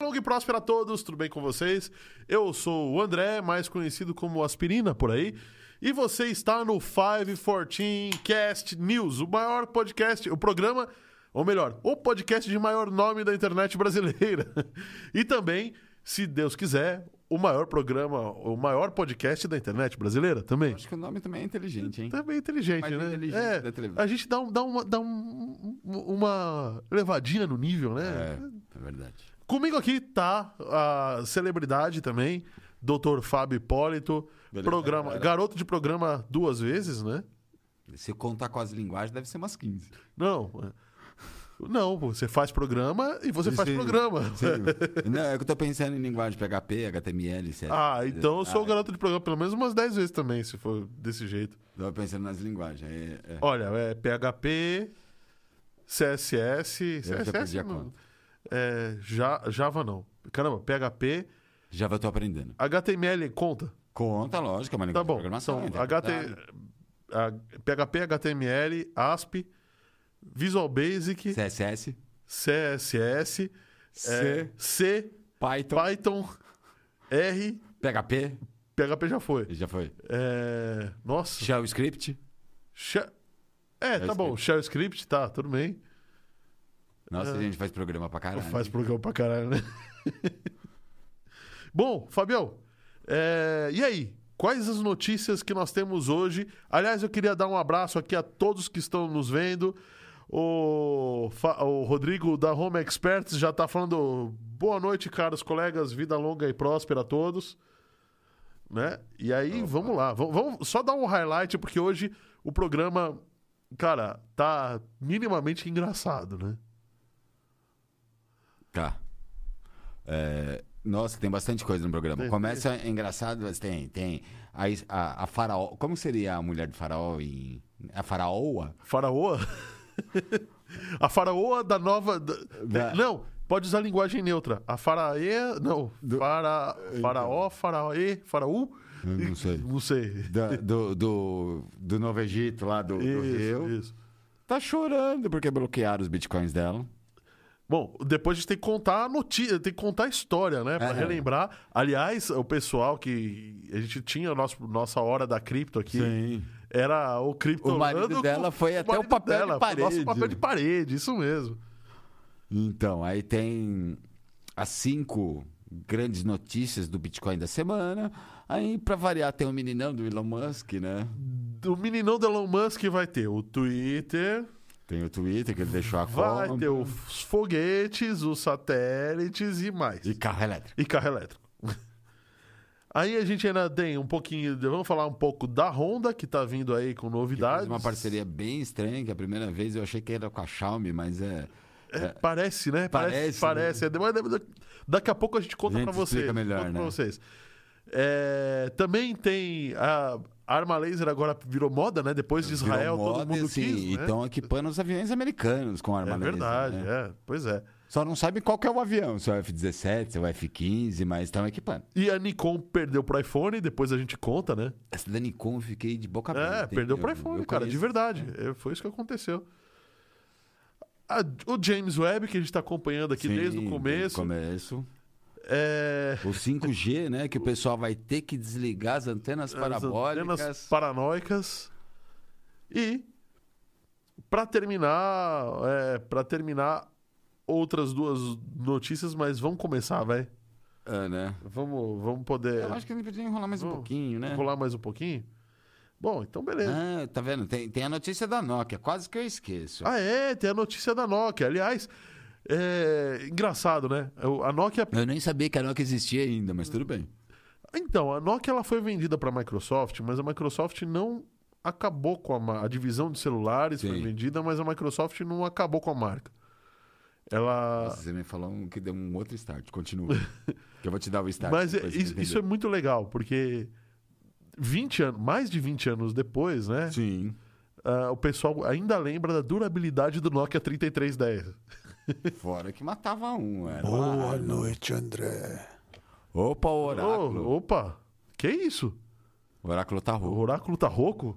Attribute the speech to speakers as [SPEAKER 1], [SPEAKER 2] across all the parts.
[SPEAKER 1] Longo e próspero a todos, tudo bem com vocês? Eu sou o André, mais conhecido como Aspirina por aí, e você está no 514 Cast News, o maior podcast, o programa, ou melhor, o podcast de maior nome da internet brasileira. E também, se Deus quiser, o maior programa, o maior podcast da internet brasileira também.
[SPEAKER 2] Acho que o nome também é inteligente, hein?
[SPEAKER 1] Também inteligente,
[SPEAKER 2] Mais
[SPEAKER 1] né?
[SPEAKER 2] inteligente
[SPEAKER 1] é,
[SPEAKER 2] da televisão.
[SPEAKER 1] a gente dá, um- dá uma, dá um- uma levadinha no nível, né?
[SPEAKER 2] é verdade.
[SPEAKER 1] Comigo aqui tá a celebridade também, Dr. Fábio Hipólito,
[SPEAKER 2] Beleza,
[SPEAKER 1] programa,
[SPEAKER 2] galera.
[SPEAKER 1] garoto de programa duas vezes, né?
[SPEAKER 2] Se contar com as linguagens, deve ser umas 15.
[SPEAKER 1] Não. é. Não, pô, você faz programa e você faz
[SPEAKER 2] Sim.
[SPEAKER 1] programa.
[SPEAKER 2] Sim. Não, é que eu tô pensando em linguagem PHP, HTML, CSS.
[SPEAKER 1] Ah, então eu sou
[SPEAKER 2] Ah,
[SPEAKER 1] o garoto de programa pelo menos umas 10 vezes também, se for desse jeito.
[SPEAKER 2] Tava pensando nas linguagens. É, é.
[SPEAKER 1] Olha, é PHP, CSS,
[SPEAKER 2] Eu já
[SPEAKER 1] CSS
[SPEAKER 2] perdi a
[SPEAKER 1] não,
[SPEAKER 2] conta.
[SPEAKER 1] é, Ja- Java não. Caramba, PHP,
[SPEAKER 2] Já vai tô aprendendo.
[SPEAKER 1] HTML conta?
[SPEAKER 2] Conta, lógico, é uma
[SPEAKER 1] Tá
[SPEAKER 2] linguagem de
[SPEAKER 1] bom.
[SPEAKER 2] programação.
[SPEAKER 1] Então,
[SPEAKER 2] interpretada.
[SPEAKER 1] HT, a- PHP, HTML, ASP, Visual Basic,
[SPEAKER 2] CSS,
[SPEAKER 1] CSS, é,
[SPEAKER 2] C, Então-
[SPEAKER 1] C,
[SPEAKER 2] Python,
[SPEAKER 1] Python, R,
[SPEAKER 2] PHP,
[SPEAKER 1] PHP já foi.
[SPEAKER 2] já foi.
[SPEAKER 1] É, nossa.
[SPEAKER 2] Shell Script.
[SPEAKER 1] Shell- É, tá
[SPEAKER 2] Shell
[SPEAKER 1] bom. Shell Script, tá, tudo bem.
[SPEAKER 2] Nossa, a gente faz programa pra caralho.
[SPEAKER 1] É. Faz programa pra caralho, né? bom, Fabião, é, e aí? Quais as notícias que nós temos hoje? Aliás, eu queria dar um abraço aqui a todos que estão nos vendo. O, Fa- o Rodrigo da Home Experts já tá falando boa noite, caros colegas, vida longa e próspera a todos. Né? E aí, vamos lá. Vamos, vamos só dar um highlight, porque hoje o programa, cara, tá minimamente engraçado, né?
[SPEAKER 2] Tá. É, nossa, tem bastante coisa no programa.
[SPEAKER 1] Tem.
[SPEAKER 2] Começa é engraçado, mas tem, tem. A, is- a, a faraó. Como seria a mulher de faraó em. A faraoa?
[SPEAKER 1] Faraoa? a faraoa da nova. da-
[SPEAKER 2] Da-
[SPEAKER 1] Não, pode usar linguagem neutra. A faraê. Não. Fara... Faraó, faraê, faraú?
[SPEAKER 2] Eu não sei.
[SPEAKER 1] Não sei.
[SPEAKER 2] Da- do, do, do Novo Egito, lá do, do
[SPEAKER 1] Isso,
[SPEAKER 2] Rio.
[SPEAKER 1] isso.
[SPEAKER 2] Tá chorando porque bloquearam os bitcoins dela.
[SPEAKER 1] Bom, depois a gente tem que contar a notícia, tem que contar a história, né? Pra
[SPEAKER 2] É.
[SPEAKER 1] relembrar. Aliás, o pessoal que. A gente tinha a nossa, nossa hora da cripto aqui.
[SPEAKER 2] Sim.
[SPEAKER 1] Era o cripto.
[SPEAKER 2] O marido
[SPEAKER 1] Orlando
[SPEAKER 2] dela
[SPEAKER 1] com-
[SPEAKER 2] foi até o
[SPEAKER 1] marido
[SPEAKER 2] papel de
[SPEAKER 1] foi o Nosso
[SPEAKER 2] parede.
[SPEAKER 1] papel de parede, isso mesmo.
[SPEAKER 2] Então, aí tem as cinco grandes notícias do Bitcoin da semana. Aí, pra variar, tem o meninão do Elon Musk, né?
[SPEAKER 1] O meninão do Elon Musk vai ter o Twitter.
[SPEAKER 2] Tem o Twitter que ele deixou a
[SPEAKER 1] Vai
[SPEAKER 2] conta.
[SPEAKER 1] ter os foguetes, os satélites e mais.
[SPEAKER 2] E carro elétrico.
[SPEAKER 1] E carro elétrico. Aí a gente ainda tem um pouquinho. de- Vamos falar um pouco da Honda, que tá vindo aí com
[SPEAKER 2] Fez
[SPEAKER 1] novidades.
[SPEAKER 2] uma parceria bem estranha, que a primeira vez eu achei que era com a Xiaomi, mas é.
[SPEAKER 1] É, parece, né?
[SPEAKER 2] Parece,
[SPEAKER 1] Parece. É, mas da- daqui a pouco a gente conta
[SPEAKER 2] A gente
[SPEAKER 1] pra vocês.
[SPEAKER 2] explica melhor,
[SPEAKER 1] conta pra
[SPEAKER 2] né?
[SPEAKER 1] vocês. É, também tem a arma laser agora virou moda, né? Depois de Israel,
[SPEAKER 2] virou
[SPEAKER 1] todo
[SPEAKER 2] moda,
[SPEAKER 1] mundo
[SPEAKER 2] assim,
[SPEAKER 1] quis.
[SPEAKER 2] E
[SPEAKER 1] né?
[SPEAKER 2] estão equipando os aviões americanos com arma
[SPEAKER 1] é
[SPEAKER 2] laser,
[SPEAKER 1] verdade,
[SPEAKER 2] né?
[SPEAKER 1] é. Pois é.
[SPEAKER 2] Só não sabe qual que é o avião, se é o F-17, se é o F-15, mas estão equipando.
[SPEAKER 1] E a Nikon perdeu pro iPhone, depois a gente conta, né?
[SPEAKER 2] Essa da Nikon eu fiquei de boca aberta.
[SPEAKER 1] É,
[SPEAKER 2] hein?
[SPEAKER 1] perdeu pro
[SPEAKER 2] Tá Eu-
[SPEAKER 1] iPhone,
[SPEAKER 2] eu
[SPEAKER 1] cara, de
[SPEAKER 2] conheço.
[SPEAKER 1] verdade. É, foi isso que aconteceu. A- o James Webb, que a gente tá acompanhando aqui
[SPEAKER 2] Sim,
[SPEAKER 1] desde o
[SPEAKER 2] desde
[SPEAKER 1] começo.
[SPEAKER 2] começo.
[SPEAKER 1] É,
[SPEAKER 2] O 5G, né? Que o pessoal vai ter que desligar as antenas
[SPEAKER 1] as
[SPEAKER 2] parabólicas.
[SPEAKER 1] antenas paranoicas. E, pra terminar, é, para terminar, outras duas notícias, mas vamos começar, vai.
[SPEAKER 2] É, né?
[SPEAKER 1] Vamos, vamos poder
[SPEAKER 2] Eu acho que a gente podia enrolar mais um
[SPEAKER 1] Vamos
[SPEAKER 2] pouquinho, né?
[SPEAKER 1] rolar mais um pouquinho? Bom, então beleza.
[SPEAKER 2] Ah, tá vendo? Tem, tem a notícia da Nokia, quase que eu esqueço.
[SPEAKER 1] Ah, é, tem a notícia da Nokia. Aliás, é engraçado, né? Eu- A Nokia.
[SPEAKER 2] Eu nem sabia que a Nokia existia ainda, mas tudo bem.
[SPEAKER 1] Então, a Nokia ela foi vendida para a Microsoft, mas a Microsoft não acabou com a, ma- a divisão de celulares foi
[SPEAKER 2] Sim.
[SPEAKER 1] vendida, mas a Microsoft não acabou com a marca. Ela.
[SPEAKER 2] Nossa, você me falou um que deu um outro start. Continua. que eu vou te dar o start.
[SPEAKER 1] mas é-
[SPEAKER 2] depois você
[SPEAKER 1] isso, isso é
[SPEAKER 2] entender.
[SPEAKER 1] muito legal, porque 20 anos, mais de 20 anos depois, né?
[SPEAKER 2] Sim.
[SPEAKER 1] ah, o pessoal ainda lembra da durabilidade do Nokia 3310.
[SPEAKER 2] Fora que matava um. Era
[SPEAKER 3] Boa
[SPEAKER 2] lá.
[SPEAKER 3] noite, André.
[SPEAKER 2] Opa, o oráculo.
[SPEAKER 1] Ô, opa! Que isso?
[SPEAKER 2] O oráculo tá
[SPEAKER 1] O
[SPEAKER 2] rouco.
[SPEAKER 1] oráculo tá rouco?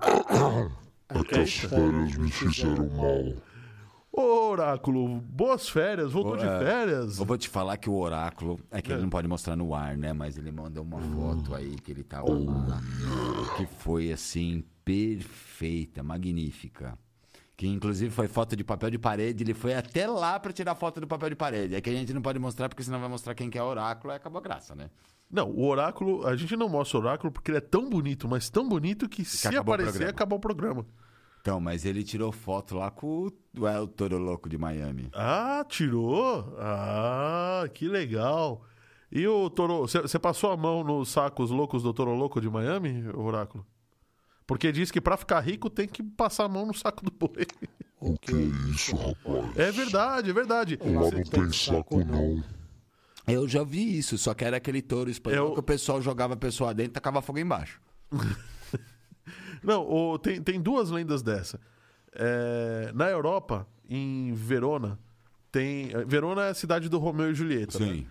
[SPEAKER 3] É que as férias me fizeram mal.
[SPEAKER 1] Ô, Oráculo, boas férias, voltou
[SPEAKER 2] Ô,
[SPEAKER 1] de
[SPEAKER 2] é,
[SPEAKER 1] férias?
[SPEAKER 2] Eu vou te falar que o oráculo. É que ele não pode mostrar no ar, né? Mas ele mandou uma foto aí que ele tava lá. Que foi assim, perfeita, magnífica. Que inclusive foi foto de papel de parede. Ele foi até lá pra tirar foto do papel de parede. É que a gente não pode mostrar, porque senão vai mostrar quem que é oráculo. Aí acabou a graça, né?
[SPEAKER 1] Não, o Oráculo, a gente não mostra o Oráculo porque ele é tão bonito, mas tão bonito que se
[SPEAKER 2] acabou o
[SPEAKER 1] aparecer,
[SPEAKER 2] programa.
[SPEAKER 1] acabou o programa.
[SPEAKER 2] Então, mas ele tirou foto lá com o, é, o Toro Louco de Miami.
[SPEAKER 1] Ah, tirou? Ah, que legal. E o Toro, você passou a mão nos sacos loucos do Toro Louco de Miami, Oráculo? Porque diz que pra ficar rico tem que passar a mão no saco do boi.
[SPEAKER 3] O que é isso, rapaz?
[SPEAKER 1] É verdade, é verdade.
[SPEAKER 3] Lá não tem saco, não. Tá
[SPEAKER 2] Eu já vi isso, só que era aquele touro espanhol
[SPEAKER 1] Eu-
[SPEAKER 2] que o pessoal jogava a pessoa dentro e tacava fogo embaixo.
[SPEAKER 1] Não, o- tem, tem duas lendas dessa. É, na Europa, em Verona, tem. Verona é a cidade do Romeu e Julieta. né?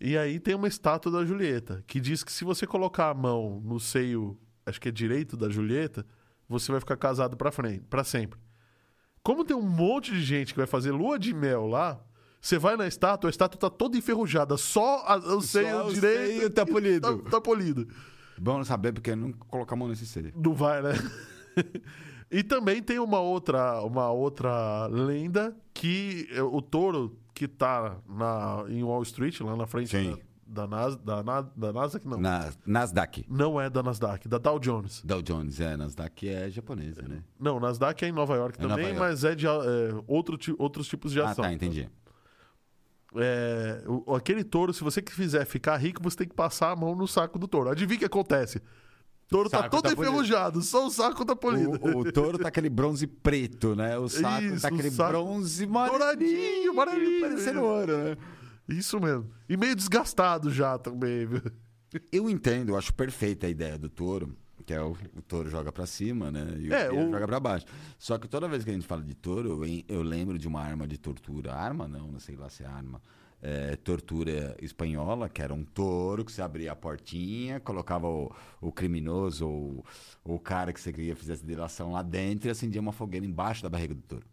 [SPEAKER 1] E aí tem uma estátua da Julieta, que diz que se você colocar a mão no seio, acho que é direito da Julieta, você vai ficar casado pra frente, para sempre. Como tem um monte de gente que vai fazer lua de mel lá, você vai na estátua, a estátua tá toda enferrujada, só a- o seio
[SPEAKER 2] o
[SPEAKER 1] direito
[SPEAKER 2] seio tá polido.
[SPEAKER 1] tá- tá polido.
[SPEAKER 2] Bom saber, porque eu nunca colocar a mão nesse seio.
[SPEAKER 1] Não vai, né? e também tem uma outra, uma outra lenda que é o touro que tá na, em Wall Street, lá na frente
[SPEAKER 2] Sim.
[SPEAKER 1] da, da, Nas, da, Na- da Nasdaq, não.
[SPEAKER 2] Na, Nasdaq.
[SPEAKER 1] Não é da Nasdaq, da Dow Jones.
[SPEAKER 2] Dow Jones, é, Nasdaq é japonesa, né?
[SPEAKER 1] Não, Nasdaq é em Nova York
[SPEAKER 2] É
[SPEAKER 1] também,
[SPEAKER 2] Nova York.
[SPEAKER 1] mas é de é, outro ti- outros tipos de
[SPEAKER 2] Ah,
[SPEAKER 1] ação.
[SPEAKER 2] tá, entendi.
[SPEAKER 1] É, o- aquele touro, se você quiser ficar rico, você tem que passar a mão no saco do touro. Adivinha o que acontece? O touro tá
[SPEAKER 2] Saco
[SPEAKER 1] todo
[SPEAKER 2] tá polido.
[SPEAKER 1] enferrujado, só o saco tá polido.
[SPEAKER 2] O, o touro tá aquele bronze preto, né? O saco
[SPEAKER 1] Isso,
[SPEAKER 2] tá aquele
[SPEAKER 1] o saco
[SPEAKER 2] bronze
[SPEAKER 1] douradinho,
[SPEAKER 2] maradinho,
[SPEAKER 1] maravilhoso.
[SPEAKER 2] parecendo ouro, né?
[SPEAKER 1] Isso mesmo. E meio desgastado já também, viu?
[SPEAKER 2] Eu entendo, eu acho perfeita a ideia do touro, que é o, o touro joga pra cima, né? E o
[SPEAKER 1] É,
[SPEAKER 2] é,
[SPEAKER 1] o-
[SPEAKER 2] joga pra baixo. Só que toda vez que a gente fala de touro, eu, em- eu lembro de uma arma de tortura. Arma não, não sei lá se é arma. É, tortura espanhola, que era um touro que você abria a portinha, colocava o, o criminoso ou ou o cara que você queria fizesse delação lá dentro e acendia uma fogueira embaixo da barriga do touro.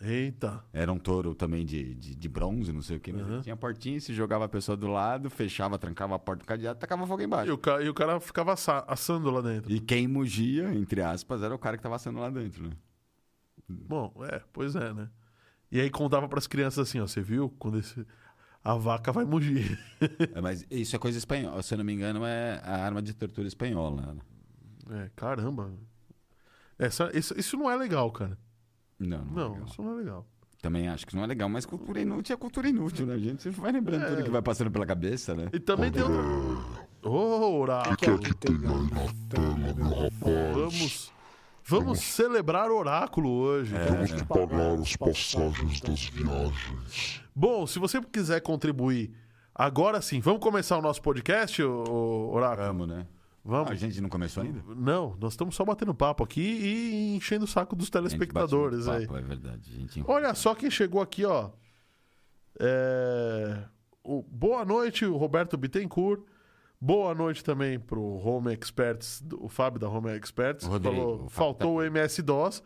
[SPEAKER 1] Eita.
[SPEAKER 2] Era um touro também de, de, de bronze, não sei o que, mas ele tinha a portinha, se jogava a pessoa do lado, fechava, trancava a porta do cadeado, tacava fogo embaixo.
[SPEAKER 1] E o, ca- e o cara ficava assa- assando lá dentro.
[SPEAKER 2] E quem mugia, entre aspas, era o cara que tava sendo lá dentro, né?
[SPEAKER 1] Bom, é, pois é, né? E aí contava pras crianças assim, ó, você viu? Quando esse- a vaca vai mugir.
[SPEAKER 2] É, Mas isso é coisa espanhola, se eu não me engano, é a arma de tortura espanhola. né?
[SPEAKER 1] É, caramba. Essa, isso, isso não é legal, cara.
[SPEAKER 2] Não, não, é
[SPEAKER 1] Não,
[SPEAKER 2] legal.
[SPEAKER 1] isso não é legal.
[SPEAKER 2] Também acho que não é legal, mas cultura inútil é cultura inútil, né, gente? Você vai
[SPEAKER 1] É.
[SPEAKER 2] lembrando tudo que vai passando pela cabeça, né?
[SPEAKER 1] E também tem outra. Ô,
[SPEAKER 3] O que é
[SPEAKER 1] oráculo!
[SPEAKER 3] que tem aí na tela, meu rapaz?
[SPEAKER 1] Vamos, vamos celebrar o oráculo hoje.
[SPEAKER 3] Temos que pagar as passagens das viagens.
[SPEAKER 1] Bom, se você quiser contribuir agora sim, vamos começar o nosso podcast, ô- ô, Oráculo?
[SPEAKER 2] Vamos, né?
[SPEAKER 1] Vamos.
[SPEAKER 2] A gente não começou ainda?
[SPEAKER 1] Não, nós estamos só batendo papo aqui e enchendo o saco dos
[SPEAKER 2] A gente
[SPEAKER 1] telespectadores
[SPEAKER 2] bate
[SPEAKER 1] aí.
[SPEAKER 2] muito papo, É verdade, gente.
[SPEAKER 1] Olha só quem chegou aqui, ó. É, o- Boa noite, o Roberto Bittencourt. Boa noite também pro Home Experts, do- o Fábio da Home Experts.
[SPEAKER 2] O Rodrigo,
[SPEAKER 1] falou,
[SPEAKER 2] o Fábio tá
[SPEAKER 1] faltou o MS-DOS.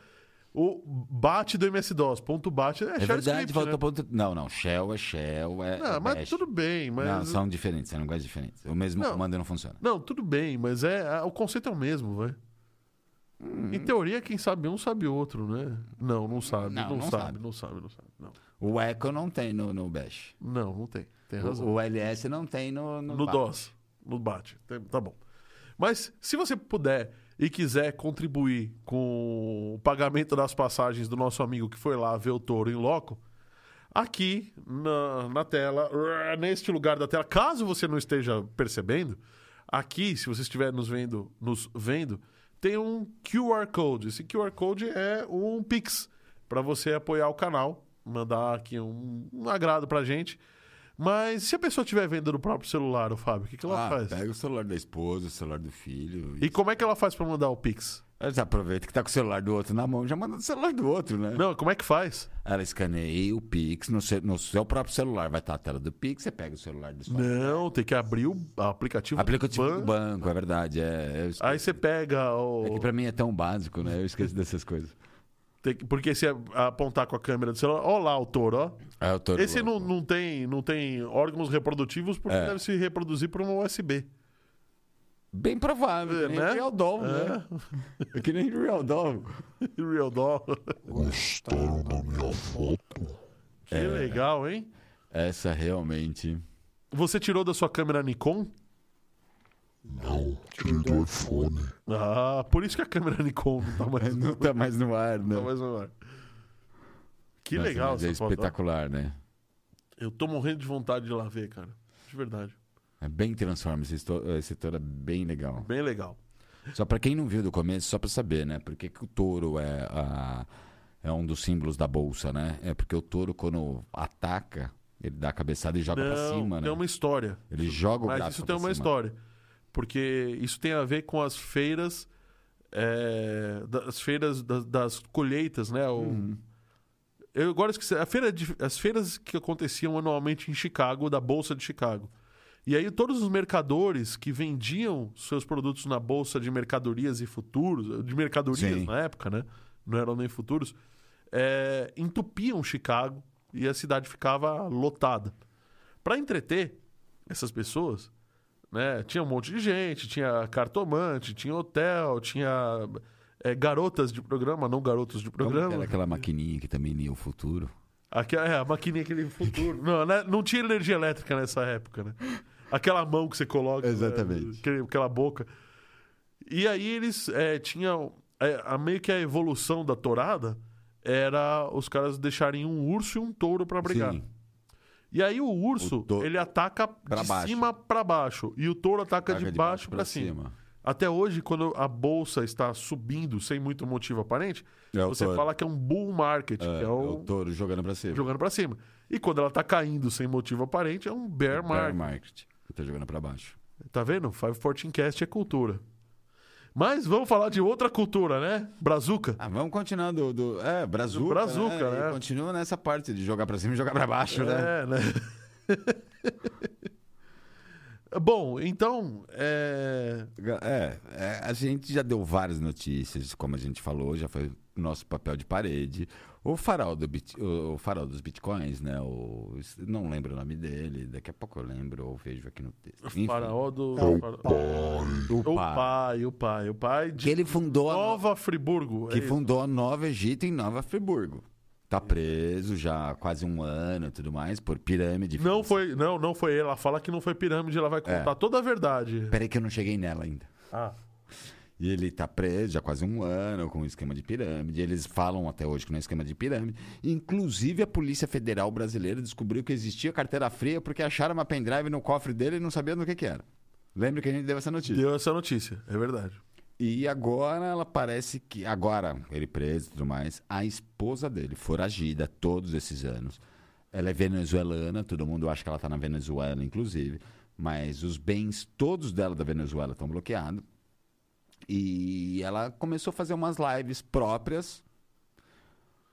[SPEAKER 1] O bate do MS-DOS, ponto bate. É,
[SPEAKER 2] É
[SPEAKER 1] share
[SPEAKER 2] verdade,
[SPEAKER 1] script,
[SPEAKER 2] volta
[SPEAKER 1] né?
[SPEAKER 2] ao ponto. Não, não. Shell é Shell, é. é
[SPEAKER 1] Não, mas
[SPEAKER 2] bash.
[SPEAKER 1] tudo bem, mas...
[SPEAKER 2] Não, são diferentes, são linguagens diferentes. O mesmo
[SPEAKER 1] Não.
[SPEAKER 2] comando não funciona.
[SPEAKER 1] Não, tudo bem, mas é a- o conceito é o mesmo, vai.
[SPEAKER 2] Uhum.
[SPEAKER 1] Em teoria, quem sabe um sabe outro, né? Não, não sabe, não,
[SPEAKER 2] Não, não
[SPEAKER 1] sabe,
[SPEAKER 2] sabe.
[SPEAKER 1] não sabe, não sabe. Não,
[SPEAKER 2] O echo não tem no, no Bash.
[SPEAKER 1] não, não tem. Tem razão.
[SPEAKER 2] O, o LS não tem no. No,
[SPEAKER 1] no
[SPEAKER 2] ba-
[SPEAKER 1] DOS, no bate. Tem- Tá bom. Mas se você puder e quiser contribuir com o pagamento das passagens do nosso amigo que foi lá ver o touro em loco, aqui na, na tela, rrr, neste lugar da tela, caso você não esteja percebendo, aqui, se você estiver nos vendo, nos vendo tem um QR Code. Esse QR Code é um Pix para você apoiar o canal, mandar aqui um, um agrado pra gente. Mas se a pessoa estiver vendo no próprio celular, o Fábio, o que, que ela
[SPEAKER 2] Ah,
[SPEAKER 1] faz?
[SPEAKER 2] pega o celular da esposa, o celular do filho.
[SPEAKER 1] E como é que ela faz pra mandar o Pix?
[SPEAKER 2] Eles aproveitam que tá com o celular do outro na mão, já manda do celular do outro, né?
[SPEAKER 1] Não, como é que faz?
[SPEAKER 2] Ela escaneia o Pix no, ce- no seu próprio celular. Vai estar a tela do Pix, você pega o celular do seu
[SPEAKER 1] Não, tem que abrir o aplicativo,
[SPEAKER 2] Aplicativo
[SPEAKER 1] do
[SPEAKER 2] do
[SPEAKER 1] banco.
[SPEAKER 2] banco, é verdade. É, eu esque-
[SPEAKER 1] Aí você pega o.
[SPEAKER 2] é que pra mim é tão básico, né? Eu esqueço dessas coisas.
[SPEAKER 1] Tem que- porque se a- apontar com a câmera do celular, ó lá o touro, ó.
[SPEAKER 2] É o touro
[SPEAKER 1] Esse não,
[SPEAKER 2] louco.
[SPEAKER 1] não, tem, não tem órgãos reprodutivos porque
[SPEAKER 2] É.
[SPEAKER 1] deve se reproduzir por um uma USB.
[SPEAKER 2] Bem provável,
[SPEAKER 1] É,
[SPEAKER 2] que nem
[SPEAKER 1] né?
[SPEAKER 2] Real Doll, né? É Que nem Real Doll.
[SPEAKER 1] Real doll.
[SPEAKER 3] Gostaram da minha foto?
[SPEAKER 1] Que
[SPEAKER 2] É.
[SPEAKER 1] legal, hein?
[SPEAKER 2] Essa realmente.
[SPEAKER 1] Você tirou da sua câmera Nikon?
[SPEAKER 3] Não, tirei do iPhone.
[SPEAKER 1] Ah, por isso que a câmera Nikon não tá mais,
[SPEAKER 2] Não tá mais no ar, né?
[SPEAKER 1] não tá mais no ar. Que
[SPEAKER 2] Nossa,
[SPEAKER 1] legal
[SPEAKER 2] mas É
[SPEAKER 1] essa foto.
[SPEAKER 2] espetacular, né?
[SPEAKER 1] Eu tô morrendo de vontade de ir lá ver, cara. De verdade.
[SPEAKER 2] É bem Transformers, esse to- esse touro é bem legal.
[SPEAKER 1] Bem legal.
[SPEAKER 2] Só pra quem não viu do começo, só pra saber, né? Por que, que o touro é, a- é um dos símbolos da bolsa, né? É porque o touro, quando ataca, ele dá a cabeçada e joga pra
[SPEAKER 1] Não,
[SPEAKER 2] cima, né?
[SPEAKER 1] tem uma história.
[SPEAKER 2] Ele joga o
[SPEAKER 1] Mas
[SPEAKER 2] braço
[SPEAKER 1] isso
[SPEAKER 2] pra
[SPEAKER 1] tem uma
[SPEAKER 2] cima.
[SPEAKER 1] história. Porque isso tem a ver com as feiras. é, das feiras das, das colheitas, né? O-
[SPEAKER 2] Uhum.
[SPEAKER 1] Eu agora esqueci. A feira de- as feiras que aconteciam anualmente em Chicago, da Bolsa de Chicago. E aí todos os mercadores que vendiam seus produtos na Bolsa de Mercadorias e Futuros, de mercadorias
[SPEAKER 2] Sim.
[SPEAKER 1] na época, né? Não eram nem futuros, é, entupiam Chicago e a cidade ficava lotada. Para entreter essas pessoas, né? Tinha um monte de gente, tinha cartomante, tinha hotel, tinha é, garotas de programa, não garotos de
[SPEAKER 2] Como que
[SPEAKER 1] programa.
[SPEAKER 2] Era aquela maquininha que também lia o futuro.
[SPEAKER 1] Aquela, é, a maquininha aquele futuro. não, né? não tinha energia elétrica nessa época, né? Aquela mão que você coloca. né?
[SPEAKER 2] Exatamente.
[SPEAKER 1] Aquele- aquela boca. E aí eles é, tinham. é, a, meio que a evolução da tourada era os caras deixarem um urso e um touro pra brigar.
[SPEAKER 2] Sim.
[SPEAKER 1] E aí o urso,
[SPEAKER 2] O touro-
[SPEAKER 1] ele ataca
[SPEAKER 2] Pra
[SPEAKER 1] de
[SPEAKER 2] baixo.
[SPEAKER 1] cima pra baixo. E o touro ataca,
[SPEAKER 2] Taca
[SPEAKER 1] de baixo pra
[SPEAKER 2] pra
[SPEAKER 1] cima. Até hoje, quando a bolsa está subindo sem muito motivo aparente,
[SPEAKER 2] É o
[SPEAKER 1] você
[SPEAKER 2] touro.
[SPEAKER 1] fala que é um bull market,
[SPEAKER 2] É,
[SPEAKER 1] que é
[SPEAKER 2] é
[SPEAKER 1] o
[SPEAKER 2] o touro jogando pra cima.
[SPEAKER 1] jogando pra cima. E quando ela tá caindo sem motivo aparente, é um bear
[SPEAKER 2] Bear
[SPEAKER 1] market.
[SPEAKER 2] market. Tá jogando pra baixo.
[SPEAKER 1] Tá vendo? Five Fourteen Cast é cultura. Mas vamos falar de outra cultura, né? Brazuca.
[SPEAKER 2] Ah, vamos continuar do... do- É, brazuca,
[SPEAKER 1] brazuca,
[SPEAKER 2] né? E
[SPEAKER 1] né?
[SPEAKER 2] Continua nessa parte de jogar pra cima e jogar pra baixo, né?
[SPEAKER 1] É, né? Bom, então. É...
[SPEAKER 2] É, é, a gente já deu várias notícias, como a gente falou, já foi nosso papel de parede. O farol, do bit- o o farol dos bitcoins, né? O, não lembro o nome dele, daqui a pouco eu lembro ou vejo aqui no texto. Enfim,
[SPEAKER 1] Faraó do. faraó-
[SPEAKER 2] o
[SPEAKER 1] O
[SPEAKER 2] pai,
[SPEAKER 1] pai, o pai, o pai
[SPEAKER 2] Que
[SPEAKER 1] de
[SPEAKER 2] ele fundou, a no-
[SPEAKER 1] Nova Friburgo.
[SPEAKER 2] que
[SPEAKER 1] é isso.
[SPEAKER 2] fundou a Nova Egito em Nova Friburgo. Tá
[SPEAKER 1] Uhum.
[SPEAKER 2] preso já há quase um ano e tudo mais, por pirâmide.
[SPEAKER 1] Não foi, não, não foi ele. Ela fala que não foi pirâmide,
[SPEAKER 2] É.
[SPEAKER 1] ela vai contar toda a verdade.
[SPEAKER 2] Peraí que eu não cheguei nela ainda.
[SPEAKER 1] Ah.
[SPEAKER 2] E ele tá preso já há quase um ano com o esquema de pirâmide. Eles falam até hoje que não é esquema de pirâmide. Inclusive, a Polícia Federal Brasileira descobriu que existia carteira fria porque acharam uma pendrive no cofre dele e não sabiam do que, que era. Lembra que a gente deu essa notícia?
[SPEAKER 1] Deu essa notícia, é verdade.
[SPEAKER 2] E agora ela parece que. Agora, ele preso e tudo mais, a esposa dele, foragida todos esses anos. Ela é venezuelana, todo mundo acha que ela tá na Venezuela, inclusive. Mas os bens todos dela da Venezuela estão bloqueados. E ela começou a fazer umas lives próprias,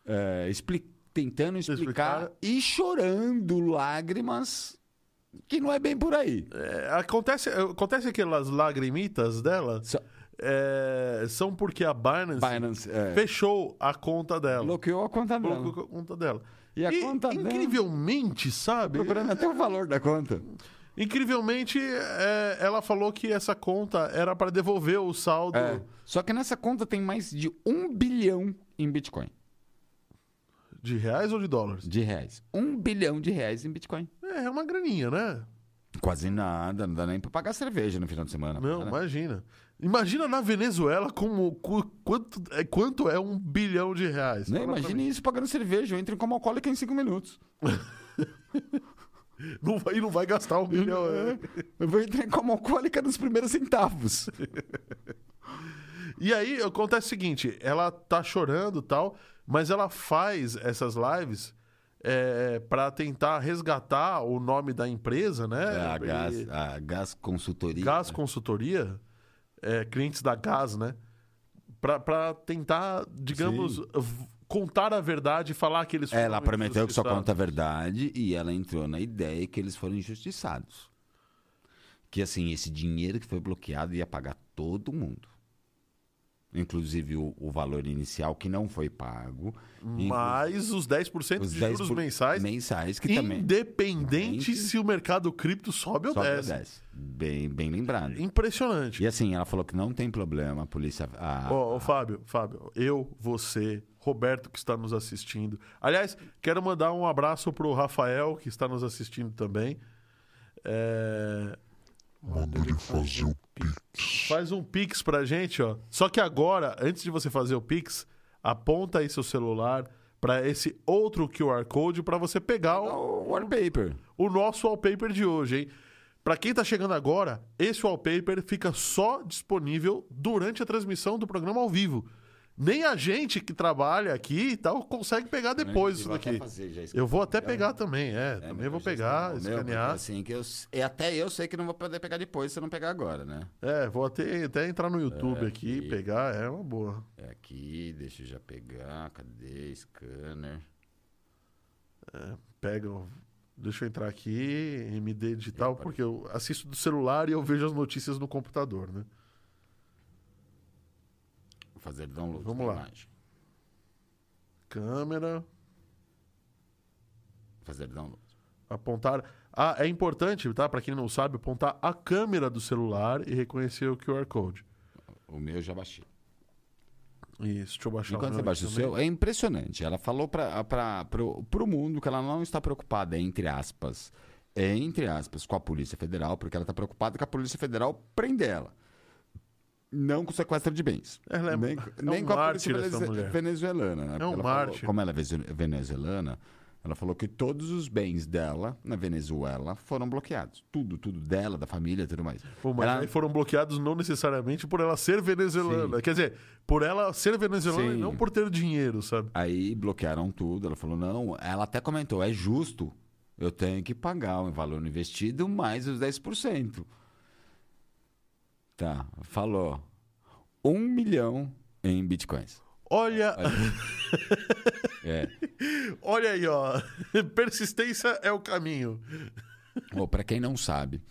[SPEAKER 2] é, expli- tentando explicar
[SPEAKER 1] Explicar.
[SPEAKER 2] e chorando lágrimas, que não é bem por aí.
[SPEAKER 1] É, acontece, acontece que aquelas lagrimitas dela
[SPEAKER 2] Só-
[SPEAKER 1] é, são porque a Binance,
[SPEAKER 2] Binance, é,
[SPEAKER 1] fechou a conta dela.
[SPEAKER 2] bloqueou a conta dela.
[SPEAKER 1] Colocou a conta dela.
[SPEAKER 2] E a conta dela-
[SPEAKER 1] incrivelmente, sabe?
[SPEAKER 2] Procurando até o valor da conta.
[SPEAKER 1] Incrivelmente, é, ela falou que essa conta era para devolver o saldo.
[SPEAKER 2] É. Só que nessa conta tem mais de um bilhão em Bitcoin.
[SPEAKER 1] De reais ou de dólares?
[SPEAKER 2] De reais. Um bilhão de reais em Bitcoin.
[SPEAKER 1] É, é uma graninha, né?
[SPEAKER 2] Quase nada, não dá nem pra pagar cerveja no final de semana.
[SPEAKER 1] Não,
[SPEAKER 2] né?
[SPEAKER 1] imagina. Imagina na Venezuela como cu- quanto é, quanto é um bilhão de reais.
[SPEAKER 2] Né?
[SPEAKER 1] Fala pra
[SPEAKER 2] Imagine isso pagando cerveja. Eu entro como alcoólico em cinco minutos.
[SPEAKER 1] mim. Não vai, e não vai gastar um bilhão. é.
[SPEAKER 2] Eu vou entrar como alcoólica nos primeiros centavos.
[SPEAKER 1] E aí acontece o seguinte: ela tá chorando e tal, mas ela faz essas lives é, para tentar resgatar o nome da empresa, né?
[SPEAKER 2] É, a,
[SPEAKER 1] E-
[SPEAKER 2] gás, a Gás Consultoria.
[SPEAKER 1] Gás Consultoria, é, clientes da Gás, né? Pra- Pra tentar, digamos, v- contar a verdade e falar que eles foram
[SPEAKER 2] Ela prometeu que só
[SPEAKER 1] injustiçados.
[SPEAKER 2] conta a verdade e ela entrou na ideia que eles foram injustiçados. Que assim, esse dinheiro que foi bloqueado ia pagar todo mundo. inclusive o, o valor inicial que não foi pago. inclu-
[SPEAKER 1] Mas os 10%
[SPEAKER 2] Uhum. os
[SPEAKER 1] de
[SPEAKER 2] 10
[SPEAKER 1] juros
[SPEAKER 2] por-
[SPEAKER 1] mensais,
[SPEAKER 2] Mensais que também
[SPEAKER 1] independente
[SPEAKER 2] Independente.
[SPEAKER 1] se o mercado cripto sobe ou
[SPEAKER 2] sobe ou
[SPEAKER 1] desce.
[SPEAKER 2] desce. Bem, bem lembrado.
[SPEAKER 1] Impressionante.
[SPEAKER 2] E assim, ela falou que não tem problema, a polícia. a-
[SPEAKER 1] Ó, ó, Fábio, Fábio, eu, você, Roberto que está nos assistindo. Aliás, quero mandar um abraço pro Rafael que está nos assistindo também. É,
[SPEAKER 3] Manda ele fazer o pix.
[SPEAKER 1] Faz um pix pra gente, ó. Só que agora, antes de você fazer o pix, aponta aí seu celular para esse outro QR Code para você pegar o,
[SPEAKER 2] o wallpaper. né?
[SPEAKER 1] o nosso wallpaper de hoje, hein? Pra quem tá chegando agora, esse wallpaper fica só disponível durante a transmissão do programa ao vivo. Nem a gente que trabalha aqui e tal consegue pegar depois isso
[SPEAKER 2] Eu vou Né? até
[SPEAKER 1] daqui.
[SPEAKER 2] fazer já,
[SPEAKER 1] Eu vou até
[SPEAKER 2] escanear.
[SPEAKER 1] pegar também, é. também
[SPEAKER 2] mas
[SPEAKER 1] vou
[SPEAKER 2] eu já
[SPEAKER 1] pegar,
[SPEAKER 2] escaneei o meu, porque
[SPEAKER 1] escanear.
[SPEAKER 2] Assim, que eu, e até eu sei que não vou poder pegar depois se eu não pegar agora, né?
[SPEAKER 1] É, vou até, até entrar no YouTube aqui,
[SPEAKER 2] e-
[SPEAKER 1] pegar, é uma boa.
[SPEAKER 2] É aqui, deixa eu já pegar. Cadê? Scanner.
[SPEAKER 1] Pega, um- deixa eu entrar aqui, MD digital,
[SPEAKER 2] Ih,
[SPEAKER 1] porque eu assisto do celular e eu vejo as notícias no computador, né?
[SPEAKER 2] Vou fazer download
[SPEAKER 1] Vamos
[SPEAKER 2] da
[SPEAKER 1] lá.
[SPEAKER 2] imagem.
[SPEAKER 1] Câmera,
[SPEAKER 2] Vou Fazer download.
[SPEAKER 1] apontar. Ah, é importante, tá? Pra quem não sabe, apontar a câmera do celular e reconhecer o QR Code.
[SPEAKER 2] O meu eu já baixei.
[SPEAKER 1] Isso, deixa eu baixar
[SPEAKER 2] Enquanto
[SPEAKER 1] o
[SPEAKER 2] você
[SPEAKER 1] meu
[SPEAKER 2] baixa o
[SPEAKER 1] aqui também.
[SPEAKER 2] seu, é impressionante. Ela falou para o mundo que ela não está preocupada, entre aspas, é, entre aspas, com a Polícia Federal, porque ela está preocupada que a Polícia Federal prende ela. Não com sequestro de bens.
[SPEAKER 1] Ela é-
[SPEAKER 2] nem
[SPEAKER 1] é
[SPEAKER 2] nem
[SPEAKER 1] um
[SPEAKER 2] com a
[SPEAKER 1] mártir
[SPEAKER 2] polícia
[SPEAKER 1] essa
[SPEAKER 2] veneze-
[SPEAKER 1] mulher.
[SPEAKER 2] venezuelana. Né?
[SPEAKER 1] É um
[SPEAKER 2] Ela falou-
[SPEAKER 1] mártir.
[SPEAKER 2] como ela é veze- venezuelana, ela falou que todos os bens dela na Venezuela foram bloqueados. Tudo, tudo dela, da família, tudo mais.
[SPEAKER 1] Pô, mas
[SPEAKER 2] Ela-
[SPEAKER 1] aí foram bloqueados não necessariamente por ela ser venezuelana. Quer dizer, por ela ser venezuelana e
[SPEAKER 2] Sim.
[SPEAKER 1] não por ter dinheiro, sabe?
[SPEAKER 2] Aí bloquearam tudo. Ela falou: não, ela até comentou: é justo. Eu tenho que pagar o valor no investido mais os 10%. Tá, falou. Um milhão em bitcoins.
[SPEAKER 1] Olha,
[SPEAKER 2] É.
[SPEAKER 1] olha aí, ó. Persistência é o caminho.
[SPEAKER 2] Ou para quem não sabe,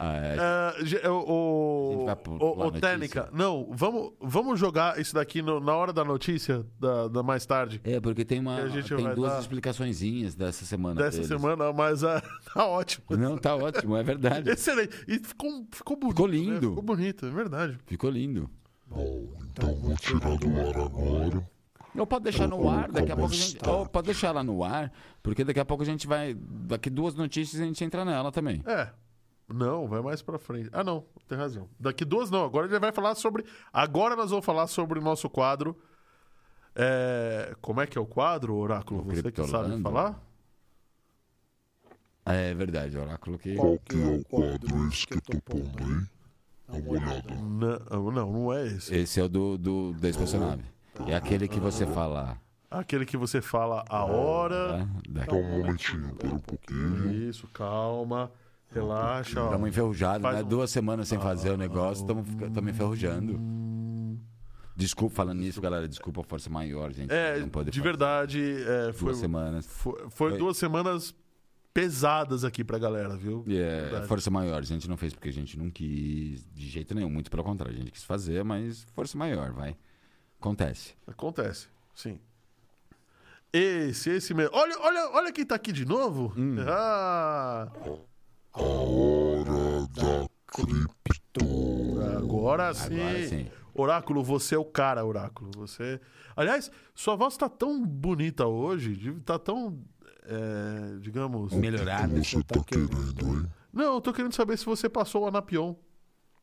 [SPEAKER 2] é,
[SPEAKER 1] Ah, ge-
[SPEAKER 2] A
[SPEAKER 1] o
[SPEAKER 2] gente vai
[SPEAKER 1] o,
[SPEAKER 2] pular
[SPEAKER 1] o,
[SPEAKER 2] a
[SPEAKER 1] o Técnica, não, vamos, vamos jogar isso daqui no- na hora da notícia, da, da mais tarde.
[SPEAKER 2] é, porque tem uma
[SPEAKER 1] A gente vai
[SPEAKER 2] tem duas
[SPEAKER 1] dar-
[SPEAKER 2] explicaçõezinhas dessa semana.
[SPEAKER 1] Dessa
[SPEAKER 2] deles.
[SPEAKER 1] semana, mas ah, tá ótimo.
[SPEAKER 2] Não, tá ótimo, é verdade.
[SPEAKER 1] Excelente. E ficou, ficou bonito.
[SPEAKER 2] Ficou
[SPEAKER 1] né?
[SPEAKER 2] lindo.
[SPEAKER 1] Ficou bonito, é verdade.
[SPEAKER 2] Ficou lindo.
[SPEAKER 3] Bom, então vou tirar do ar agora.
[SPEAKER 2] Não, pode deixar no
[SPEAKER 3] Ou
[SPEAKER 2] ar, daqui a
[SPEAKER 3] como
[SPEAKER 2] pouco a gente.
[SPEAKER 3] está.
[SPEAKER 2] Ou pode deixar ela no ar, porque daqui a pouco a gente vai. Daqui duas notícias a gente entra nela também.
[SPEAKER 1] É. Não, vai mais pra frente. Ah, não, tem razão. Daqui duas não. Agora ele vai falar sobre. Agora nós vamos falar sobre o nosso quadro. É, Como é que é o quadro, Oráculo?
[SPEAKER 2] O
[SPEAKER 1] Você que sabe
[SPEAKER 2] Criptolando.
[SPEAKER 1] falar?
[SPEAKER 2] É verdade, oráculo que.
[SPEAKER 3] Qual que é o quadro esse que eu tô pondo aí? Dá uma olhada.
[SPEAKER 1] Não, não, não é esse.
[SPEAKER 2] Esse é o do, do da espaçonave. É aquele que você fala.
[SPEAKER 1] Aquele que você fala a hora.
[SPEAKER 2] Tá?
[SPEAKER 3] Dá
[SPEAKER 2] Daqui.
[SPEAKER 3] um momentinho, pera um
[SPEAKER 2] Uhum.
[SPEAKER 3] pouquinho.
[SPEAKER 1] Isso, calma. Relaxa. ó.
[SPEAKER 2] Estamos enferrujados,
[SPEAKER 1] Faz
[SPEAKER 2] né?
[SPEAKER 1] um-
[SPEAKER 2] Duas semanas sem fazer o negócio, estamos enferrujando. Desculpa, falando nisso, galera. Desculpa a força maior, gente.
[SPEAKER 1] É,
[SPEAKER 2] não pode
[SPEAKER 1] de
[SPEAKER 2] fazer.
[SPEAKER 1] verdade, é, foi,
[SPEAKER 2] Duas semanas.
[SPEAKER 1] foi, foi
[SPEAKER 2] Foi.
[SPEAKER 1] duas semanas pesadas aqui pra galera, viu?
[SPEAKER 2] É,
[SPEAKER 1] Verdade.
[SPEAKER 2] força maior. A gente não fez porque a gente não quis de jeito nenhum. Muito pelo contrário, a gente quis fazer, mas força maior, vai. Acontece.
[SPEAKER 1] Acontece, sim. Esse, esse mesmo. Olha, olha, olha quem tá aqui de novo.
[SPEAKER 2] Hum.
[SPEAKER 1] Ah,
[SPEAKER 3] A hora da cripto.
[SPEAKER 1] agora sim.
[SPEAKER 2] Agora sim.
[SPEAKER 1] Oráculo, você é o cara, Oráculo. Você. Aliás, sua voz tá tão bonita hoje, de- tá tão. é, digamos.
[SPEAKER 2] Melhorado.
[SPEAKER 3] Você tá querendo, hein?
[SPEAKER 1] Não, eu tô querendo saber se você passou o Anapion.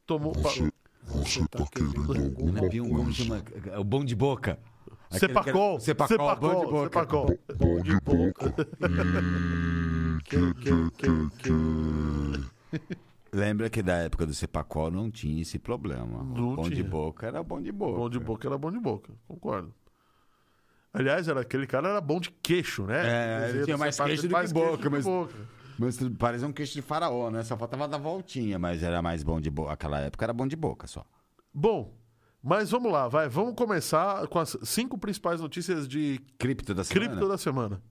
[SPEAKER 1] Tomou. pa-
[SPEAKER 3] Você, você tá querendo alguma
[SPEAKER 2] Anapion, né? um como
[SPEAKER 3] coisa?
[SPEAKER 2] chama? é, O bom de boca. Aquele que
[SPEAKER 1] Cepacol,
[SPEAKER 2] era- Cepacol, bom de boca.
[SPEAKER 1] Cepacol.
[SPEAKER 3] Bom de boca. E... Que, que, que, que.
[SPEAKER 2] Lembra que da época do Cepacol não tinha esse problema.
[SPEAKER 1] Não
[SPEAKER 2] o bom de
[SPEAKER 1] tinha.
[SPEAKER 2] boca era bom de boca.
[SPEAKER 1] Bom de boca era bom de boca, concordo. Aliás, era, aquele cara era bom de queixo, né?
[SPEAKER 2] É, ele tinha mais
[SPEAKER 1] você faz-
[SPEAKER 2] queixo do que
[SPEAKER 1] mais
[SPEAKER 2] boca, mas- Mas tu- parecia um queixo de faraó, né? Só faltava dar voltinha, mas era mais bom de boca. Aquela época era bom de boca só.
[SPEAKER 1] Bom, mas vamos lá, vai. Vamos começar com as cinco principais notícias de
[SPEAKER 2] Cripto da semana.
[SPEAKER 1] cripto da semana.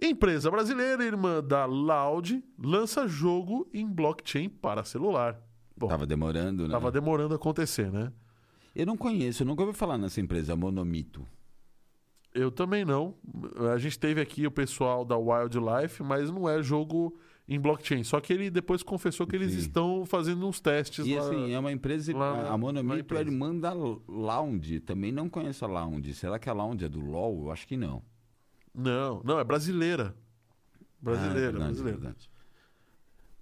[SPEAKER 1] Empresa brasileira, irmã da Loud, lança jogo em blockchain para celular. Bom,
[SPEAKER 2] Tava demorando, né?
[SPEAKER 1] tava demorando a acontecer, né?
[SPEAKER 2] Eu não conheço, eu nunca ouvi falar nessa empresa, Monomito.
[SPEAKER 1] Eu também não. A gente teve aqui o pessoal da Wildlife, mas não é jogo em blockchain. Só que ele depois confessou que eles
[SPEAKER 2] Sim.
[SPEAKER 1] estão fazendo uns testes
[SPEAKER 2] E
[SPEAKER 1] lá.
[SPEAKER 2] assim, é uma empresa.
[SPEAKER 1] lá-
[SPEAKER 2] a Monomito
[SPEAKER 1] lá
[SPEAKER 2] é
[SPEAKER 1] empresa.
[SPEAKER 2] irmã da Lounge. Também não conheço a Lounge. Será que a Lounge é do LOL? Eu acho que não.
[SPEAKER 1] Não, não, é brasileira. Brasileira,
[SPEAKER 2] Ah, é verdade, é
[SPEAKER 1] brasileira.
[SPEAKER 2] verdade.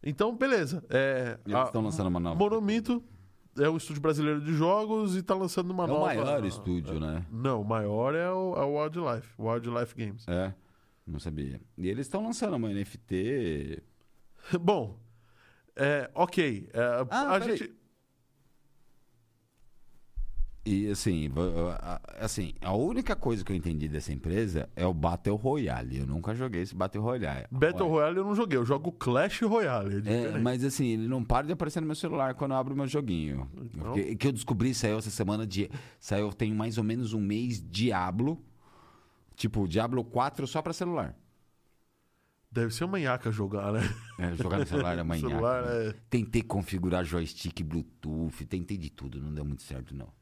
[SPEAKER 1] Então, beleza. É,
[SPEAKER 2] Eles
[SPEAKER 1] a-
[SPEAKER 2] estão lançando uma nova.
[SPEAKER 1] Monomito é o estúdio brasileiro de jogos e tá lançando uma
[SPEAKER 2] é
[SPEAKER 1] nova.
[SPEAKER 2] o maior estúdio, né?
[SPEAKER 1] Não, o maior é o, é o Wildlife, Wildlife Games.
[SPEAKER 2] É. Não sabia. E eles estão lançando uma NFT.
[SPEAKER 1] Bom, é, ok. é,
[SPEAKER 2] Ah,
[SPEAKER 1] a
[SPEAKER 2] peraí.
[SPEAKER 1] gente.
[SPEAKER 2] E assim, va- a- a- assim, a única coisa que eu entendi dessa empresa é o Battle Royale. Eu nunca joguei esse Battle Royale.
[SPEAKER 1] Battle Royale eu não joguei, eu jogo Clash Royale. É
[SPEAKER 2] É,
[SPEAKER 1] diferente.
[SPEAKER 2] mas assim, ele não para de aparecer no meu celular quando eu abro meu joguinho.
[SPEAKER 1] Então?
[SPEAKER 2] Que, que eu descobri, saiu essa semana de. Saiu tem mais ou menos um mês Diablo. Tipo, Diablo 4 só pra celular.
[SPEAKER 1] Deve ser uma manhaca jogar, né?
[SPEAKER 2] É, jogar no celular é manhã.
[SPEAKER 1] Celular é-
[SPEAKER 2] Tentei configurar joystick, Bluetooth, tentei de tudo, não deu muito certo, não.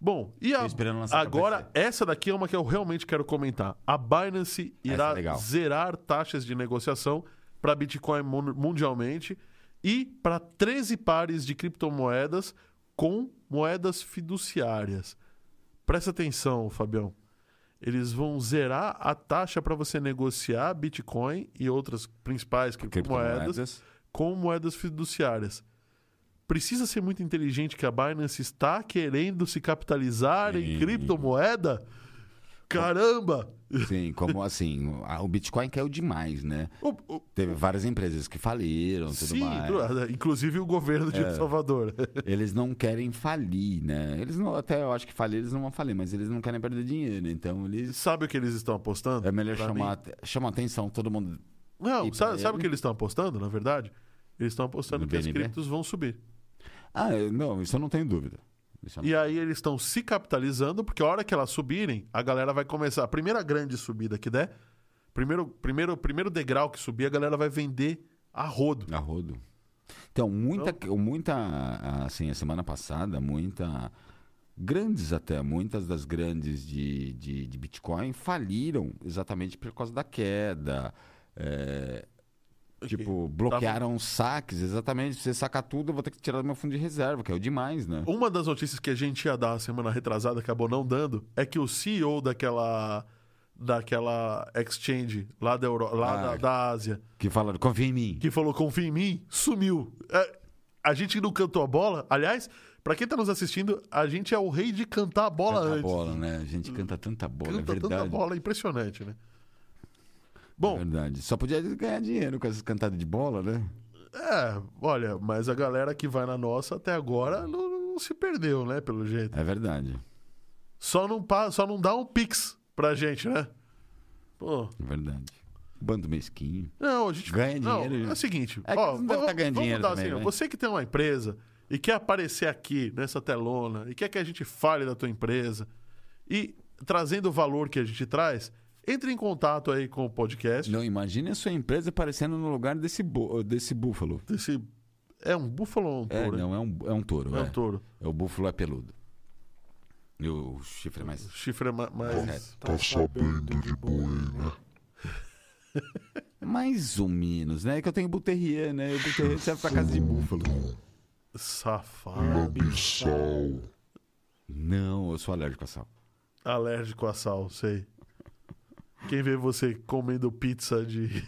[SPEAKER 1] Bom, e a-
[SPEAKER 2] Tô esperando lançar pra
[SPEAKER 1] Então, agora, essa daqui é uma que eu realmente quero comentar. A Binance
[SPEAKER 2] Essa é
[SPEAKER 1] irá
[SPEAKER 2] legal.
[SPEAKER 1] zerar taxas de negociação para Bitcoin mun- mundialmente e para 13 pares de criptomoedas com moedas fiduciárias. Presta atenção, Fabião. Eles vão zerar a taxa para você negociar Bitcoin e outras principais criptomoedas com moedas fiduciárias. Precisa ser muito inteligente que a Binance está querendo se capitalizar em
[SPEAKER 2] Sim.
[SPEAKER 1] criptomoeda? Caramba!
[SPEAKER 2] Sim, como assim, o- a- o Bitcoin caiu demais, né?
[SPEAKER 1] O- o-
[SPEAKER 2] Teve várias empresas que faliram, tudo
[SPEAKER 1] sim,
[SPEAKER 2] mais. É.
[SPEAKER 1] tu- inclusive o governo de El Salvador.
[SPEAKER 2] Eles não querem falir, né? Eles não, até eu acho que falir eles não vão falir, mas eles não querem perder dinheiro, então eles
[SPEAKER 1] Sabe o que eles estão apostando?
[SPEAKER 2] é melhor
[SPEAKER 1] Pra
[SPEAKER 2] chamar ate- chama atenção todo mundo.
[SPEAKER 1] Não,
[SPEAKER 2] E
[SPEAKER 1] sabe,
[SPEAKER 2] pra
[SPEAKER 1] sabe o
[SPEAKER 2] ele?
[SPEAKER 1] que eles estão apostando, na verdade? Eles estão apostando
[SPEAKER 2] No
[SPEAKER 1] que as
[SPEAKER 2] BNB?
[SPEAKER 1] criptos vão subir.
[SPEAKER 2] Ah, eu- não, isso eu não tenho dúvida. Isso eu não-
[SPEAKER 1] E aí eles estão se capitalizando, porque a hora que elas subirem, a galera vai começar. A primeira grande subida que der, primeiro, primeiro, primeiro degrau que subir, a galera vai vender a rodo.
[SPEAKER 2] A rodo. Então, muita, muita, assim, a semana passada, muita, grandes até, muitas das grandes de, de, de Bitcoin faliram exatamente por causa da queda. É, Tipo, bloquearam os saques, exatamente. Se você sacar tudo, eu vou ter que tirar do meu fundo de reserva, que é o demais, né?
[SPEAKER 1] Uma das notícias que a gente ia dar semana retrasada, acabou não dando, é que o CEO daquela, daquela exchange lá, da, Euro, lá
[SPEAKER 2] Ah.
[SPEAKER 1] da, da Ásia,
[SPEAKER 2] Que falaram, confia em mim.
[SPEAKER 1] que falou confia em mim, sumiu. É, a gente não cantou a bola. Aliás, pra quem tá nos assistindo, a gente é o rei de cantar a bola
[SPEAKER 2] Canta
[SPEAKER 1] antes. Hum.
[SPEAKER 2] bola, né? A gente canta tanta bola,
[SPEAKER 1] Canta
[SPEAKER 2] é
[SPEAKER 1] tanta
[SPEAKER 2] verdade.
[SPEAKER 1] bola, é impressionante, né?
[SPEAKER 2] É
[SPEAKER 1] Bom,
[SPEAKER 2] verdade. Só podia ganhar dinheiro com essas cantadas de bola, né?
[SPEAKER 1] é, olha, mas a galera que vai na nossa até agora não, não se perdeu, né, pelo jeito.
[SPEAKER 2] É verdade.
[SPEAKER 1] Só não, pa- só não dá um pix pra gente, né? Pô,
[SPEAKER 2] É verdade. Bando mesquinho.
[SPEAKER 1] Não, a gente
[SPEAKER 2] Ganha
[SPEAKER 1] não,
[SPEAKER 2] dinheiro.
[SPEAKER 1] É o seguinte,
[SPEAKER 2] É que
[SPEAKER 1] ó,
[SPEAKER 2] eles não devem
[SPEAKER 1] vamos-
[SPEAKER 2] tá ganhando
[SPEAKER 1] vamos
[SPEAKER 2] dinheiro
[SPEAKER 1] mudar
[SPEAKER 2] também,
[SPEAKER 1] assim, ó.
[SPEAKER 2] né?
[SPEAKER 1] Você que tem uma empresa e quer aparecer aqui nessa telona e quer que a gente fale da tua empresa e trazendo o valor que a gente traz, entre em contato aí com o podcast.
[SPEAKER 2] Não, imagine a sua empresa aparecendo no lugar desse, bu- desse búfalo.
[SPEAKER 1] Esse é um búfalo ou um
[SPEAKER 2] É,
[SPEAKER 1] touro?
[SPEAKER 2] não, é um, é um touro.
[SPEAKER 1] É
[SPEAKER 2] É,
[SPEAKER 1] um touro.
[SPEAKER 2] É, o búfalo é peludo. E o chifre é mais.
[SPEAKER 1] O chifre é ma- mais
[SPEAKER 3] Tá sabendo de boi, né?
[SPEAKER 2] é Mais ou menos, né? É que eu tenho Buterrier, né? E o Buterrier serve pra casa de búfalo.
[SPEAKER 1] safado,
[SPEAKER 3] Abissal.
[SPEAKER 2] Não, eu sou alérgico a sal.
[SPEAKER 1] alérgico a sal, sei. Quem vê você comendo pizza de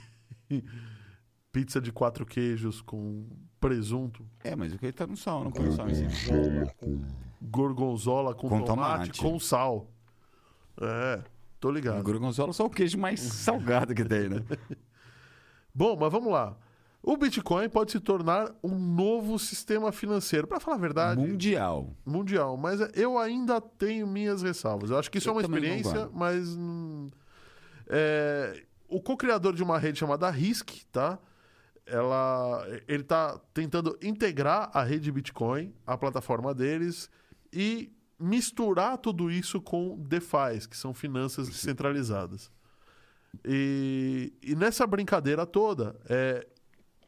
[SPEAKER 1] pizza de quatro queijos com presunto
[SPEAKER 2] É, mas o que tá no sal, eu não come sal em cima.
[SPEAKER 3] Fala com
[SPEAKER 1] gorgonzola com,
[SPEAKER 2] Com
[SPEAKER 1] tomate,
[SPEAKER 2] tomate.
[SPEAKER 1] com sal. É, tô
[SPEAKER 2] O
[SPEAKER 1] ligado.
[SPEAKER 2] gorgonzola é só o queijo mais salgado que tem, né?
[SPEAKER 1] Bom, mas vamos lá. O Bitcoin pode se tornar um novo sistema financeiro, Pra falar a verdade,
[SPEAKER 2] Mundial.
[SPEAKER 1] mundial. Mas eu ainda tenho minhas ressalvas. Eu acho que isso
[SPEAKER 2] Eu
[SPEAKER 1] é uma
[SPEAKER 2] também não
[SPEAKER 1] experiência,
[SPEAKER 2] guardo.
[SPEAKER 1] mas. hum, é, o co-criador de uma rede chamada RISC, tá? Ela, ele tá tentando integrar a rede Bitcoin, a plataforma deles, e misturar tudo isso com DeFi, que são
[SPEAKER 2] Uhum.
[SPEAKER 1] finanças descentralizadas. E, e nessa brincadeira toda, é,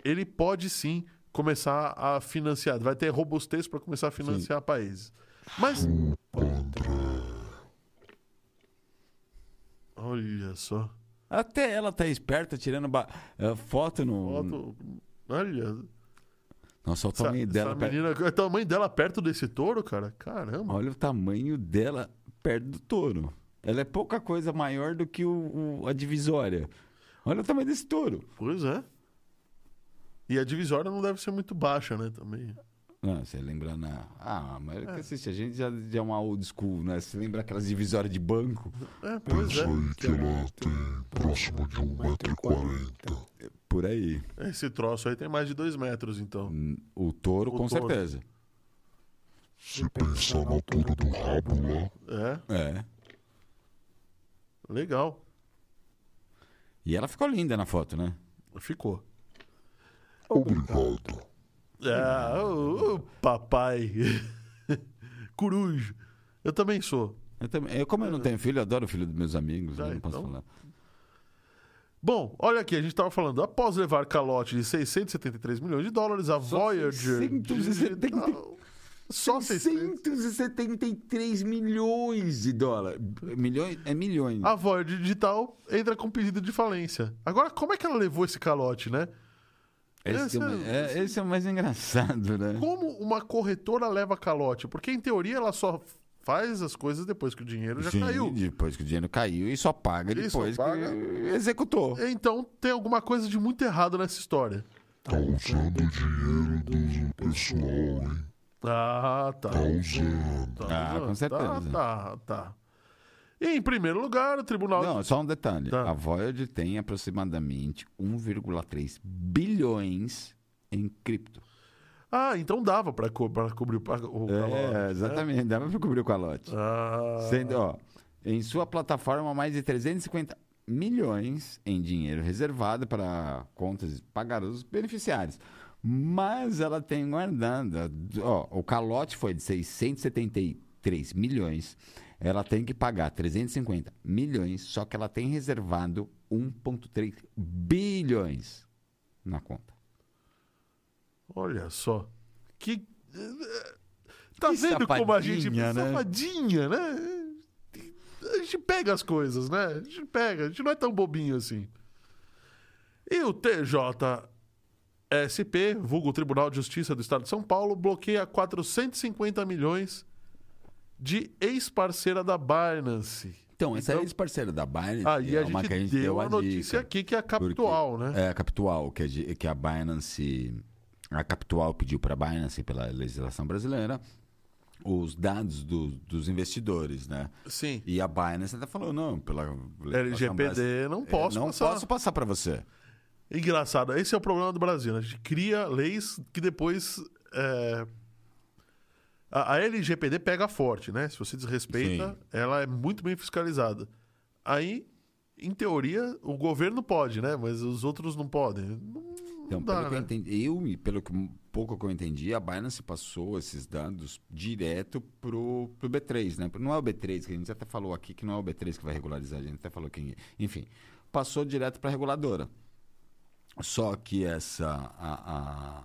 [SPEAKER 1] ele pode sim começar a financiar. Vai ter robustez para começar a financiar países. Mas. Olha só.
[SPEAKER 2] Até ela tá esperta tirando ba- eh, foto no.
[SPEAKER 1] Foto. Olha.
[SPEAKER 2] Nossa,
[SPEAKER 1] Essa,
[SPEAKER 2] olha o tamanho dela.
[SPEAKER 1] essa
[SPEAKER 2] per-
[SPEAKER 1] menina. O tamanho dela perto desse touro, cara. Caramba.
[SPEAKER 2] Olha o tamanho dela perto do touro. Ela é pouca coisa maior do que o, o- a divisória. Olha o tamanho desse touro.
[SPEAKER 1] Pois é. E a divisória não deve ser muito baixa, né? Também.
[SPEAKER 2] Não, você lembra na. Ah, mas
[SPEAKER 1] É.
[SPEAKER 2] que assiste, a gente já, já é uma old school, né? Você lembra aquelas divisórias de banco?
[SPEAKER 1] É, pois
[SPEAKER 3] Isso
[SPEAKER 1] é.
[SPEAKER 3] aí que ela tem próximo de 1,40m.
[SPEAKER 2] Por aí.
[SPEAKER 1] Esse troço aí tem mais de dois metros, então.
[SPEAKER 2] Hum, O touro,
[SPEAKER 1] O
[SPEAKER 2] com
[SPEAKER 1] touro.
[SPEAKER 2] certeza.
[SPEAKER 3] Se pensar na altura do rabo lá,
[SPEAKER 1] É,
[SPEAKER 2] É.
[SPEAKER 1] legal.
[SPEAKER 2] E ela ficou linda na foto, né?
[SPEAKER 1] Ficou.
[SPEAKER 3] obrigado.
[SPEAKER 1] Ah, ô, ô, papai. Corujo. Eu também sou.
[SPEAKER 2] Eu também, eu, como eu não tenho filho, eu adoro o filho dos meus amigos,
[SPEAKER 1] É. Ah,
[SPEAKER 2] eu não posso
[SPEAKER 1] então.
[SPEAKER 2] falar.
[SPEAKER 1] Bom, olha aqui, a gente tava falando. Após levar calote de 673 milhões de dólares, a Voyager.
[SPEAKER 2] 670.
[SPEAKER 1] digital- Só 600.
[SPEAKER 2] 673 milhões de dólares. Milhões? É milhões.
[SPEAKER 1] A Voyager Digital entra com pedido de falência. Agora, como é que ela levou esse calote, né?
[SPEAKER 2] esse, é, o mais-
[SPEAKER 1] essa-
[SPEAKER 2] é, esse é o mais engraçado, né?
[SPEAKER 1] Como uma corretora leva calote? Porque, em teoria, ela só faz as coisas depois que o dinheiro já
[SPEAKER 2] Sim,
[SPEAKER 1] caiu.
[SPEAKER 2] Depois que o dinheiro caiu e só paga
[SPEAKER 1] E só
[SPEAKER 2] depois
[SPEAKER 1] paga.
[SPEAKER 2] que executou.
[SPEAKER 1] Então, tem alguma coisa de muito errado nessa história.
[SPEAKER 3] Tá usando o dinheiro do pessoal, hein?
[SPEAKER 1] Ah, tá.
[SPEAKER 3] Tá usando.
[SPEAKER 1] Tá,
[SPEAKER 2] Ah, com certeza.
[SPEAKER 1] Tá, tá, tá. E, em primeiro lugar, o tribunal.
[SPEAKER 2] Não, só um detalhe.
[SPEAKER 1] Tá.
[SPEAKER 2] A Voyager tem aproximadamente 1,3 bilhões em cripto.
[SPEAKER 1] Ah, então dava pra, co pra cobrir o pa- o calote.
[SPEAKER 2] É, exatamente. Dava para cobrir o calote.
[SPEAKER 1] Ah,
[SPEAKER 2] Sendo, ó, em sua plataforma, mais de 350 milhões em dinheiro reservado para contas pagar os beneficiários. Mas ela tem guardada. Ó, o calote foi de 673 milhões. Ela tem que pagar 350 milhões, só que ela tem reservado 1,3 bilhões na conta.
[SPEAKER 1] olha só. Que. Tá
[SPEAKER 2] Que
[SPEAKER 1] vendo como a gente.
[SPEAKER 2] safadinha, né?
[SPEAKER 1] Safadinha, né? A gente pega as coisas, né? A gente pega. A gente não é tão bobinho assim. E o TJSP, vulgo Tribunal de Justiça do Estado de São Paulo, bloqueia 450 milhões de ex-parceira da Binance.
[SPEAKER 2] Então, essa
[SPEAKER 1] Então-
[SPEAKER 2] ex-parceira da Binance
[SPEAKER 1] Aí
[SPEAKER 2] é
[SPEAKER 1] a
[SPEAKER 2] uma
[SPEAKER 1] gente,
[SPEAKER 2] que a gente
[SPEAKER 1] deu,
[SPEAKER 2] deu
[SPEAKER 1] a notícia
[SPEAKER 2] dica.
[SPEAKER 1] aqui que é a captual, né?
[SPEAKER 2] É, a Capital, que, a di- que a Binance. A Capital pediu para a Binance, pela legislação brasileira, os dados do- dos investidores, né?
[SPEAKER 1] Sim.
[SPEAKER 2] E a Binance até falou: não, pela. legislação brasileira,
[SPEAKER 1] LGPD, não
[SPEAKER 2] é,
[SPEAKER 1] posso
[SPEAKER 2] não
[SPEAKER 1] passar.
[SPEAKER 2] posso passar para você.
[SPEAKER 1] Engraçado, esse é o problema do Brasil. né? A gente cria leis que depois. é, A, a LGPD pega forte, né? Se você desrespeita,
[SPEAKER 2] Sim.
[SPEAKER 1] ela é muito bem fiscalizada. Aí, em teoria, o governo pode, né? Mas os outros não podem. Não
[SPEAKER 2] Então,
[SPEAKER 1] dá,
[SPEAKER 2] pelo que
[SPEAKER 1] né?
[SPEAKER 2] eu, entendi, eu, e pelo que, pouco que eu entendi, a Binance passou esses dados direto pro, pro B3, né? Não é o B3, que a gente até falou aqui que não é o B3 que vai regularizar, a gente até falou quem. Enfim, passou direto para a reguladora. Só que essa. a-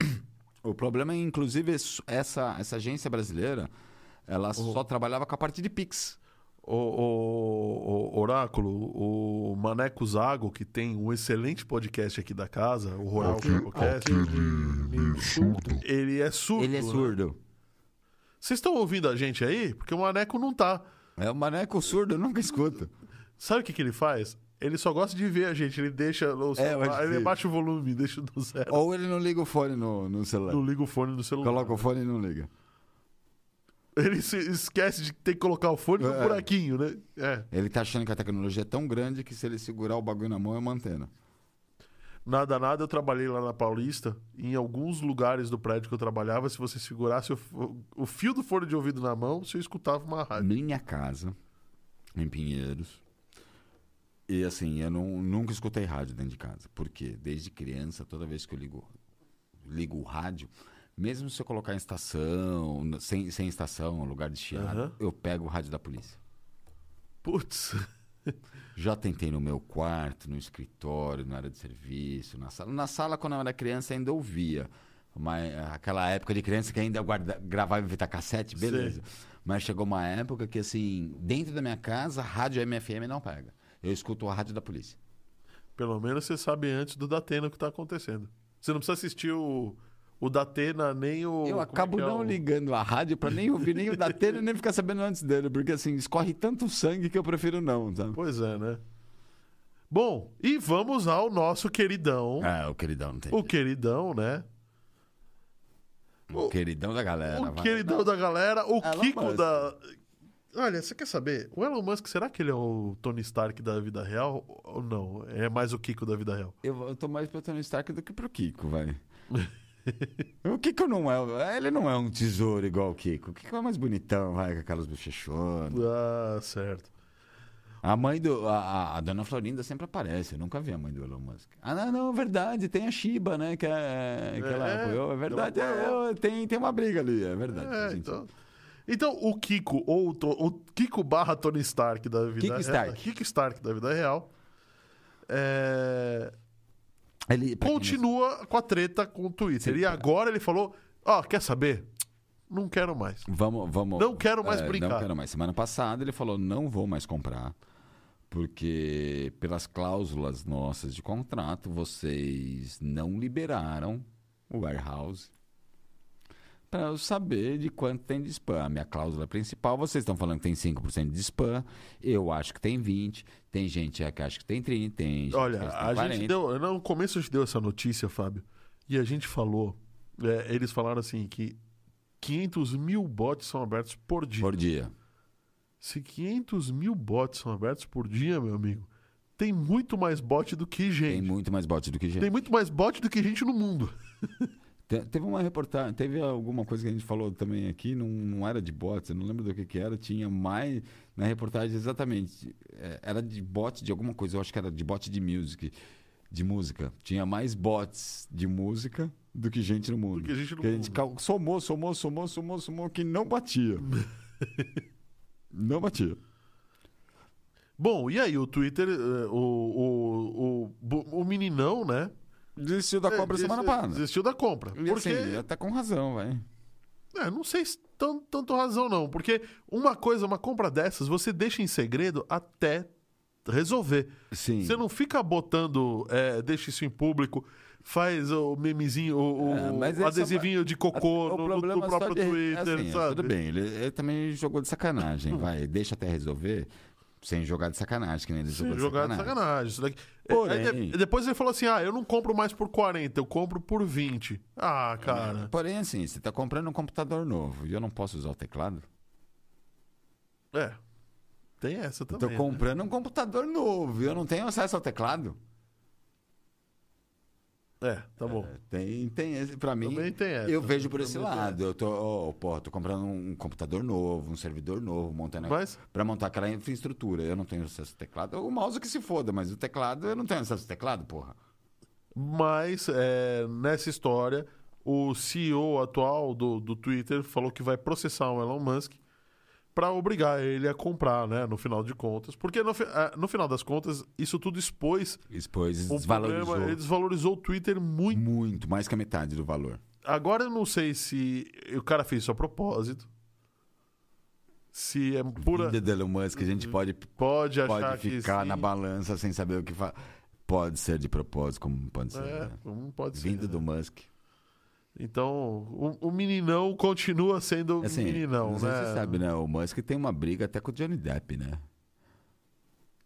[SPEAKER 2] a- o problema é, inclusive, es- essa, essa agência brasileira, ela só trabalhava com a parte de Pix.
[SPEAKER 1] O, o- o- Oráculo, o Maneco Zago, que tem um excelente podcast aqui da casa, o Rural Podcast,
[SPEAKER 3] Aquele meio surdo.
[SPEAKER 1] ele é surdo.
[SPEAKER 2] Ele é
[SPEAKER 1] né?
[SPEAKER 2] surdo.
[SPEAKER 1] Vocês estão ouvindo a gente aí? Porque o Maneco não tá.
[SPEAKER 2] É o maneco surdo, eu nunca escuto.
[SPEAKER 1] Sabe o que, que ele faz? Ele só gosta de ver a gente, ele deixa
[SPEAKER 2] É,
[SPEAKER 1] o celular,
[SPEAKER 2] pode
[SPEAKER 1] ele
[SPEAKER 2] ser.
[SPEAKER 1] baixa o volume, deixa no zero.
[SPEAKER 2] Ou ele não liga o fone no, no celular.
[SPEAKER 1] Não liga o fone no celular.
[SPEAKER 2] Coloca o fone e não liga.
[SPEAKER 1] Ele se esquece de ter que colocar o fone no
[SPEAKER 2] É.
[SPEAKER 1] buraquinho, né? É.
[SPEAKER 2] Ele tá achando que a tecnologia é tão grande que se ele segurar o bagulho na mão é uma antena.
[SPEAKER 1] Nada, nada, eu trabalhei lá na Paulista, em alguns lugares do prédio que eu trabalhava, se você segurasse o, fo- o fio do fone de ouvido na mão, você escutava uma rádio.
[SPEAKER 2] Minha casa, em Pinheiros. E assim, eu não- nunca escutei rádio dentro de casa. Porque desde criança, toda vez que eu ligo, ligo o rádio, mesmo se eu colocar em estação, n- sem, sem estação, lugar de chiado,
[SPEAKER 1] Aham.
[SPEAKER 2] eu pego o rádio da polícia. Hum.
[SPEAKER 1] Putz.
[SPEAKER 2] Já tentei no meu quarto, no escritório, na área de serviço, na sala. Na sala, quando eu era criança, ainda ouvia. Mas aquela época de criança que ainda guarda, gravava em fita cassete, beleza. Mas chegou uma época que, assim, dentro da minha casa, a rádio MFM não pega. Eu escuto a rádio da polícia.
[SPEAKER 1] Pelo menos você sabe antes do Datena o que tá acontecendo. Você não precisa assistir o, o Datena nem o.
[SPEAKER 2] Eu
[SPEAKER 1] como é
[SPEAKER 2] acabo
[SPEAKER 1] que é
[SPEAKER 2] não
[SPEAKER 1] o-
[SPEAKER 2] ligando a rádio pra nem ouvir nem o da telha, nem ficar sabendo antes dele, porque assim, escorre tanto sangue que eu prefiro não, sabe?
[SPEAKER 1] Pois é, né? Bom, e vamos ao nosso queridão.
[SPEAKER 2] Ah, o queridão não tem.
[SPEAKER 1] O queridão, né?
[SPEAKER 2] O queridão da galera.
[SPEAKER 1] o
[SPEAKER 2] vai.
[SPEAKER 1] queridão da galera, o
[SPEAKER 2] Elon
[SPEAKER 1] Kiko
[SPEAKER 2] Musk.
[SPEAKER 1] da. Olha, você quer saber? O Elon Musk, será que ele é o Tony Stark da vida real ou não? É mais o Kiko da vida real.
[SPEAKER 2] Eu, eu tô mais pro Tony Stark do que pro Kiko, vai. o Kiko não é. Ele não é um tesouro igual o Kiko. O Kiko é mais bonitão, vai, com aquelas bochechonas.
[SPEAKER 1] Ah, certo.
[SPEAKER 2] A mãe do. A, a- a dona Florinda sempre aparece. Eu nunca vi a mãe do Elon Musk. Ah, não, não, verdade. Tem a Shiba, né? Que, é, que
[SPEAKER 1] É,
[SPEAKER 2] ela apoiou. É verdade. é, é, tem, tem uma briga ali, é verdade.
[SPEAKER 1] É,
[SPEAKER 2] Sim,
[SPEAKER 1] então. Então, o Kiko, ou o, To- o Kiko barra Tony Stark da vida
[SPEAKER 2] Kiko
[SPEAKER 1] real.
[SPEAKER 2] Stark.
[SPEAKER 1] Kiko Stark da vida real. É,
[SPEAKER 2] Ele, pra quem não
[SPEAKER 1] Continua com a treta com o Twitter. E agora ele falou: Ó, quer saber? Não quero mais.
[SPEAKER 2] Vamos, vamos. é,
[SPEAKER 1] Não quero mais brincar.
[SPEAKER 2] Não quero mais. Semana passada ele falou: não vou mais comprar, porque pelas cláusulas nossas de contrato, vocês não liberaram o warehouse para eu saber de quanto tem de spam. A minha cláusula principal, vocês estão falando que tem 5% de spam, eu acho que tem 20%, tem gente é que acha que tem 30%, tem gente que
[SPEAKER 1] Olha,
[SPEAKER 2] acha que
[SPEAKER 1] a
[SPEAKER 2] tem 40%.
[SPEAKER 1] gente deu. No começo a gente deu essa notícia, Fábio, e a gente falou. é, eles falaram assim que 500 mil bots são abertos por dia.
[SPEAKER 2] Por dia.
[SPEAKER 1] Se 500 mil bots são abertos por dia, meu amigo, tem muito mais bot do que
[SPEAKER 2] Tem
[SPEAKER 1] gente.
[SPEAKER 2] muito mais bot do que gente.
[SPEAKER 1] Tem muito mais bot do que gente no mundo.
[SPEAKER 2] Te- Teve uma reportagem, teve alguma coisa que a gente falou também aqui, não, não era de bots, eu não lembro do que, que era, tinha mais na reportagem exatamente. é, Era de bot de alguma coisa, eu acho que era de bot de music, de música. Tinha mais bots de música do que gente no mundo.
[SPEAKER 1] que gente no
[SPEAKER 2] Porque a gente
[SPEAKER 1] mundo.
[SPEAKER 2] cal- somou, somou, somou, somou, somou, que não batia. não batia.
[SPEAKER 1] Bom, e aí, o Twitter, eh, o, o, o, bu- o meninão, né?
[SPEAKER 2] Desistiu da cobra
[SPEAKER 1] eh,
[SPEAKER 2] semana
[SPEAKER 1] des-
[SPEAKER 2] passada.
[SPEAKER 1] Desistiu da compra.
[SPEAKER 2] E
[SPEAKER 1] porque,
[SPEAKER 2] assim, até com razão, vai.
[SPEAKER 1] é, não sei se tão, tanto razão não. Porque uma coisa, uma compra dessas, você deixa em segredo até resolver.
[SPEAKER 2] Sim.
[SPEAKER 1] Você não fica botando, eh, deixa isso em público, faz o memezinho, o, o
[SPEAKER 2] É, mas esse é
[SPEAKER 1] adesivinho de cocô no, no- no
[SPEAKER 2] é só
[SPEAKER 1] próprio
[SPEAKER 2] de-
[SPEAKER 1] Twitter,
[SPEAKER 2] assim, é,
[SPEAKER 1] sabe?
[SPEAKER 2] Tudo bem, ele, ele também jogou de sacanagem, vai. Deixa até resolver sem jogar de sacanagem, que nem ele jogou de
[SPEAKER 1] Jogar de
[SPEAKER 2] sacanagem.
[SPEAKER 1] sacanagem. Isso daqui... É,
[SPEAKER 2] Porém-
[SPEAKER 1] Aí de- Depois ele falou assim: ah, eu não compro mais por 40, eu compro por 20. Ah, cara.
[SPEAKER 2] Porém, assim, você tá comprando um computador novo e eu não posso usar o teclado?
[SPEAKER 1] É. Tem essa
[SPEAKER 2] Eu
[SPEAKER 1] também.
[SPEAKER 2] tô
[SPEAKER 1] né?
[SPEAKER 2] comprando um computador novo e eu não tenho acesso ao teclado?
[SPEAKER 1] É, tá bom.
[SPEAKER 2] É, Tem, tem esse, pra mim.
[SPEAKER 1] Também tem essa.
[SPEAKER 2] Eu vejo por esse
[SPEAKER 1] Também tem
[SPEAKER 2] lado. Eu tô, ó, pô, tô comprando um computador novo, um servidor novo, montando.
[SPEAKER 1] Mas-
[SPEAKER 2] Pra montar aquela infraestrutura. Eu não tenho acesso ao teclado. O mouse que se foda, mas o teclado, eu não tenho acesso ao teclado, porra.
[SPEAKER 1] Mas é, nessa história, o CEO atual do, do Twitter falou que vai processar o Elon Musk para obrigar ele a comprar, né? No final de contas. Porque no, fi- ah, no final das contas, isso tudo expôs
[SPEAKER 2] Expôs,
[SPEAKER 1] o
[SPEAKER 2] desvalorizou
[SPEAKER 1] problema. é Ele desvalorizou o Twitter muito.
[SPEAKER 2] muito, mais que a metade do valor.
[SPEAKER 1] Agora eu não sei se o cara fez isso a propósito. Se é pura.
[SPEAKER 2] Vida do Elon Musk, a gente pode,
[SPEAKER 1] Pode achar
[SPEAKER 2] pode
[SPEAKER 1] que.
[SPEAKER 2] ficar
[SPEAKER 1] sim.
[SPEAKER 2] na balança sem saber o que faz. Pode ser de propósito, como pode ser.
[SPEAKER 1] É,
[SPEAKER 2] né?
[SPEAKER 1] não pode ser.
[SPEAKER 2] Vindo
[SPEAKER 1] né?
[SPEAKER 2] do Musk.
[SPEAKER 1] Então, o, o meninão continua sendo
[SPEAKER 2] Assim,
[SPEAKER 1] meninão,
[SPEAKER 2] não sei
[SPEAKER 1] né?
[SPEAKER 2] se você sabe, né? O Musk tem uma briga até com o Johnny Depp, né?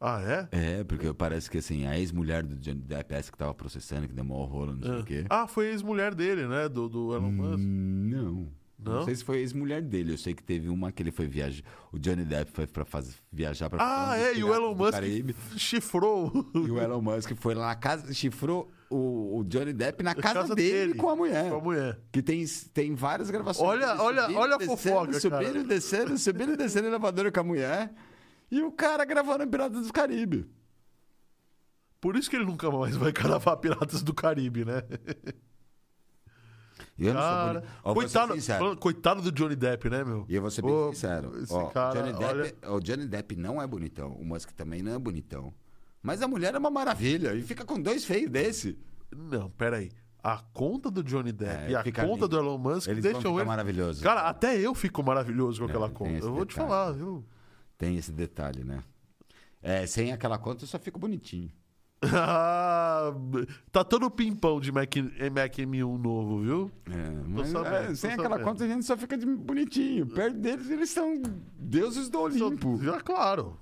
[SPEAKER 1] Ah, é?
[SPEAKER 2] É, porque parece que assim, a ex-mulher do Johnny Depp, essa que tava processando, que deu maior rolo, não sei o quê. Hum,
[SPEAKER 1] Ah, foi a ex-mulher dele, né? Do, do Elon Musk.
[SPEAKER 2] Não.
[SPEAKER 1] Não?
[SPEAKER 2] sei se foi a ex-mulher dele. Eu sei que teve uma que ele foi viajar. O Johnny Depp foi pra fazer, viajar pra
[SPEAKER 1] Ah,
[SPEAKER 2] um
[SPEAKER 1] é,
[SPEAKER 2] dos
[SPEAKER 1] e o
[SPEAKER 2] piratas
[SPEAKER 1] Elon
[SPEAKER 2] do
[SPEAKER 1] Musk
[SPEAKER 2] Caribe.
[SPEAKER 1] chifrou.
[SPEAKER 2] E o Elon Musk foi lá na casa, chifrou o, o Johnny Depp na casa,
[SPEAKER 1] casa
[SPEAKER 2] dele,
[SPEAKER 1] dele,
[SPEAKER 2] com a mulher.
[SPEAKER 1] Com a mulher.
[SPEAKER 2] Que tem, tem várias gravações.
[SPEAKER 1] Olha-
[SPEAKER 2] dele
[SPEAKER 1] olha- olha a
[SPEAKER 2] descendo,
[SPEAKER 1] fofoca,
[SPEAKER 2] Subindo,
[SPEAKER 1] cara.
[SPEAKER 2] descendo, subindo, e descendo elevador com a mulher. E o cara gravando em Piratas do Caribe.
[SPEAKER 1] Por isso que ele nunca mais vai cravar Piratas do Caribe, né?
[SPEAKER 2] E eu não sou
[SPEAKER 1] Cara,
[SPEAKER 2] bonito. Ó, vou ser
[SPEAKER 1] coitado,
[SPEAKER 2] sincero.
[SPEAKER 1] falando- coitado do Johnny Depp, né, meu?
[SPEAKER 2] E eu vou ser bem
[SPEAKER 1] Ô,
[SPEAKER 2] sincero.
[SPEAKER 1] esse
[SPEAKER 2] Ó,
[SPEAKER 1] cara,
[SPEAKER 2] Johnny Depp-
[SPEAKER 1] olha-
[SPEAKER 2] O Johnny Depp não é bonitão. O Musk também não é bonitão. Mas a mulher é uma maravilha. E fica com dois feios desse.
[SPEAKER 1] Não, peraí. A conta do Johnny Depp
[SPEAKER 2] É,
[SPEAKER 1] e a
[SPEAKER 2] fica
[SPEAKER 1] conta
[SPEAKER 2] lindo.
[SPEAKER 1] do Elon Musk
[SPEAKER 2] Eles vão
[SPEAKER 1] deixam
[SPEAKER 2] ficar
[SPEAKER 1] ele.
[SPEAKER 2] maravilhosos.
[SPEAKER 1] Cara, até eu fico maravilhoso com aquela
[SPEAKER 2] tem
[SPEAKER 1] conta.
[SPEAKER 2] esse
[SPEAKER 1] Eu vou te
[SPEAKER 2] detalhe.
[SPEAKER 1] falar, viu?
[SPEAKER 2] Tem esse detalhe, né? É, sem aquela conta eu só fico bonitinho.
[SPEAKER 1] Ah, tá todo pimpão de Mac, Mac M1 novo, viu?
[SPEAKER 2] É, mas,
[SPEAKER 1] sabendo,
[SPEAKER 2] é,
[SPEAKER 1] tô
[SPEAKER 2] sem aquela
[SPEAKER 1] sabendo.
[SPEAKER 2] conta a gente só fica de bonitinho. Perto deles eles são deuses do Olimpo.
[SPEAKER 1] Já, claro.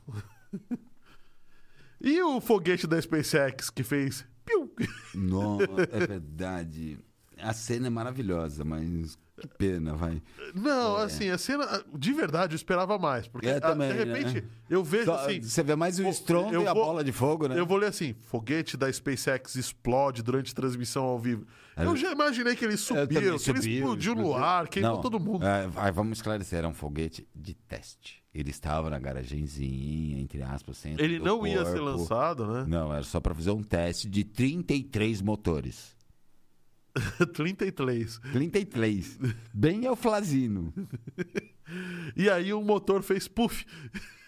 [SPEAKER 1] E o foguete da SpaceX que fez. piu?
[SPEAKER 2] Não, é verdade. A cena é maravilhosa, mas que pena, vai.
[SPEAKER 1] Não, assim, a cena. De verdade, eu esperava mais. Porque
[SPEAKER 2] É,
[SPEAKER 1] ah,
[SPEAKER 2] também,
[SPEAKER 1] de repente
[SPEAKER 2] né?
[SPEAKER 1] eu vejo
[SPEAKER 2] Só-
[SPEAKER 1] assim.
[SPEAKER 2] você vê mais o
[SPEAKER 1] pô,
[SPEAKER 2] estrondo
[SPEAKER 1] eu
[SPEAKER 2] e a
[SPEAKER 1] vou-
[SPEAKER 2] bola de fogo, né?
[SPEAKER 1] Eu vou ler assim: foguete da SpaceX explode durante transmissão ao vivo. Eu já imaginei que ele subiu, que
[SPEAKER 2] É. também
[SPEAKER 1] ele
[SPEAKER 2] subiu,
[SPEAKER 1] explodiu no
[SPEAKER 2] explodiu.
[SPEAKER 1] ar, queimou
[SPEAKER 2] Não,
[SPEAKER 1] todo mundo.
[SPEAKER 2] é, vai, vamos esclarecer, era um foguete de teste. Ele estava na garagenzinha, entre aspas, centro
[SPEAKER 1] Ele
[SPEAKER 2] do
[SPEAKER 1] não ia ser
[SPEAKER 2] corpo.
[SPEAKER 1] lançado, né?
[SPEAKER 2] Não, era só para fazer um teste de 33 motores.
[SPEAKER 1] 33.
[SPEAKER 2] 33. Bem é o Flazino.
[SPEAKER 1] E aí o motor fez puff.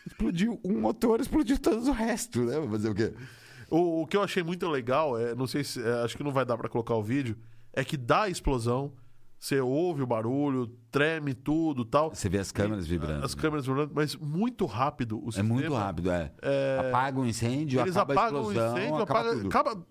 [SPEAKER 2] Explodiu um motor, explodiu todos o resto, né? Vai Fazer o quê?
[SPEAKER 1] O, o que eu achei muito legal, é, não sei se, é, acho que não vai dar pra colocar o vídeo, é que dá a explosão, você ouve o barulho, treme tudo tal.
[SPEAKER 2] Você vê as câmeras vibrando.
[SPEAKER 1] As câmeras rolando, mas muito rápido o
[SPEAKER 2] É
[SPEAKER 1] sistema.
[SPEAKER 2] muito rápido, é. Apaga o incêndio,
[SPEAKER 1] Eles
[SPEAKER 2] acaba a
[SPEAKER 1] apagam o
[SPEAKER 2] explosão,
[SPEAKER 1] incêndio,
[SPEAKER 2] acaba
[SPEAKER 1] apaga,
[SPEAKER 2] tudo.
[SPEAKER 1] acaba-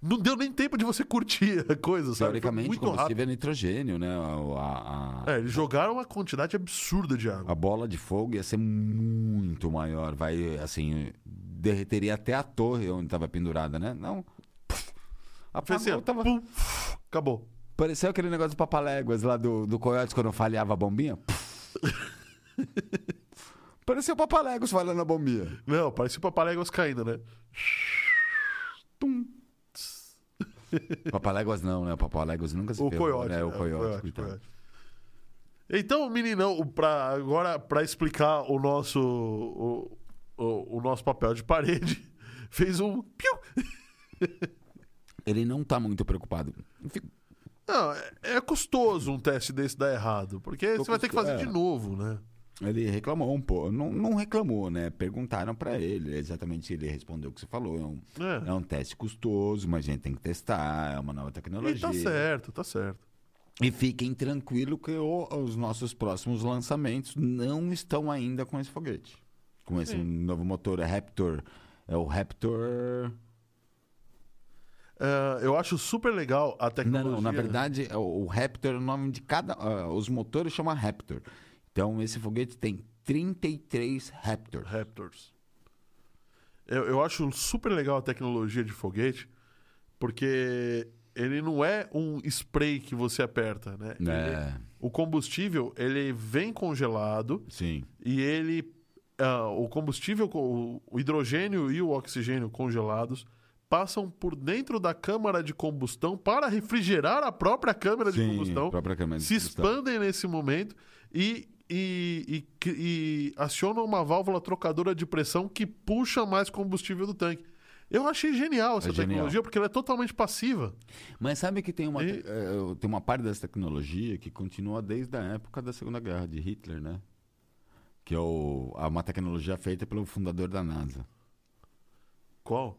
[SPEAKER 1] Não deu nem tempo de você curtir a coisa, sabe? Foi
[SPEAKER 2] Teoricamente,
[SPEAKER 1] muito
[SPEAKER 2] combustível
[SPEAKER 1] rápido.
[SPEAKER 2] é nitrogênio, né? A, a- a-
[SPEAKER 1] É, eles jogaram uma quantidade absurda de água.
[SPEAKER 2] a bola de fogo ia ser muito maior. Vai, assim, derreteria até a torre onde estava pendurada, né? Não. Puf.
[SPEAKER 1] Foi assim, ó,
[SPEAKER 2] Apagou, tava...
[SPEAKER 1] pum, acabou.
[SPEAKER 2] Pareceu aquele negócio do Papaléguas lá do, do Coyote quando falhava a bombinha. Puf. Pareceu o Papaléguas falhando a bombinha.
[SPEAKER 1] Não, parecia o Papaléguas caindo, né?
[SPEAKER 2] Papaléguas não, né? O Papaléguas nunca se
[SPEAKER 1] O
[SPEAKER 2] ferrou,
[SPEAKER 1] coiote.
[SPEAKER 2] né?
[SPEAKER 1] é,
[SPEAKER 2] O Coyote, coitado.
[SPEAKER 1] coiote. Então, meninão, pra, agora para explicar o nosso o, o, o nosso papel de parede, fez um piu.
[SPEAKER 2] Ele não tá muito preocupado. Fico-
[SPEAKER 1] Não, é, é custoso um teste desse dar errado, porque você vai ter que
[SPEAKER 2] custo-
[SPEAKER 1] fazer
[SPEAKER 2] é.
[SPEAKER 1] de novo, né?
[SPEAKER 2] Ele reclamou um pouco. Não, não reclamou, né? Perguntaram pra ele. Exatamente, ele respondeu o que você falou. É um,
[SPEAKER 1] É.
[SPEAKER 2] é um teste custoso, mas a gente tem que testar. É uma nova
[SPEAKER 1] E
[SPEAKER 2] tecnologia.
[SPEAKER 1] tá certo, tá certo.
[SPEAKER 2] E fiquem tranquilos que o- os nossos próximos lançamentos não estão ainda com esse foguete. Com esse novo motor, é Raptor. É o Raptor.
[SPEAKER 1] Ah, eu acho super legal a
[SPEAKER 2] Não,
[SPEAKER 1] tecnologia.
[SPEAKER 2] não, na verdade, é o, o Raptor é o nome de cada. ah, os motores chama Raptor. Então, esse foguete tem 33 Raptors.
[SPEAKER 1] Raptors. Eu, eu acho super legal a tecnologia de foguete, porque ele não é um spray que você aperta, né? Ele-
[SPEAKER 2] É,
[SPEAKER 1] o combustível, ele vem congelado
[SPEAKER 2] sim.
[SPEAKER 1] e ele... ah, o combustível, co- o hidrogênio e o oxigênio congelados passam por dentro da câmara de combustão para refrigerar a própria câmara de
[SPEAKER 2] Sim,
[SPEAKER 1] combustão
[SPEAKER 2] própria câmera de
[SPEAKER 1] se
[SPEAKER 2] combustão.
[SPEAKER 1] expandem nesse momento e, e, e cri- e acionam uma válvula trocadora de pressão que puxa mais combustível do tanque. Eu achei genial essa
[SPEAKER 2] É genial.
[SPEAKER 1] tecnologia, porque ela é totalmente passiva.
[SPEAKER 2] Mas sabe que tem uma,
[SPEAKER 1] E-
[SPEAKER 2] eh, tem uma parte dessa tecnologia que continua desde a época da Segunda Guerra de Hitler, né? Que é o- é uma tecnologia feita pelo fundador da NASA.
[SPEAKER 1] Qual?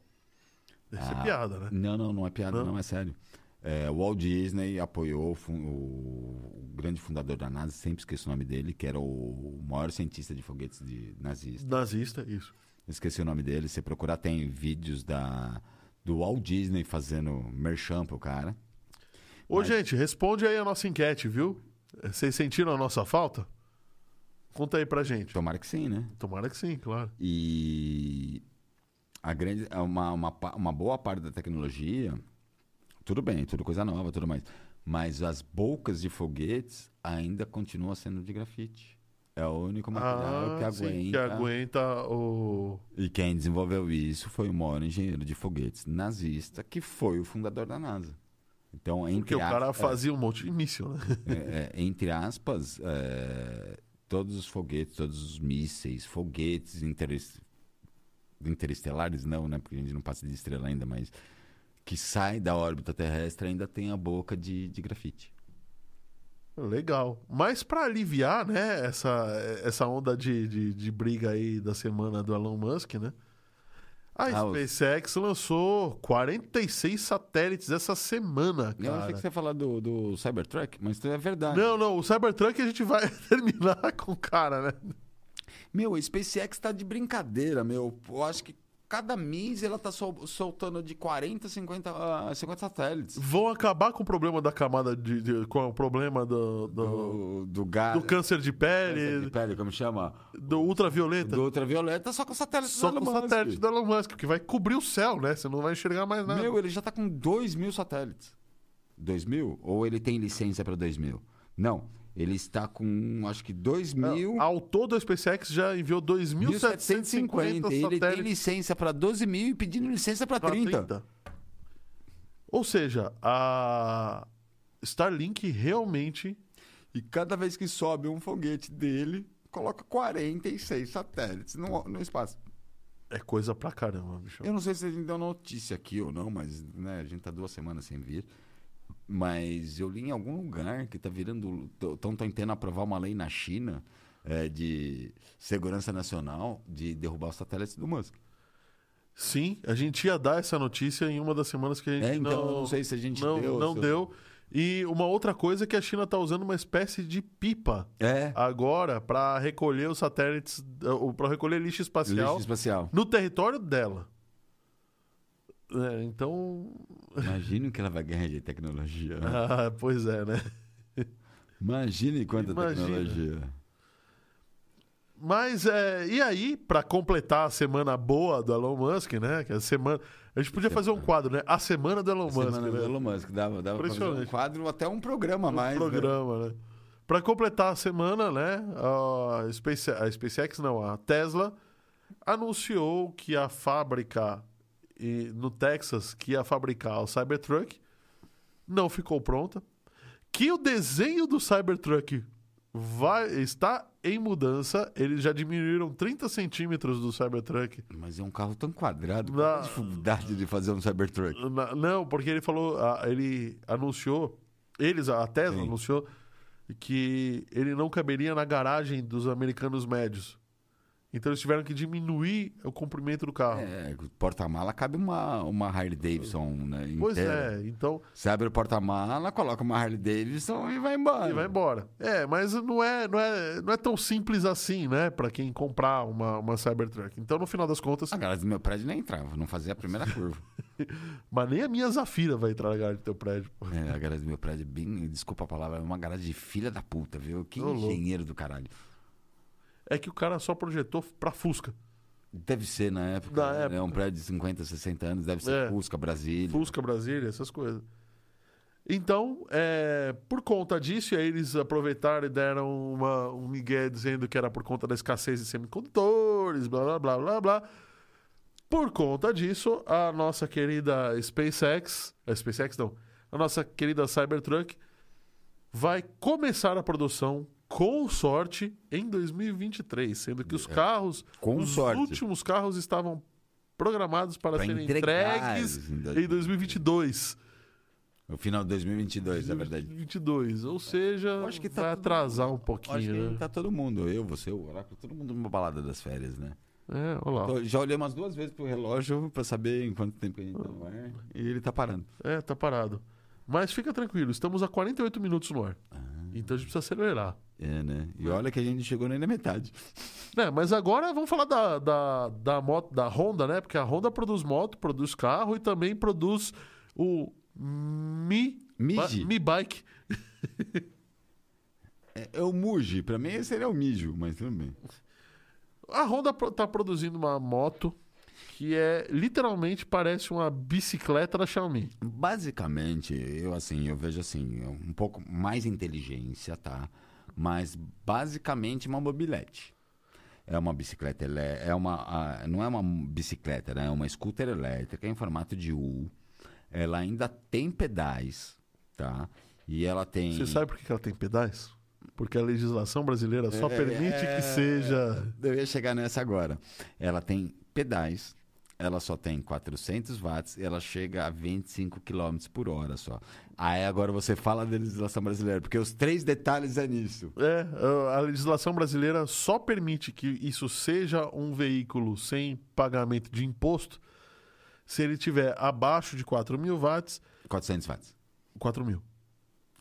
[SPEAKER 1] Deve ser
[SPEAKER 2] Ah,
[SPEAKER 1] piada, né?
[SPEAKER 2] Não, não, não é piada,
[SPEAKER 1] Não?
[SPEAKER 2] não, é sério. É, o Walt Disney apoiou o fun- o, o grande fundador da NASA, sempre esqueço o nome dele, que era o maior cientista de foguetes de nazista.
[SPEAKER 1] Nazista, isso.
[SPEAKER 2] Esqueci o nome dele, se procurar tem vídeos da, do Walt Disney fazendo merchan pro cara.
[SPEAKER 1] Ô, gente, responde aí a nossa enquete, viu? Vocês sentiram a nossa falta? Conta aí pra gente.
[SPEAKER 2] Tomara que sim, né?
[SPEAKER 1] Tomara que sim, claro.
[SPEAKER 2] E a grande, uma, uma, pa- uma boa parte da tecnologia, tudo bem, tudo coisa nova, tudo mais. Mas as bocas de foguetes ainda continuam sendo de grafite. É o único material que,
[SPEAKER 1] Ah,
[SPEAKER 2] aguenta,
[SPEAKER 1] sim, que aguenta o.
[SPEAKER 2] E quem desenvolveu isso foi o maior engenheiro de foguetes nazista, que foi o fundador da NASA. Então,
[SPEAKER 1] Porque
[SPEAKER 2] entre
[SPEAKER 1] o cara
[SPEAKER 2] aspas-
[SPEAKER 1] fazia um monte de míssil, né?
[SPEAKER 2] é, é, entre aspas, é, todos os foguetes, todos os mísseis, foguetes interes- interestelares, não, né? Porque a gente não passa de estrela ainda, mas que sai da órbita terrestre ainda tem a boca de, de grafite.
[SPEAKER 1] Legal. Mas pra aliviar, né, essa, essa onda de, de, de briga aí da semana do Elon Musk, né? A
[SPEAKER 2] Ah, os-
[SPEAKER 1] SpaceX lançou 46 satélites essa semana,
[SPEAKER 2] Eu achei
[SPEAKER 1] cara.
[SPEAKER 2] que você ia falar do, do Cybertruck, mas isso é verdade.
[SPEAKER 1] Não, não, o Cybertruck a gente vai terminar com o cara, né?
[SPEAKER 2] Meu, a SpaceX tá de brincadeira, meu. Eu acho que cada mês ela tá sol- soltando de 40, 50, ah, 50 satélites.
[SPEAKER 1] Vão acabar com o problema da camada de. de- com o problema do, do,
[SPEAKER 2] Do, do gás.
[SPEAKER 1] do câncer de
[SPEAKER 2] câncer de
[SPEAKER 1] pele,
[SPEAKER 2] pele, como chama?
[SPEAKER 1] do ultravioleta.
[SPEAKER 2] Do ultravioleta, Tá. só com satélites
[SPEAKER 1] Só
[SPEAKER 2] do
[SPEAKER 1] com o
[SPEAKER 2] Elon Musk.
[SPEAKER 1] satélite do Elon Musk, que vai cobrir o céu, né? Você não vai enxergar mais nada.
[SPEAKER 2] Meu, ele já tá com 2 mil satélites. 2 mil? Ou ele tem licença pra 2 mil? Não. Ele está com, acho que 2 mil.
[SPEAKER 1] Ao todo, a SpaceX já enviou 2.750
[SPEAKER 2] 1750. Ele tem
[SPEAKER 1] satélites
[SPEAKER 2] licença pra 12 mil e pedindo licença pra
[SPEAKER 1] pra
[SPEAKER 2] 30.
[SPEAKER 1] 30. Ou seja, a Starlink realmente
[SPEAKER 2] E cada vez que sobe um foguete dele, coloca 46 satélites no, no espaço.
[SPEAKER 1] é coisa pra caramba, bicho.
[SPEAKER 2] Eu não sei se a gente deu notícia aqui ou não, mas né, a gente tá duas semanas sem vir. Mas eu li em algum lugar que tá virando. Estão tentando aprovar uma lei na China eh, de segurança nacional de derrubar os satélites do Musk.
[SPEAKER 1] Sim, a gente ia dar essa notícia em uma das semanas que a gente
[SPEAKER 2] É, então
[SPEAKER 1] não,
[SPEAKER 2] eu não sei se a gente
[SPEAKER 1] não,
[SPEAKER 2] deu.
[SPEAKER 1] não
[SPEAKER 2] se eu-
[SPEAKER 1] deu. E uma outra coisa é que a China tá usando uma espécie de pipa
[SPEAKER 2] É,
[SPEAKER 1] agora pra recolher os satélites, para recolher lixo espacial
[SPEAKER 2] lixo espacial.
[SPEAKER 1] no território dela. É, então.
[SPEAKER 2] Imagine o que ela vai ganhar de tecnologia. né?
[SPEAKER 1] Ah, pois é, né?
[SPEAKER 2] Imagine quanta
[SPEAKER 1] Imagina.
[SPEAKER 2] tecnologia.
[SPEAKER 1] Mas é, e aí, pra completar a semana boa do Elon Musk, né? Que a semana. A gente podia fazer um quadro, né? A semana do Elon Musk,
[SPEAKER 2] Semana do
[SPEAKER 1] né?
[SPEAKER 2] Elon Musk, dava, dava pra fazer um
[SPEAKER 1] Impressionante.
[SPEAKER 2] quadro, até um programa a mais. né?
[SPEAKER 1] programa, né? Para completar a semana, né? A Space- a SpaceX, não, a Tesla anunciou que a fábrica e- no Texas que ia fabricar o Cybertruck não ficou pronta, que o desenho do Cybertruck vai está em mudança, eles já diminuíram 30 centímetros do Cybertruck.
[SPEAKER 2] Mas é um carro tão quadrado,
[SPEAKER 1] Na-
[SPEAKER 2] qual a dificuldade de fazer um Cybertruck.
[SPEAKER 1] Na- não, porque ele falou, a- ele anunciou, eles, a Tesla
[SPEAKER 2] Sim.
[SPEAKER 1] anunciou que ele não caberia na garagem dos americanos médios. Então eles tiveram que diminuir o comprimento do carro.
[SPEAKER 2] É, o porta-mala cabe uma, uma Harley Davidson, né?
[SPEAKER 1] pois
[SPEAKER 2] inteira.
[SPEAKER 1] é, então
[SPEAKER 2] Você abre o porta-mala, coloca uma Harley Davidson e vai embora.
[SPEAKER 1] e vai embora. É, mas não é, não é, não é tão simples assim, né, Pra quem comprar uma, uma Cybertruck. Então no final das contas,
[SPEAKER 2] A galera do meu prédio nem entrava, não fazia a primeira curva.
[SPEAKER 1] mas nem a minha Zafira vai entrar na garagem do teu prédio. pô.
[SPEAKER 2] É, a galera do meu prédio, é bem, desculpa a palavra, é uma garagem de filha da puta, viu? Que
[SPEAKER 1] Ô, louco.
[SPEAKER 2] engenheiro do caralho.
[SPEAKER 1] É que o cara só projetou pra Fusca.
[SPEAKER 2] Deve ser na época,
[SPEAKER 1] Na
[SPEAKER 2] né?
[SPEAKER 1] época.
[SPEAKER 2] um prédio de 50, 60 anos, deve ser
[SPEAKER 1] É.
[SPEAKER 2] Fusca, Brasília.
[SPEAKER 1] Fusca Brasília, essas coisas. Então, é, por conta disso, e aí eles aproveitaram e deram uma, um migué dizendo que era por conta da escassez de semicondutores, blá, blá, blá, blá, blá. Por conta disso, a nossa querida SpaceX, a SpaceX não, a nossa querida Cybertruck vai começar a produção com sorte em 2023, sendo que os carros,
[SPEAKER 2] É. Com
[SPEAKER 1] os
[SPEAKER 2] sorte.
[SPEAKER 1] últimos carros estavam programados para
[SPEAKER 2] Pra
[SPEAKER 1] serem
[SPEAKER 2] entregar
[SPEAKER 1] entregues
[SPEAKER 2] em dois-
[SPEAKER 1] em 2022.
[SPEAKER 2] No final de 2022, é verdade.
[SPEAKER 1] 2022, ou seja,
[SPEAKER 2] Eu acho que tá
[SPEAKER 1] vai
[SPEAKER 2] tudo-
[SPEAKER 1] atrasar um
[SPEAKER 2] Acho
[SPEAKER 1] pouquinho,
[SPEAKER 2] que
[SPEAKER 1] né?
[SPEAKER 2] tá todo mundo, eu, você, o Oráculo, todo mundo numa balada das férias, né?
[SPEAKER 1] É, olha lá.
[SPEAKER 2] Tô- já olhei umas duas vezes pro relógio pra saber em quanto tempo a gente tá no ar, e ele tá parando.
[SPEAKER 1] É, tá parado. Mas fica tranquilo, estamos a 48 minutos no ar.
[SPEAKER 2] Ah.
[SPEAKER 1] Então a gente precisa acelerar.
[SPEAKER 2] É, né? E olha que a gente chegou nem na metade.
[SPEAKER 1] Né, mas agora vamos falar da, da, da moto, da Honda, né? Porque a Honda produz moto, produz carro e também produz o Mi,
[SPEAKER 2] Miji.
[SPEAKER 1] Ba- Mi Bike.
[SPEAKER 2] É, é o Muji, pra mim seria o Mijo, mas tudo bem.
[SPEAKER 1] A Honda pro- tá produzindo uma moto que é literalmente parece uma bicicleta da Xiaomi.
[SPEAKER 2] Basicamente, eu assim, eu vejo assim, um pouco mais inteligência, tá? Mas basicamente uma mobilete. É uma bicicleta, ele- é uma, ah, não é uma bicicleta, né? É uma scooter elétrica em formato de U. Ela ainda tem pedais, tá? E ela tem
[SPEAKER 1] Você sabe por que que ela tem pedais? Porque a legislação brasileira só
[SPEAKER 2] É,
[SPEAKER 1] permite
[SPEAKER 2] é.
[SPEAKER 1] que seja.
[SPEAKER 2] Eu ia chegar nessa agora. Ela tem pedais, ela só tem 400 watts e ela chega a 25 km por hora só. Aí agora você fala da legislação brasileira, porque os três detalhes é nisso.
[SPEAKER 1] É, a legislação brasileira só permite que isso seja um veículo sem pagamento de imposto se ele tiver abaixo de 4 mil watts.
[SPEAKER 2] 400 watts.
[SPEAKER 1] 4 mil.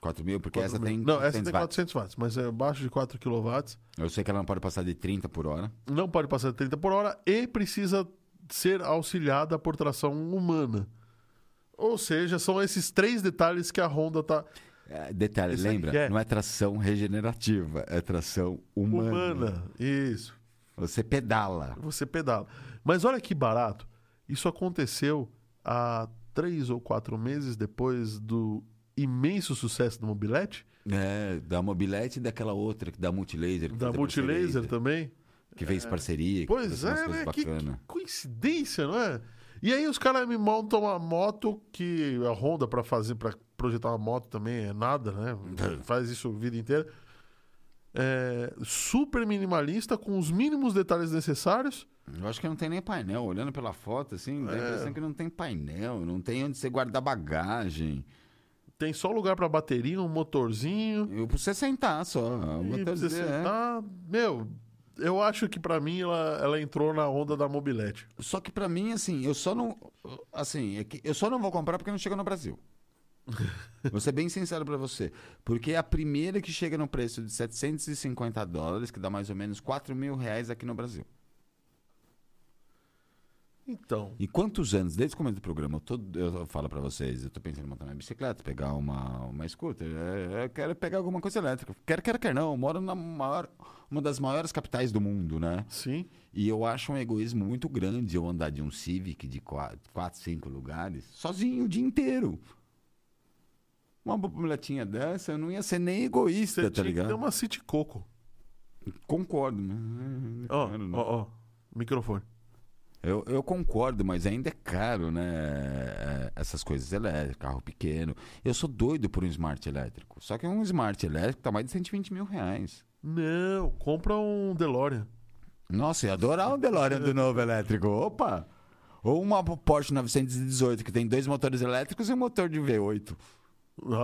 [SPEAKER 2] 4 mil, porque
[SPEAKER 1] 4
[SPEAKER 2] essa
[SPEAKER 1] mil.
[SPEAKER 2] tem
[SPEAKER 1] Não, essa tem
[SPEAKER 2] watts.
[SPEAKER 1] 400 watts, mas é abaixo de 4 kW.
[SPEAKER 2] Eu sei que ela não pode passar de 30 por hora.
[SPEAKER 1] não pode passar de 30 por hora e precisa ser auxiliada por tração humana. Ou seja, são esses três detalhes que a Honda tá
[SPEAKER 2] É, detalhe,
[SPEAKER 1] Isso aí
[SPEAKER 2] lembra?
[SPEAKER 1] é.
[SPEAKER 2] Não é tração regenerativa, é tração humana.
[SPEAKER 1] humana. Isso.
[SPEAKER 2] Você pedala.
[SPEAKER 1] Você pedala. Mas olha que barato. Isso aconteceu há três ou quatro meses depois do imenso sucesso do mobilete,
[SPEAKER 2] É, da mobilete e daquela outra, que da multilaser. que
[SPEAKER 1] da
[SPEAKER 2] fez a
[SPEAKER 1] Multilaser
[SPEAKER 2] parceria,
[SPEAKER 1] também.
[SPEAKER 2] Que fez parceria. que
[SPEAKER 1] Pois
[SPEAKER 2] fez umas
[SPEAKER 1] é,
[SPEAKER 2] coisas
[SPEAKER 1] né? Que,
[SPEAKER 2] bacanas.
[SPEAKER 1] que coincidência, não é? E aí os caras me montam uma moto que a Honda pra fazer, para projetar uma moto também é nada, né? Faz isso a vida inteira. É, super minimalista, com os mínimos detalhes necessários.
[SPEAKER 2] Eu acho que não tem nem painel. Olhando pela foto, assim, dá a impressão que não tem painel, não tem onde você guardar bagagem.
[SPEAKER 1] Tem só lugar pra bateria, um motorzinho.
[SPEAKER 2] Eu preciso sentar só. Eu vou
[SPEAKER 1] E
[SPEAKER 2] até
[SPEAKER 1] pra você
[SPEAKER 2] dizer, é.
[SPEAKER 1] sentar. Meu, eu acho que pra mim ela, ela entrou na onda da mobilete.
[SPEAKER 2] Só que pra mim, assim, eu só não. Assim, é que eu só não vou comprar porque não chega no Brasil. Vou ser bem sincero pra você. Porque é a primeira que chega no preço de 750 dólares, que dá mais ou menos 4 mil reais aqui no Brasil.
[SPEAKER 1] Então,
[SPEAKER 2] E quantos anos, desde o começo do programa, eu, tô- eu falo pra vocês, eu tô pensando em montar minha bicicleta, pegar uma, uma scooter, é, eu quero pegar alguma coisa elétrica. Quer, quer, quer não, eu moro na maior, uma das maiores capitais do mundo, né?
[SPEAKER 1] sim.
[SPEAKER 2] E eu acho um egoísmo muito grande eu andar de um Civic de 4, 5 lugares sozinho o dia inteiro. Uma boletinha dessa, eu não ia ser nem egoísta,
[SPEAKER 1] Você
[SPEAKER 2] tá
[SPEAKER 1] tinha que ter
[SPEAKER 2] ligado?
[SPEAKER 1] uma City Coco.
[SPEAKER 2] Concordo. né?
[SPEAKER 1] Ó,
[SPEAKER 2] Claro, né? não. é
[SPEAKER 1] ó, ó. Microfone.
[SPEAKER 2] Eu, eu concordo, mas ainda é caro, né? É, Essas coisas elétricas, carro pequeno. Eu sou doido por um smart elétrico. Só que um smart elétrico tá mais de 120 mil reais.
[SPEAKER 1] Não, compra um DeLorean.
[SPEAKER 2] Nossa, eu ia adorar um DeLorean do novo elétrico. Opa! Ou uma Porsche 918, que tem dois motores elétricos e um motor de V8.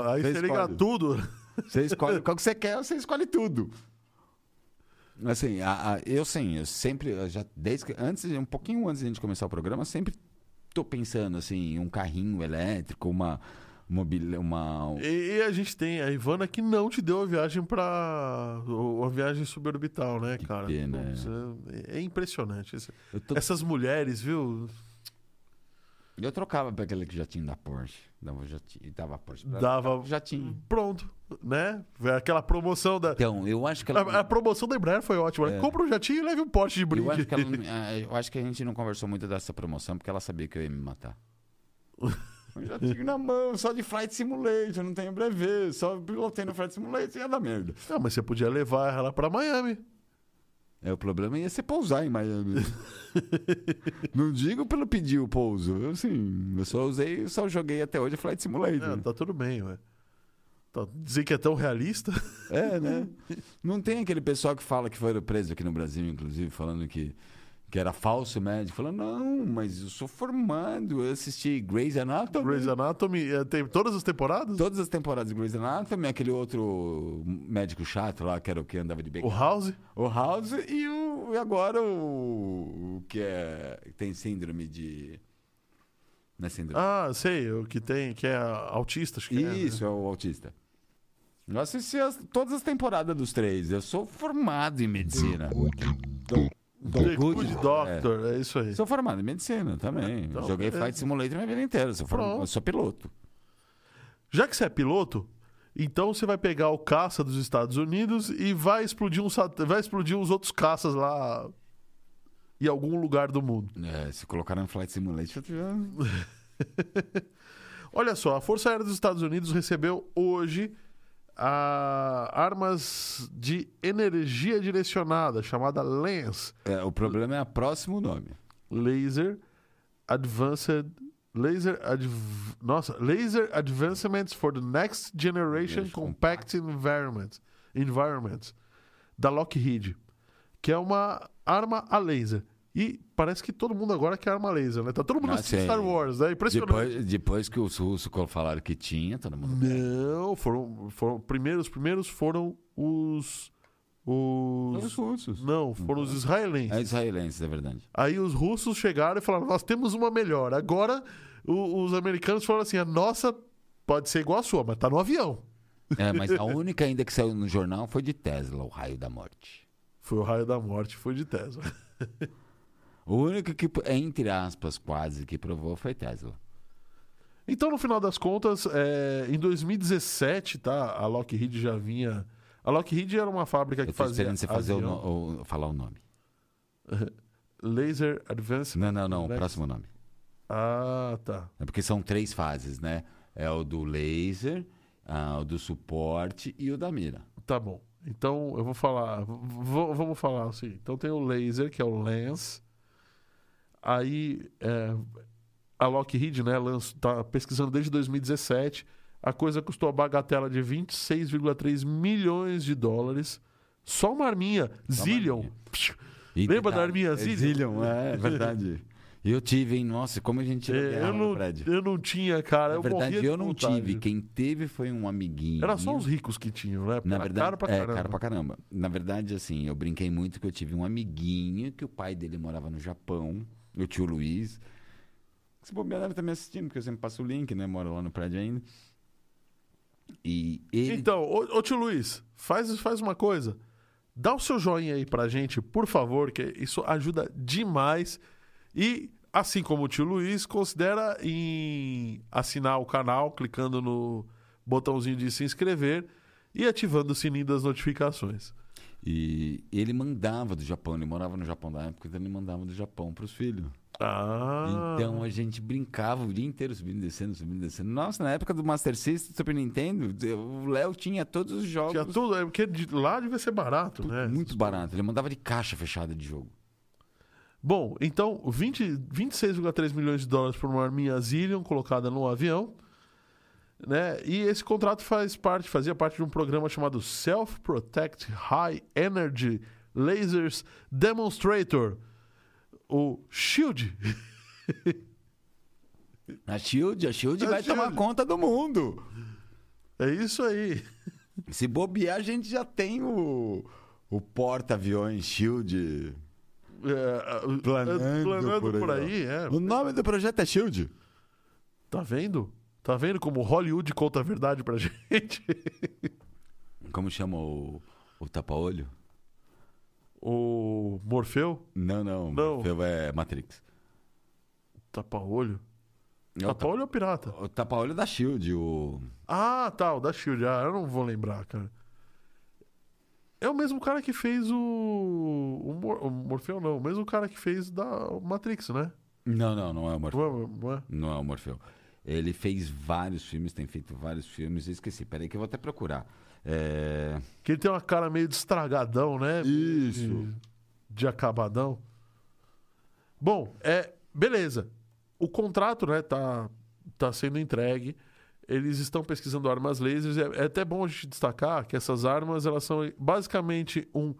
[SPEAKER 1] Aí
[SPEAKER 2] Você
[SPEAKER 1] você liga
[SPEAKER 2] escolhe.
[SPEAKER 1] tudo.
[SPEAKER 2] Você escolhe qual que você quer, você escolhe tudo. Assim, a- a- eu sim, eu sempre, eu já desde que- antes, um pouquinho antes de a gente começar o programa, sempre tô pensando assim, em um carrinho elétrico, uma mobília, uma
[SPEAKER 1] E, e a gente tem a Ivana que não te deu a viagem pra. o- a viagem suborbital, né, cara?
[SPEAKER 2] pena, é.
[SPEAKER 1] Putz, é, é impressionante. Esse-
[SPEAKER 2] eu, tô-
[SPEAKER 1] Essas mulheres, viu?
[SPEAKER 2] eu trocava para aquele que já tinha da Porsche, dava já tinha, dava a Porsche, pra-
[SPEAKER 1] Dava.
[SPEAKER 2] já tinha.
[SPEAKER 1] Pronto, né? Aquela promoção da.
[SPEAKER 2] Então, eu acho que ela
[SPEAKER 1] A, a promoção da Embraer foi ótima. né?
[SPEAKER 2] É.
[SPEAKER 1] Compra um jatinho e leve um pote de
[SPEAKER 2] Eu
[SPEAKER 1] brinde.
[SPEAKER 2] acho, que ela- ah, eu acho que a gente não conversou muito dessa promoção porque ela sabia que eu ia me matar. Eu já tinha na mão, só de Flight Simulator, não tenho brevet, só pilotei no Flight Simulator e ia dar merda.
[SPEAKER 1] Ah, mas você podia levar ela pra Miami.
[SPEAKER 2] É, o problema ia ser pousar em Miami. não digo pelo pedir o pouso, eu sim, eu só usei, só joguei até hoje Flight
[SPEAKER 1] Ah,
[SPEAKER 2] Simulator.
[SPEAKER 1] tá tudo bem, ué. Tá- dizer que é tão realista.
[SPEAKER 2] É, né? Não tem aquele pessoal que fala que foi preso aqui no Brasil, inclusive, falando que, que era falso médico. Falando, não, mas eu sou formado, eu assisti Grey's Anatomy.
[SPEAKER 1] Grey's Anatomy eh, tem todas as temporadas?
[SPEAKER 2] Todas as temporadas de Grey's Anatomy, aquele outro médico chato lá, que era o que andava de bem.
[SPEAKER 1] O House?
[SPEAKER 2] O House e, o, e agora o, o que é. Tem síndrome de. Não é síndrome?
[SPEAKER 1] Ah, sei, o que tem, que é autista, acho que é, né?
[SPEAKER 2] Isso, é, o autista. Eu assisti as- todas as temporadas dos três. Eu sou formado em medicina. é
[SPEAKER 1] The Good Doctor, é, isso aí.
[SPEAKER 2] Sou formado em medicina também.
[SPEAKER 1] Então,
[SPEAKER 2] Joguei
[SPEAKER 1] beleza.
[SPEAKER 2] Flight Simulator minha vida inteira. Sou, form-
[SPEAKER 1] Pronto.
[SPEAKER 2] eu sou piloto.
[SPEAKER 1] Já que você é piloto, então você vai pegar o caça dos Estados Unidos e vai explodir um sat- vai explodir os outros caças lá em algum lugar do mundo.
[SPEAKER 2] É, se colocar no Flight Simulator, eu já-
[SPEAKER 1] Olha só, a Força Aérea dos Estados Unidos recebeu hoje a armas de energia direcionada, chamada LANS,
[SPEAKER 2] É, o problema é o próximo nome.
[SPEAKER 1] Laser Advanced Laser Adv- Nossa, Laser Advancements for the Next Generation
[SPEAKER 2] Generation
[SPEAKER 1] Compact Environment, Environment da Lockheed, que é uma arma a laser E parece que todo mundo agora quer arma laser, né? Tá todo mundo
[SPEAKER 2] Ah,
[SPEAKER 1] assistindo
[SPEAKER 2] sim.
[SPEAKER 1] Star Wars, né? Impressionante.
[SPEAKER 2] Depois, depois que os russos co- falaram que tinha, todo mundo.
[SPEAKER 1] Não, foram, foram primeiros, primeiros foram os os
[SPEAKER 2] russos.
[SPEAKER 1] não, foram os israelenses.
[SPEAKER 2] É israelenses, é verdade.
[SPEAKER 1] Aí os russos chegaram e falaram: "Nós temos uma melhor". Agora o- os americanos falaram assim: "A nossa pode ser igual a sua, mas tá no avião".
[SPEAKER 2] É, mas a única ainda que saiu no jornal foi de Tesla, o raio da morte.
[SPEAKER 1] Foi o raio da morte, foi de Tesla.
[SPEAKER 2] O único que, entre aspas, quase que provou foi Tesla.
[SPEAKER 1] Então, no final das contas, é, em 2017, tá? A Lockheed já vinha. A Lockheed era uma fábrica É que
[SPEAKER 2] Eu tô
[SPEAKER 1] fazia.
[SPEAKER 2] esperando você fazer o,
[SPEAKER 1] avião-
[SPEAKER 2] no- o- falar o nome.
[SPEAKER 1] Laser Advanced.
[SPEAKER 2] Não, não, não, o
[SPEAKER 1] Next.
[SPEAKER 2] próximo nome.
[SPEAKER 1] Ah, tá.
[SPEAKER 2] É porque são três fases, né? É o do laser, ah, o do suporte e o da mira.
[SPEAKER 1] Tá bom. Então, eu vou falar. v- v- vamos falar assim. Então, tem o laser, que é o Lens. Aí, é, a Lockheed, né, lança, tá pesquisando desde 2017. A coisa custou a bagatela de 26,3 milhões de dólares. Só uma arminha.
[SPEAKER 2] uma
[SPEAKER 1] Zillion.
[SPEAKER 2] arminha.
[SPEAKER 1] Psh,
[SPEAKER 2] E
[SPEAKER 1] Lembra da
[SPEAKER 2] tá-
[SPEAKER 1] Arminha
[SPEAKER 2] é
[SPEAKER 1] Zillion?
[SPEAKER 2] Zillion, é verdade. E eu tive, hein? Nossa, como a gente
[SPEAKER 1] É, eu,
[SPEAKER 2] guerra no
[SPEAKER 1] não,
[SPEAKER 2] prédio.
[SPEAKER 1] eu não tinha, cara.
[SPEAKER 2] Na
[SPEAKER 1] eu
[SPEAKER 2] verdade,
[SPEAKER 1] morria
[SPEAKER 2] eu,
[SPEAKER 1] de
[SPEAKER 2] não
[SPEAKER 1] vontade.
[SPEAKER 2] tive. Quem teve foi um amiguinho.
[SPEAKER 1] Era só os ricos que tinham, né?
[SPEAKER 2] Na
[SPEAKER 1] Era
[SPEAKER 2] verdade,
[SPEAKER 1] caro pra
[SPEAKER 2] é,
[SPEAKER 1] caramba.
[SPEAKER 2] caro pra caramba. Na verdade, assim, eu brinquei muito que eu tive um amiguinho que o pai dele morava no Japão, o tio Luiz. Esse bobeira deve estar me assistindo, porque eu sempre passo o link, né? Moro lá no prédio ainda. E ele.
[SPEAKER 1] Então, ô, ô tio Luiz, faz, faz uma coisa. Dá o seu joinha aí pra gente, por favor, que isso ajuda demais. E, assim como o tio Luiz, considera em assinar o canal, clicando no botãozinho de se inscrever e ativando o sininho das notificações.
[SPEAKER 2] E ele mandava do Japão, ele morava no Japão da época, então ele mandava do Japão pros filhos.
[SPEAKER 1] Ah,
[SPEAKER 2] Então a gente brincava o dia inteiro subindo, e descendo, subindo, e descendo. Nossa, na época do Master System, do Super Nintendo, eu- o Léo tinha todos os jogos.
[SPEAKER 1] tinha tudo, é porque de lá devia ser barato, né?
[SPEAKER 2] Muito barato. Ele mandava de caixa fechada de jogo.
[SPEAKER 1] Bom, então 20 26,3 milhões de dólares por uma arminha Zillion colocada num avião, né? E esse contrato faz parte, fazia parte de um programa chamado Self Protect High Energy Lasers Demonstrator, o Shield.
[SPEAKER 2] A Shield, a Shield
[SPEAKER 1] A
[SPEAKER 2] vai
[SPEAKER 1] Shield.
[SPEAKER 2] tomar conta do mundo.
[SPEAKER 1] É isso aí.
[SPEAKER 2] Se bobear, a gente já tem o, o porta-aviões Shield.
[SPEAKER 1] É,
[SPEAKER 2] Planando
[SPEAKER 1] é,
[SPEAKER 2] por aí,
[SPEAKER 1] por
[SPEAKER 2] ó.
[SPEAKER 1] aí, é.
[SPEAKER 2] O nome do projeto é Shield.
[SPEAKER 1] Tá vendo? Tá vendo como Hollywood conta a verdade pra gente?
[SPEAKER 2] Como chama o, o tapa-olho?
[SPEAKER 1] O Morfeu,
[SPEAKER 2] Não, não.
[SPEAKER 1] Não.
[SPEAKER 2] Morfeu É Matrix.
[SPEAKER 1] tapa-olho.
[SPEAKER 2] É o
[SPEAKER 1] Tapa-olho ou pirata?
[SPEAKER 2] tapa- O tapa-olho da Shield, o...
[SPEAKER 1] Ah, tá, o da Shield. Ah, eu não vou lembrar, cara. É o mesmo cara que fez o. O, Mor- o Morfeu, não. O mesmo cara que fez da Matrix, né?
[SPEAKER 2] Não, não, não é o
[SPEAKER 1] Não
[SPEAKER 2] Morfeu.
[SPEAKER 1] é- não é?
[SPEAKER 2] Não é o Morfeu. Ele fez vários filmes, tem feito vários filmes. Eu esqueci, peraí que eu vou até procurar. É...
[SPEAKER 1] Que ele tem uma cara meio de estragadão, né?
[SPEAKER 2] Isso.
[SPEAKER 1] De acabadão. Bom, é. Beleza. O contrato, né, tá, tá sendo entregue. Eles estão pesquisando armas lasers. É, é até bom a gente destacar que essas armas elas são basicamente um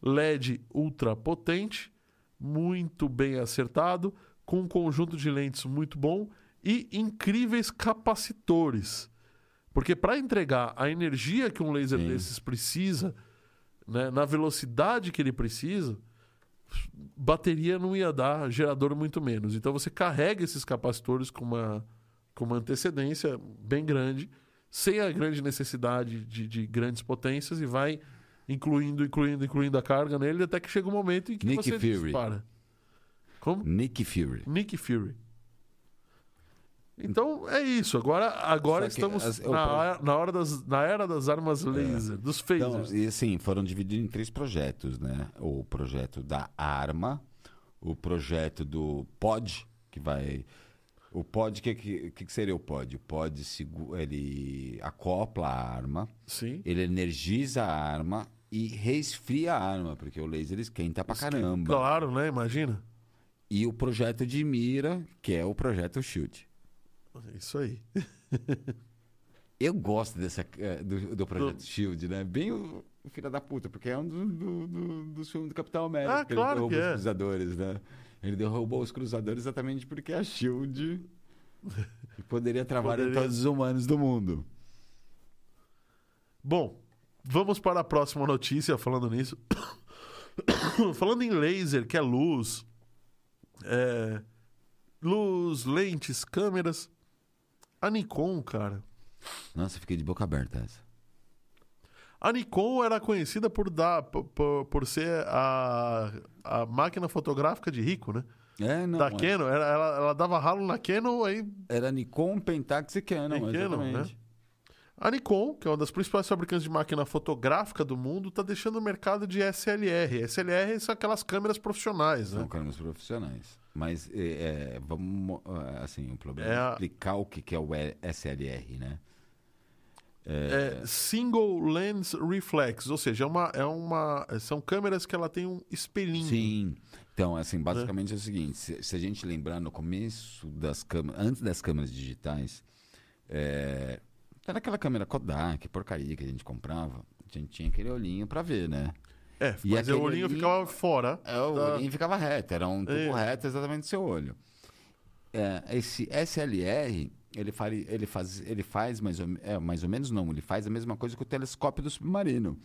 [SPEAKER 1] LED ultra potente, muito bem acertado, com um conjunto de lentes muito bom e incríveis capacitores. Porque para entregar a energia que um laser
[SPEAKER 2] Sim.
[SPEAKER 1] desses precisa, né, na velocidade que ele precisa, bateria não ia dar, gerador muito menos. Então você carrega esses capacitores com uma, com uma antecedência bem grande, sem a grande necessidade de, de grandes potências, e vai incluindo, incluindo, incluindo a carga nele, até que chega o um momento em que
[SPEAKER 2] Nick
[SPEAKER 1] você
[SPEAKER 2] Fury.
[SPEAKER 1] dispara. Como?
[SPEAKER 2] Nick Fury.
[SPEAKER 1] Nick Fury. Então é isso. Agora, agora
[SPEAKER 2] Só que
[SPEAKER 1] estamos
[SPEAKER 2] as- eu- É.
[SPEAKER 1] na, na hora das, na era das armas laser, dos
[SPEAKER 2] Então,
[SPEAKER 1] phasers.
[SPEAKER 2] e assim, foram divididos em três projetos, né? O projeto da arma, o projeto do pod, que vai... O pod, o que, que, que seria o pod? O pod, segu- ele acopla a arma,
[SPEAKER 1] Sim.
[SPEAKER 2] ele energiza a arma e resfria a arma, porque o laser esquenta pra caramba.
[SPEAKER 1] Claro, né? Imagina.
[SPEAKER 2] E o projeto de mira, que é o projeto Shield.
[SPEAKER 1] É Isso aí. Hum.
[SPEAKER 2] Eu gosto dessa, eh, do, do projeto Shield, né? Bem o, filha da puta, porque é um do- do- do- dos filmes do Capitão América.
[SPEAKER 1] Ah, claro
[SPEAKER 2] ele derrubou
[SPEAKER 1] que
[SPEAKER 2] os
[SPEAKER 1] é.
[SPEAKER 2] cruzadores, né? Ele derrubou os cruzadores exatamente porque a Shield poderia travar em
[SPEAKER 1] Poderia.
[SPEAKER 2] todos os humanos do mundo.
[SPEAKER 1] Bom, vamos para a próxima notícia falando nisso. falando em laser, que é luz. é, luz, lentes, câmeras. A Nikon, cara.
[SPEAKER 2] Nossa, fiquei de boca aberta essa.
[SPEAKER 1] A Nikon era conhecida por dar por- por, por ser a, a máquina fotográfica de rico, né?
[SPEAKER 2] É, não.
[SPEAKER 1] da
[SPEAKER 2] é.
[SPEAKER 1] Canon, ela, ela, ela dava ralo na Canon, aí
[SPEAKER 2] Era Nikon, Pentax e Canon,
[SPEAKER 1] E Canon,
[SPEAKER 2] exatamente.
[SPEAKER 1] a Nikon, que é uma das principais fabricantes de máquina fotográfica do mundo, tá deixando o mercado de SLR. SLR são aquelas câmeras profissionais, né?
[SPEAKER 2] São câmeras profissionais. Mas, é, é, vamos. é, Assim, o problema
[SPEAKER 1] É
[SPEAKER 2] é,
[SPEAKER 1] a-
[SPEAKER 2] explicar o que que é o SLR, né?
[SPEAKER 1] É, single lens reflex, ou seja, é uma, é uma, são câmeras que ela tem um espelhinho.
[SPEAKER 2] Sim. Então, assim, basicamente é o seguinte: se, se a gente lembrar no começo das câmeras, antes das câmeras digitais, é, era aquela câmera Kodak, porcaria que a gente comprava. A gente tinha aquele olhinho pra ver, né?
[SPEAKER 1] É,
[SPEAKER 2] E
[SPEAKER 1] mas o
[SPEAKER 2] aquele
[SPEAKER 1] olhinho
[SPEAKER 2] ali-
[SPEAKER 1] ficava fora.
[SPEAKER 2] É, o
[SPEAKER 1] Tá. É.
[SPEAKER 2] olhinho ficava reto, era um tubo
[SPEAKER 1] Isso.
[SPEAKER 2] reto exatamente no seu olho. É, esse SLR, ele, fari- ele faz, ele faz mais, ou, me- é, mais ou menos não, ele faz a mesma coisa que o telescópio do submarino.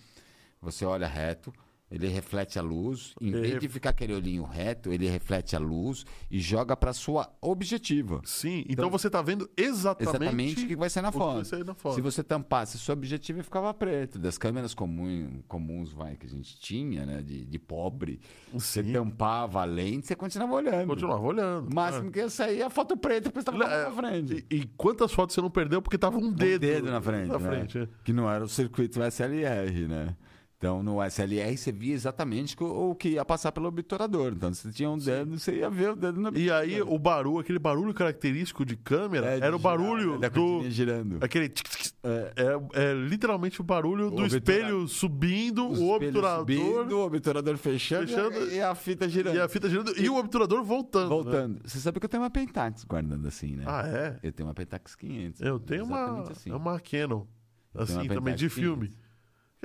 [SPEAKER 2] Você olha reto, ele reflete a luz, em vez de ficar aquele olhinho reto, ele reflete a luz e joga para sua objetiva.
[SPEAKER 1] Sim, então, você tá vendo exatamente,
[SPEAKER 2] Exatamente o que vai sair na
[SPEAKER 1] o que tá
[SPEAKER 2] foto.
[SPEAKER 1] vai sair na foto.
[SPEAKER 2] Se você tampasse sua objetiva, ficava preto. Das câmeras comum- comuns vai, que a gente tinha, né? De, de pobre. Você
[SPEAKER 1] Sim.
[SPEAKER 2] tampava a lente, você continuava olhando.
[SPEAKER 1] Continuava olhando.
[SPEAKER 2] O máximo que ia sair é a foto preta, porque você
[SPEAKER 1] É.
[SPEAKER 2] estava na frente.
[SPEAKER 1] E, e quantas fotos você não perdeu porque tava um dedo,
[SPEAKER 2] na frente.
[SPEAKER 1] Na
[SPEAKER 2] né?
[SPEAKER 1] frente, é.
[SPEAKER 2] Que não era o circuito SLR, né? Então, no SLR, você via exatamente que- o que ia passar pelo obturador. Então, se tinha um dedo, você ia ver o dedo no
[SPEAKER 1] E aí o barulho, aquele barulho característico de câmera,
[SPEAKER 2] É, de
[SPEAKER 1] era o
[SPEAKER 2] girar,
[SPEAKER 1] barulho
[SPEAKER 2] da cortininha
[SPEAKER 1] do
[SPEAKER 2] girando.
[SPEAKER 1] aquele tic, tic, tic. é, é literalmente o barulho do
[SPEAKER 2] obtura-
[SPEAKER 1] espelho subindo,
[SPEAKER 2] Os
[SPEAKER 1] o
[SPEAKER 2] espelhos
[SPEAKER 1] obturador
[SPEAKER 2] subindo, o obturador fechando,
[SPEAKER 1] Fechando.
[SPEAKER 2] e a fita girando.
[SPEAKER 1] e a fita girando e o obturador voltando. né?
[SPEAKER 2] Voltando. Você sabe que eu tenho uma Pentax guardando assim, né?
[SPEAKER 1] Ah, é.
[SPEAKER 2] Eu tenho uma Pentax 500.
[SPEAKER 1] Eu tenho uma,
[SPEAKER 2] exatamente assim.
[SPEAKER 1] é uma Canon
[SPEAKER 2] Eu tenho
[SPEAKER 1] assim
[SPEAKER 2] uma
[SPEAKER 1] também
[SPEAKER 2] Pentax
[SPEAKER 1] de filme.
[SPEAKER 2] 500.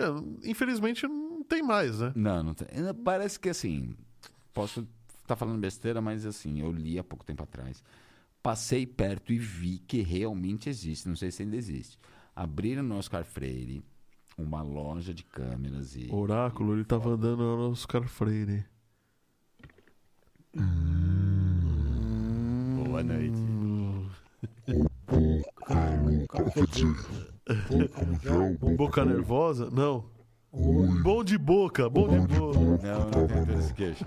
[SPEAKER 1] É, infelizmente não tem mais, né?
[SPEAKER 2] Não, não tem. Eh, Parece que assim, posso estar falando besteira, mas assim, eu li há pouco tempo atrás. Passei perto e vi que realmente existe, não sei se ainda existe. Abriram no Oscar Freire uma loja de câmeras e
[SPEAKER 1] Oráculo, ele tava andando lá no Oscar Freire.
[SPEAKER 2] boa noite.
[SPEAKER 3] Boca louca, quer dizer, boca, como que é o boca?
[SPEAKER 1] Boca nervosa? Não.
[SPEAKER 3] Oi,
[SPEAKER 1] Bom de boca, bom de boca.
[SPEAKER 2] Não,
[SPEAKER 3] é
[SPEAKER 2] não tem esse queixo.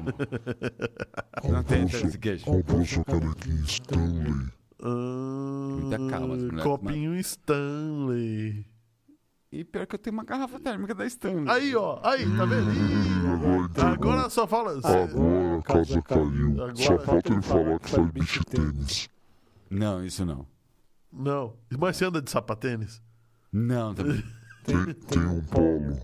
[SPEAKER 2] Não tem esse queixo.
[SPEAKER 3] comprou sua canequinha Stanley.
[SPEAKER 1] Ah,
[SPEAKER 2] Muita calma, as mulheres
[SPEAKER 1] Copinho Stanley.
[SPEAKER 2] E pior que eu tenho uma garrafa térmica da Stanley.
[SPEAKER 1] Aí, ó, aí, tá vendo? Ih,
[SPEAKER 3] Agora entregou.
[SPEAKER 1] Agora só fala. assim.
[SPEAKER 3] Agora a casa caiu.
[SPEAKER 1] Agora-
[SPEAKER 3] Só falta ele falar que faz beach tênis.
[SPEAKER 2] Não, isso não.
[SPEAKER 1] Não. Mas você anda de sapatênis?
[SPEAKER 2] Não, também,
[SPEAKER 3] Tem, tem um polo.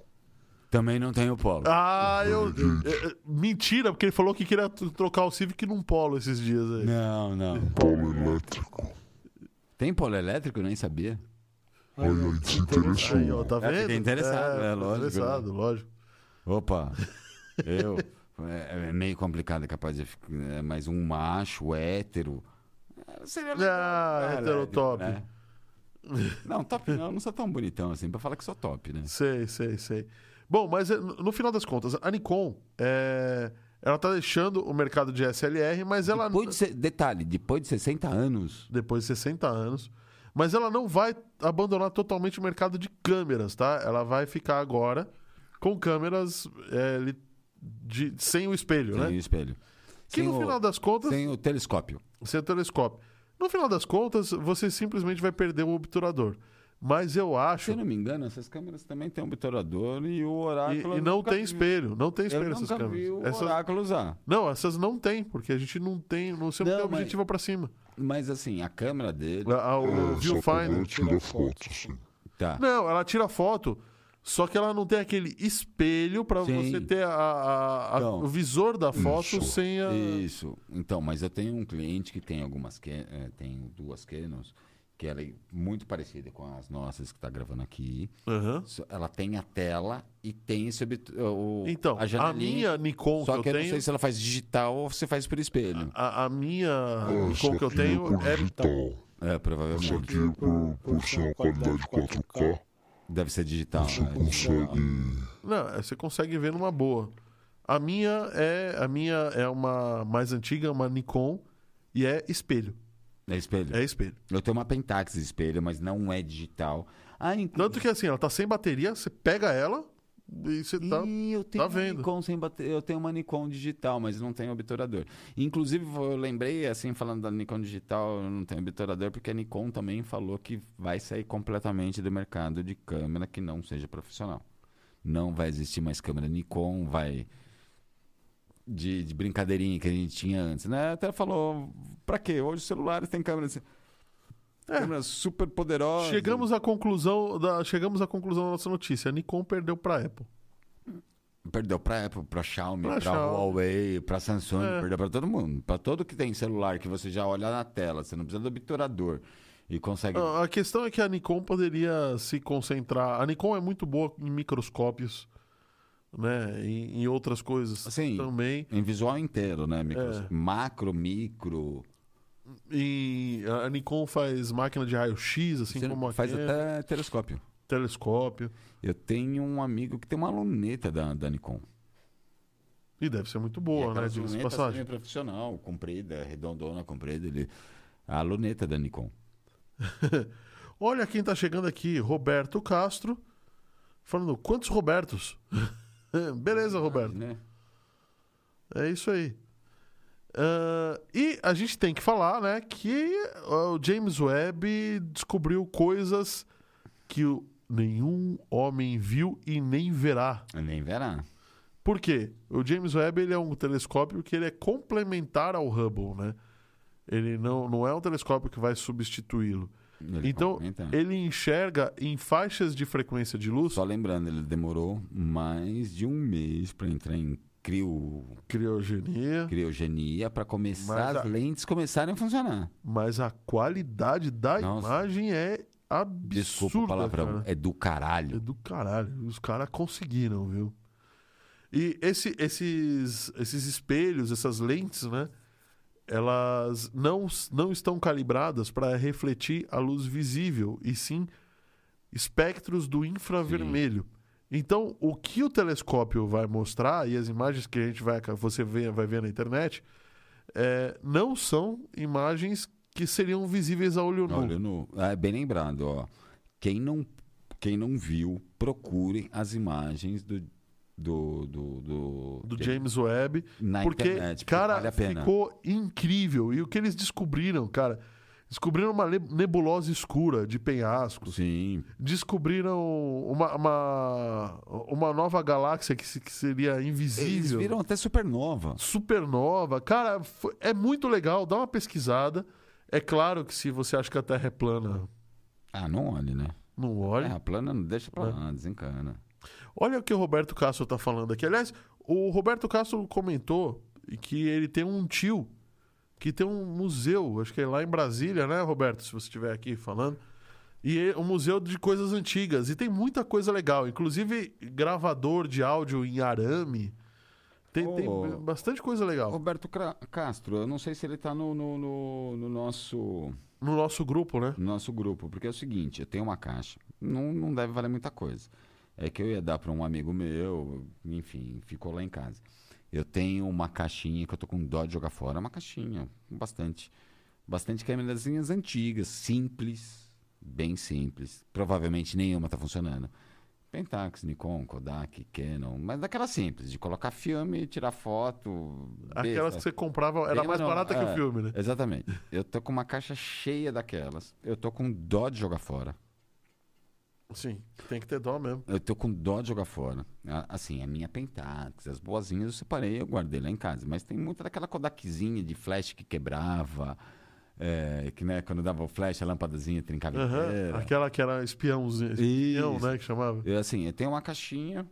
[SPEAKER 2] também não tenho polo.
[SPEAKER 1] Ah, eu. é, é, Mentira, porque ele falou que queria tro- trocar o Civic num polo esses dias aí.
[SPEAKER 2] Não, não.
[SPEAKER 3] Polo elétrico.
[SPEAKER 2] Tem polo elétrico? Eu Nem sabia.
[SPEAKER 3] Aí, um aí, se interessou.
[SPEAKER 1] Aí, ó, tá
[SPEAKER 2] É,
[SPEAKER 1] vendo?
[SPEAKER 2] fiquei interessado, é,
[SPEAKER 1] fiquei
[SPEAKER 2] lógico,
[SPEAKER 1] Interessado, lógico.
[SPEAKER 2] Opa, eu. É, é meio complicado, é capaz de. ficar- é, Mas um macho hétero. é, Seria
[SPEAKER 1] Ah,
[SPEAKER 2] cara,
[SPEAKER 1] hétero
[SPEAKER 2] tipo,
[SPEAKER 1] top.
[SPEAKER 2] né? Não, top não, eu não sou tão bonitão assim pra falar que sou top, né?
[SPEAKER 1] Sei, sei, sei. Bom, mas é, no no final das contas, a Nikon, é, ela tá deixando o mercado de SLR, mas ela.
[SPEAKER 2] Depois de se- detalhe, depois de 60 anos.
[SPEAKER 1] depois de 60 anos. Mas ela não vai abandonar totalmente o mercado de câmeras, tá? Ela vai ficar agora com câmeras é, li- de- sem o espelho,
[SPEAKER 2] Sem o
[SPEAKER 1] né?
[SPEAKER 2] espelho.
[SPEAKER 1] Que
[SPEAKER 2] sem
[SPEAKER 1] no
[SPEAKER 2] o,
[SPEAKER 1] final das contas, sem...
[SPEAKER 2] Sem o telescópio.
[SPEAKER 1] o telescópio. um No final das contas, você simplesmente vai perder o obturador. Mas eu
[SPEAKER 2] Se
[SPEAKER 1] acho.
[SPEAKER 2] eu não me engano, essas câmeras também têm um obturador e o
[SPEAKER 1] E,
[SPEAKER 2] oráculo.
[SPEAKER 1] e
[SPEAKER 2] eu
[SPEAKER 1] não
[SPEAKER 2] nunca
[SPEAKER 1] tem
[SPEAKER 2] vi.
[SPEAKER 1] espelho, não tem espelho
[SPEAKER 2] Eu
[SPEAKER 1] essas
[SPEAKER 2] nunca vi o
[SPEAKER 1] câmeras. Essas-
[SPEAKER 2] oráculo usar.
[SPEAKER 1] Não, essas não tem, porque a gente não tem, não sempre
[SPEAKER 2] Não,
[SPEAKER 1] tem
[SPEAKER 2] mas-
[SPEAKER 1] objetivo pra cima.
[SPEAKER 2] Mas assim, a câmera dele.
[SPEAKER 1] A- a- o
[SPEAKER 3] É, só pra
[SPEAKER 1] viewfinder.
[SPEAKER 3] ela tirar foto, sim.
[SPEAKER 2] Tá.
[SPEAKER 1] Não, ela tira foto, só que ela não tem aquele espelho pra
[SPEAKER 2] Sim.
[SPEAKER 1] você ter a- a- a-
[SPEAKER 2] Então,
[SPEAKER 1] o visor da foto
[SPEAKER 3] isso.
[SPEAKER 1] sem a.
[SPEAKER 2] Isso. Então, mas eu tenho um cliente que tem algumas. Ke- eh, tem duas Canons. que ela é muito parecida com as nossas que está gravando aqui.
[SPEAKER 1] Aham.
[SPEAKER 2] So- Ela tem a tela e tem esse obtu- o,
[SPEAKER 1] Então,
[SPEAKER 2] a
[SPEAKER 1] a,
[SPEAKER 2] janelinha.
[SPEAKER 1] minha Nikon que
[SPEAKER 2] só
[SPEAKER 1] eu
[SPEAKER 2] que eu não
[SPEAKER 1] tenho.
[SPEAKER 2] sei se ela faz digital ou se faz por espelho.
[SPEAKER 1] A, a minha Nikon que eu
[SPEAKER 3] aqui é
[SPEAKER 1] tenho
[SPEAKER 3] por
[SPEAKER 1] é.
[SPEAKER 3] digital.
[SPEAKER 2] É,
[SPEAKER 3] Essa
[SPEAKER 2] provavelmente.
[SPEAKER 3] aqui é por, por ser uma qualidade 4K,
[SPEAKER 2] Deve ser digital.
[SPEAKER 3] você
[SPEAKER 2] né?
[SPEAKER 3] consegue.
[SPEAKER 1] Não, é, você consegue ver numa boa. A minha é. A minha é uma mais antiga, uma Nikon, e é espelho.
[SPEAKER 2] É espelho.
[SPEAKER 1] É espelho.
[SPEAKER 2] Eu tenho uma Pentax de espelho, mas não é digital. Ah, então.
[SPEAKER 1] Tanto que assim, ela tá sem bateria, você pega ela e você tá.
[SPEAKER 2] Ih, eu tenho
[SPEAKER 1] tá
[SPEAKER 2] uma
[SPEAKER 1] vendo.
[SPEAKER 2] Nikon sem bater, eu tenho uma Nikon digital, mas não tenho obturador. Inclusive, eu lembrei, assim, falando da Nikon digital, eu não tenho obturador, porque a Nikon também falou que vai sair completamente do mercado de câmera que não seja profissional. Não vai existir mais câmera Nikon, vai. De, de brincadeirinha que a gente tinha antes, né? Até falou, pra quê? Hoje os celulares têm câmeras,
[SPEAKER 1] É.
[SPEAKER 2] câmeras super poderosas.
[SPEAKER 1] Chegamos à conclusão da chegamos à conclusão da nossa notícia. A Nikon perdeu para Apple.
[SPEAKER 2] Perdeu pra Apple, pra Xiaomi,
[SPEAKER 1] Pra
[SPEAKER 2] pra,
[SPEAKER 1] Xiaomi.
[SPEAKER 2] Huawei, pra Samsung,
[SPEAKER 1] É.
[SPEAKER 2] perdeu pra todo mundo. Pra todo que tem celular que você já olha na tela, você não precisa do obturador e consegue.
[SPEAKER 1] Não, A questão é que a Nikon poderia se concentrar. A Nikon é muito boa em microscópios, né, em, em outras coisas
[SPEAKER 2] Sim.
[SPEAKER 1] também.
[SPEAKER 2] Em visual inteiro, né? Micro-
[SPEAKER 1] É.
[SPEAKER 2] Macro, micro.
[SPEAKER 1] E a Nikon faz máquina de raio-x, assim
[SPEAKER 2] Você
[SPEAKER 1] como a
[SPEAKER 2] faz
[SPEAKER 1] Canon,
[SPEAKER 2] até telescópio.
[SPEAKER 1] telescópio.
[SPEAKER 2] Eu tenho um amigo que tem uma luneta da, da Nikon.
[SPEAKER 1] E deve ser muito
[SPEAKER 2] E
[SPEAKER 1] boa, né,
[SPEAKER 2] aquelas
[SPEAKER 1] diga-se de
[SPEAKER 2] lunetas
[SPEAKER 1] passagem.
[SPEAKER 2] semi-profissional, é comprida, é redondona, comprida. Ele... A luneta da Nikon.
[SPEAKER 1] Olha quem tá chegando aqui, Roberto Castro, falando quantos Robertos. Beleza, Roberto.
[SPEAKER 2] Né?
[SPEAKER 1] É isso aí. Ah, e a gente tem que falar, né, que ah, o James Webb descobriu coisas que o- nenhum homem viu e nem verá.
[SPEAKER 2] Nem verá.
[SPEAKER 1] Por quê? O James Webb ele é um telescópio que ele é complementar ao Hubble, né? Ele não, não é um telescópio que vai substituí-lo.
[SPEAKER 2] Ele
[SPEAKER 1] Então,
[SPEAKER 2] complementa.
[SPEAKER 1] ele enxerga em faixas de frequência de luz
[SPEAKER 2] Tá. Só lembrando, ele demorou mais de um mês para entrar em crio,
[SPEAKER 1] criogenia,
[SPEAKER 2] criogenia para começar
[SPEAKER 1] Mas a-
[SPEAKER 2] as lentes começarem a funcionar.
[SPEAKER 1] mas a qualidade da
[SPEAKER 2] Nossa.
[SPEAKER 1] imagem é absurda.
[SPEAKER 2] Desculpa o palavrão,
[SPEAKER 1] cara.
[SPEAKER 2] é do
[SPEAKER 1] É
[SPEAKER 2] caralho.
[SPEAKER 1] do caralho. Os caras conseguiram, viu? E esse- esses, esses espelhos, essas lentes, né? Elas não, s- não estão calibradas para refletir a luz visível, e sim espectros do infravermelho. Então, o que o telescópio vai mostrar e as imagens que a gente vai, que você vê, vai ver na internet é, não são imagens que seriam visíveis a olho nu.
[SPEAKER 2] Olha, no, é bem lembrado, ó. Quem não, quem não viu, procure as imagens do do, do, do-
[SPEAKER 1] do James Webb.
[SPEAKER 2] na
[SPEAKER 1] porque,
[SPEAKER 2] internet, porque
[SPEAKER 1] cara,
[SPEAKER 2] vale a pena.
[SPEAKER 1] ficou incrível. E o que eles descobriram, cara? Descobriram uma ne- nebulosa escura de penhascos.
[SPEAKER 2] Sim,
[SPEAKER 1] Descobriram uma, uma, uma nova galáxia que, se- que seria
[SPEAKER 2] eles
[SPEAKER 1] invisível.
[SPEAKER 2] viram até supernova.
[SPEAKER 1] Supernova. Cara, fo- é muito legal. Dá uma pesquisada. É claro que se você acha que a Terra é plana,
[SPEAKER 2] Ah, não olhe, né?
[SPEAKER 1] não olhe.
[SPEAKER 2] Terra plana, não deixa
[SPEAKER 1] É.
[SPEAKER 2] pra lá, desencana.
[SPEAKER 1] Olha o que o Roberto Castro tá falando aqui. Aliás, o Roberto Castro comentou que ele tem um tio que tem um museu, acho que é lá em Brasília, né, Roberto, se você estiver aqui falando. E é um museu de coisas antigas. E tem muita coisa legal, inclusive gravador de áudio em arame. Tem, tem
[SPEAKER 2] Oh.
[SPEAKER 1] bastante coisa legal.
[SPEAKER 2] Roberto Cra- Castro, eu não sei se ele está no, no, no- no nosso,
[SPEAKER 1] No nosso grupo, né?
[SPEAKER 2] no nosso grupo, porque é o seguinte, eu tenho uma caixa, não, não deve valer muita coisa. É que eu ia dar para um amigo meu, enfim, ficou lá em casa. Eu tenho uma caixinha que eu tô com dó de jogar fora, é uma caixinha, com bastante, bastante câmerazinhas antigas, simples, bem simples. Provavelmente nenhuma tá funcionando. Pentax, Nikon, Kodak, Canon, mas daquela simples, de colocar filme, tirar foto,
[SPEAKER 1] Aquelas
[SPEAKER 2] besta.
[SPEAKER 1] que você comprava era
[SPEAKER 2] Bem,
[SPEAKER 1] mais
[SPEAKER 2] não,
[SPEAKER 1] barata que o
[SPEAKER 2] é.
[SPEAKER 1] filme, né?
[SPEAKER 2] Exatamente. Eu tô com uma caixa cheia daquelas. Eu tô com dó de jogar fora.
[SPEAKER 1] Sim, tem que ter dó mesmo.
[SPEAKER 2] Eu tô com dó de jogar fora. A- Assim, a minha Pentax, as boazinhas eu separei, eu guardei lá em casa. Mas tem muita daquela Kodakzinha de flash que quebrava. é, que né, quando dava o flash, a lâmpadazinha trincava
[SPEAKER 1] Aham.
[SPEAKER 2] inteira.
[SPEAKER 1] Aquela que era espiãozinho, espião,
[SPEAKER 2] Isso.
[SPEAKER 1] né, que chamava.
[SPEAKER 2] Eu, assim, eu tenho uma caixinha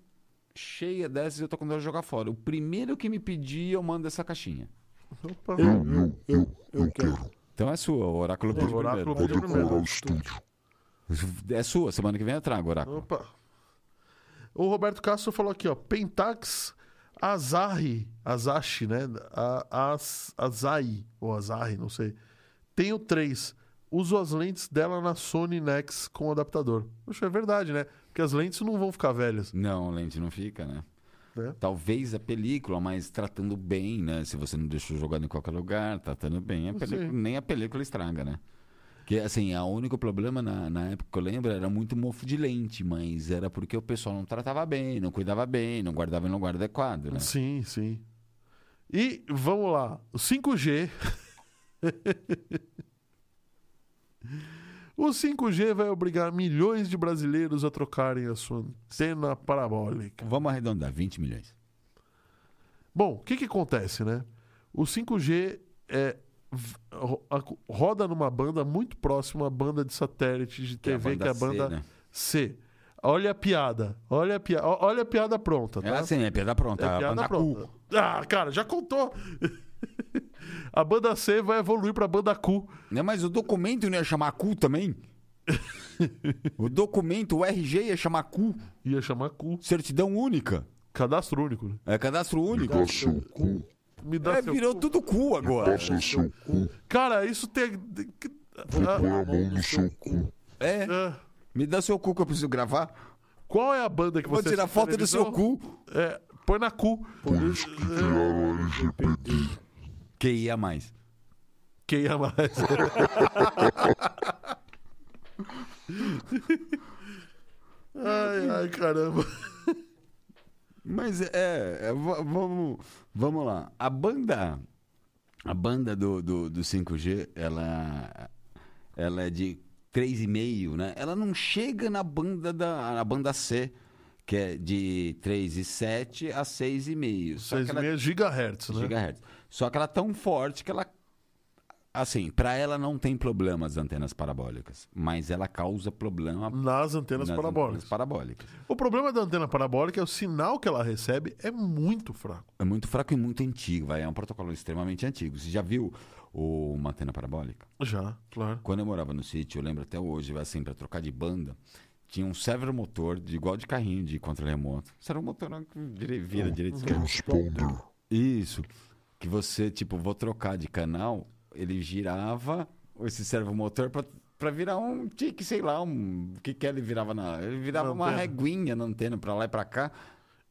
[SPEAKER 2] cheia dessas e eu tô com dó de jogar fora. O primeiro que me pedir, eu mando essa caixinha.
[SPEAKER 1] Opa.
[SPEAKER 3] Eu, eu, eu, eu quero.
[SPEAKER 2] Então é sua, o Oráculo pediu
[SPEAKER 1] o Oráculo
[SPEAKER 2] primeiro.
[SPEAKER 3] Vou
[SPEAKER 1] Pediu primeiro.
[SPEAKER 3] decorar o estúdio.
[SPEAKER 2] É sua, semana que vem eu trago o Oráculo.
[SPEAKER 1] Opa. O Roberto Castro falou aqui, ó. Pentax Azahi, Azashi, né? A, Az, Azai, ou Azahi, não sei. Tenho três. Uso as lentes dela na Sony Nex com adaptador. Poxa, é verdade, né? Porque as lentes não vão ficar velhas.
[SPEAKER 2] Não, lente não fica, né?
[SPEAKER 1] É.
[SPEAKER 2] Talvez a película, mas tratando bem, né? Se você não deixou jogando em qualquer lugar, tratando bem, a película- nem a película estraga, né? Que assim, a- o único problema na, na época que eu lembro era muito mofo de lente, mas era porque o pessoal não tratava bem, não cuidava bem, não guardava em lugar adequado, né?
[SPEAKER 1] Sim, sim. E vamos lá. O 5G. o 5G vai obrigar milhões de brasileiros a trocarem a sua antena parabólica.
[SPEAKER 2] Vamos arredondar, 20 milhões.
[SPEAKER 1] Bom, o que, que acontece, né? O 5G é, v- ro- a- roda numa banda muito próxima à banda de satélite de TV, que é a
[SPEAKER 2] C,
[SPEAKER 1] banda
[SPEAKER 2] né?
[SPEAKER 1] C. Olha a piada. Olha a, pia... ó- Olha a piada pronta, tá?
[SPEAKER 2] É assim, é piada pronta.
[SPEAKER 1] É
[SPEAKER 2] a
[SPEAKER 1] piada
[SPEAKER 2] banda
[SPEAKER 1] pronta.
[SPEAKER 2] cu.
[SPEAKER 1] Ah, cara, já contou. a banda C vai evoluir pra banda Q.
[SPEAKER 2] Né, mas o documento não ia chamar cu também? o documento, o RG ia chamar cu.
[SPEAKER 1] Ia chamar Q.
[SPEAKER 2] Certidão única.
[SPEAKER 1] Cadastro único. né?
[SPEAKER 2] É cadastro
[SPEAKER 3] Me
[SPEAKER 2] único.
[SPEAKER 3] dá seu cu.
[SPEAKER 1] Me dá
[SPEAKER 2] É,
[SPEAKER 1] seu
[SPEAKER 2] virou
[SPEAKER 1] cu.
[SPEAKER 2] tudo cu agora.
[SPEAKER 3] Passa seu cu.
[SPEAKER 1] Cara, isso tem...
[SPEAKER 3] Vou
[SPEAKER 1] Ah,
[SPEAKER 3] pôr a mão no seu cu.
[SPEAKER 2] É,
[SPEAKER 1] ah.
[SPEAKER 2] me dá seu cu que eu preciso gravar.
[SPEAKER 1] Qual é a banda que
[SPEAKER 2] Vou
[SPEAKER 1] você
[SPEAKER 2] tirar
[SPEAKER 1] assiste na
[SPEAKER 2] foto do seu
[SPEAKER 1] televisão?
[SPEAKER 2] cu.
[SPEAKER 1] É, põe na cu.
[SPEAKER 3] Por isso que criaram o LGPD.
[SPEAKER 2] Que ia é mais.
[SPEAKER 1] Quem é mais? ai, ai, caramba.
[SPEAKER 2] Mas é, é, va- vamos, vamos lá. A banda, a banda do, do, do 5G, ela, ela é de 3,5, né? Ela não chega na banda da na banda C, que é de 3,7 a 6,5. Só que ela
[SPEAKER 1] 6,5 gigahertz, né?
[SPEAKER 2] GHz. Só que ela é tão forte que ela. Assim, pra ela não tem problema as antenas parabólicas, mas ela causa problema
[SPEAKER 1] Nas antenas
[SPEAKER 2] nas
[SPEAKER 1] parabólicas.
[SPEAKER 2] antenas parabólicas.
[SPEAKER 1] O problema da antena parabólica é o sinal que ela recebe é muito fraco.
[SPEAKER 2] É muito fraco e muito antigo, vai. É um protocolo extremamente antigo. Você já viu o, uma antena parabólica?
[SPEAKER 1] Já, claro.
[SPEAKER 2] Quando eu morava no sítio, eu lembro até hoje, assim, pra trocar de banda, tinha um servomotor, de, igual de carrinho de controle remoto. Servomotor não, que dire-
[SPEAKER 1] Uhum.
[SPEAKER 2] vira direito esquerda.
[SPEAKER 3] Transponder.
[SPEAKER 2] Isso. Que você, tipo, vou trocar de canal, ele girava esse servomotor pra, pra virar um tique, sei lá, um. O que que ele virava na. Ele virava
[SPEAKER 1] Na
[SPEAKER 2] uma
[SPEAKER 1] antena.
[SPEAKER 2] reguinha na antena pra lá e pra cá.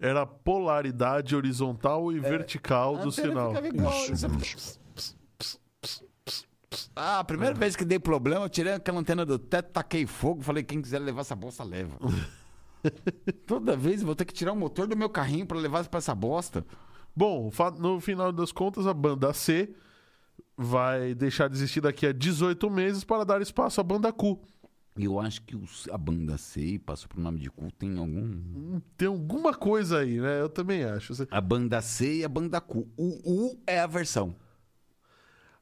[SPEAKER 1] Era a polaridade horizontal e vertical
[SPEAKER 2] É, A
[SPEAKER 1] do
[SPEAKER 2] antena
[SPEAKER 1] sinal.
[SPEAKER 2] ficava igual,
[SPEAKER 3] Isso
[SPEAKER 2] você-
[SPEAKER 3] mesmo.
[SPEAKER 2] Ah, a
[SPEAKER 1] É.
[SPEAKER 2] primeira vez que dei problema, eu tirei aquela antena do teto, taquei fogo, falei, quem quiser levar essa bosta, leva. Toda vez eu vou ter que tirar o motor do meu carrinho pra levar pra essa bosta.
[SPEAKER 1] Bom, fa- no final das contas, a banda C vai deixar de existir daqui a 18 meses para dar espaço à banda Q.
[SPEAKER 2] E eu acho que os- a banda C passou pro nome de cu, tem algum.
[SPEAKER 1] Tem alguma coisa aí, né? Eu também acho. Você-
[SPEAKER 2] A banda C e a banda Q. O U é a versão.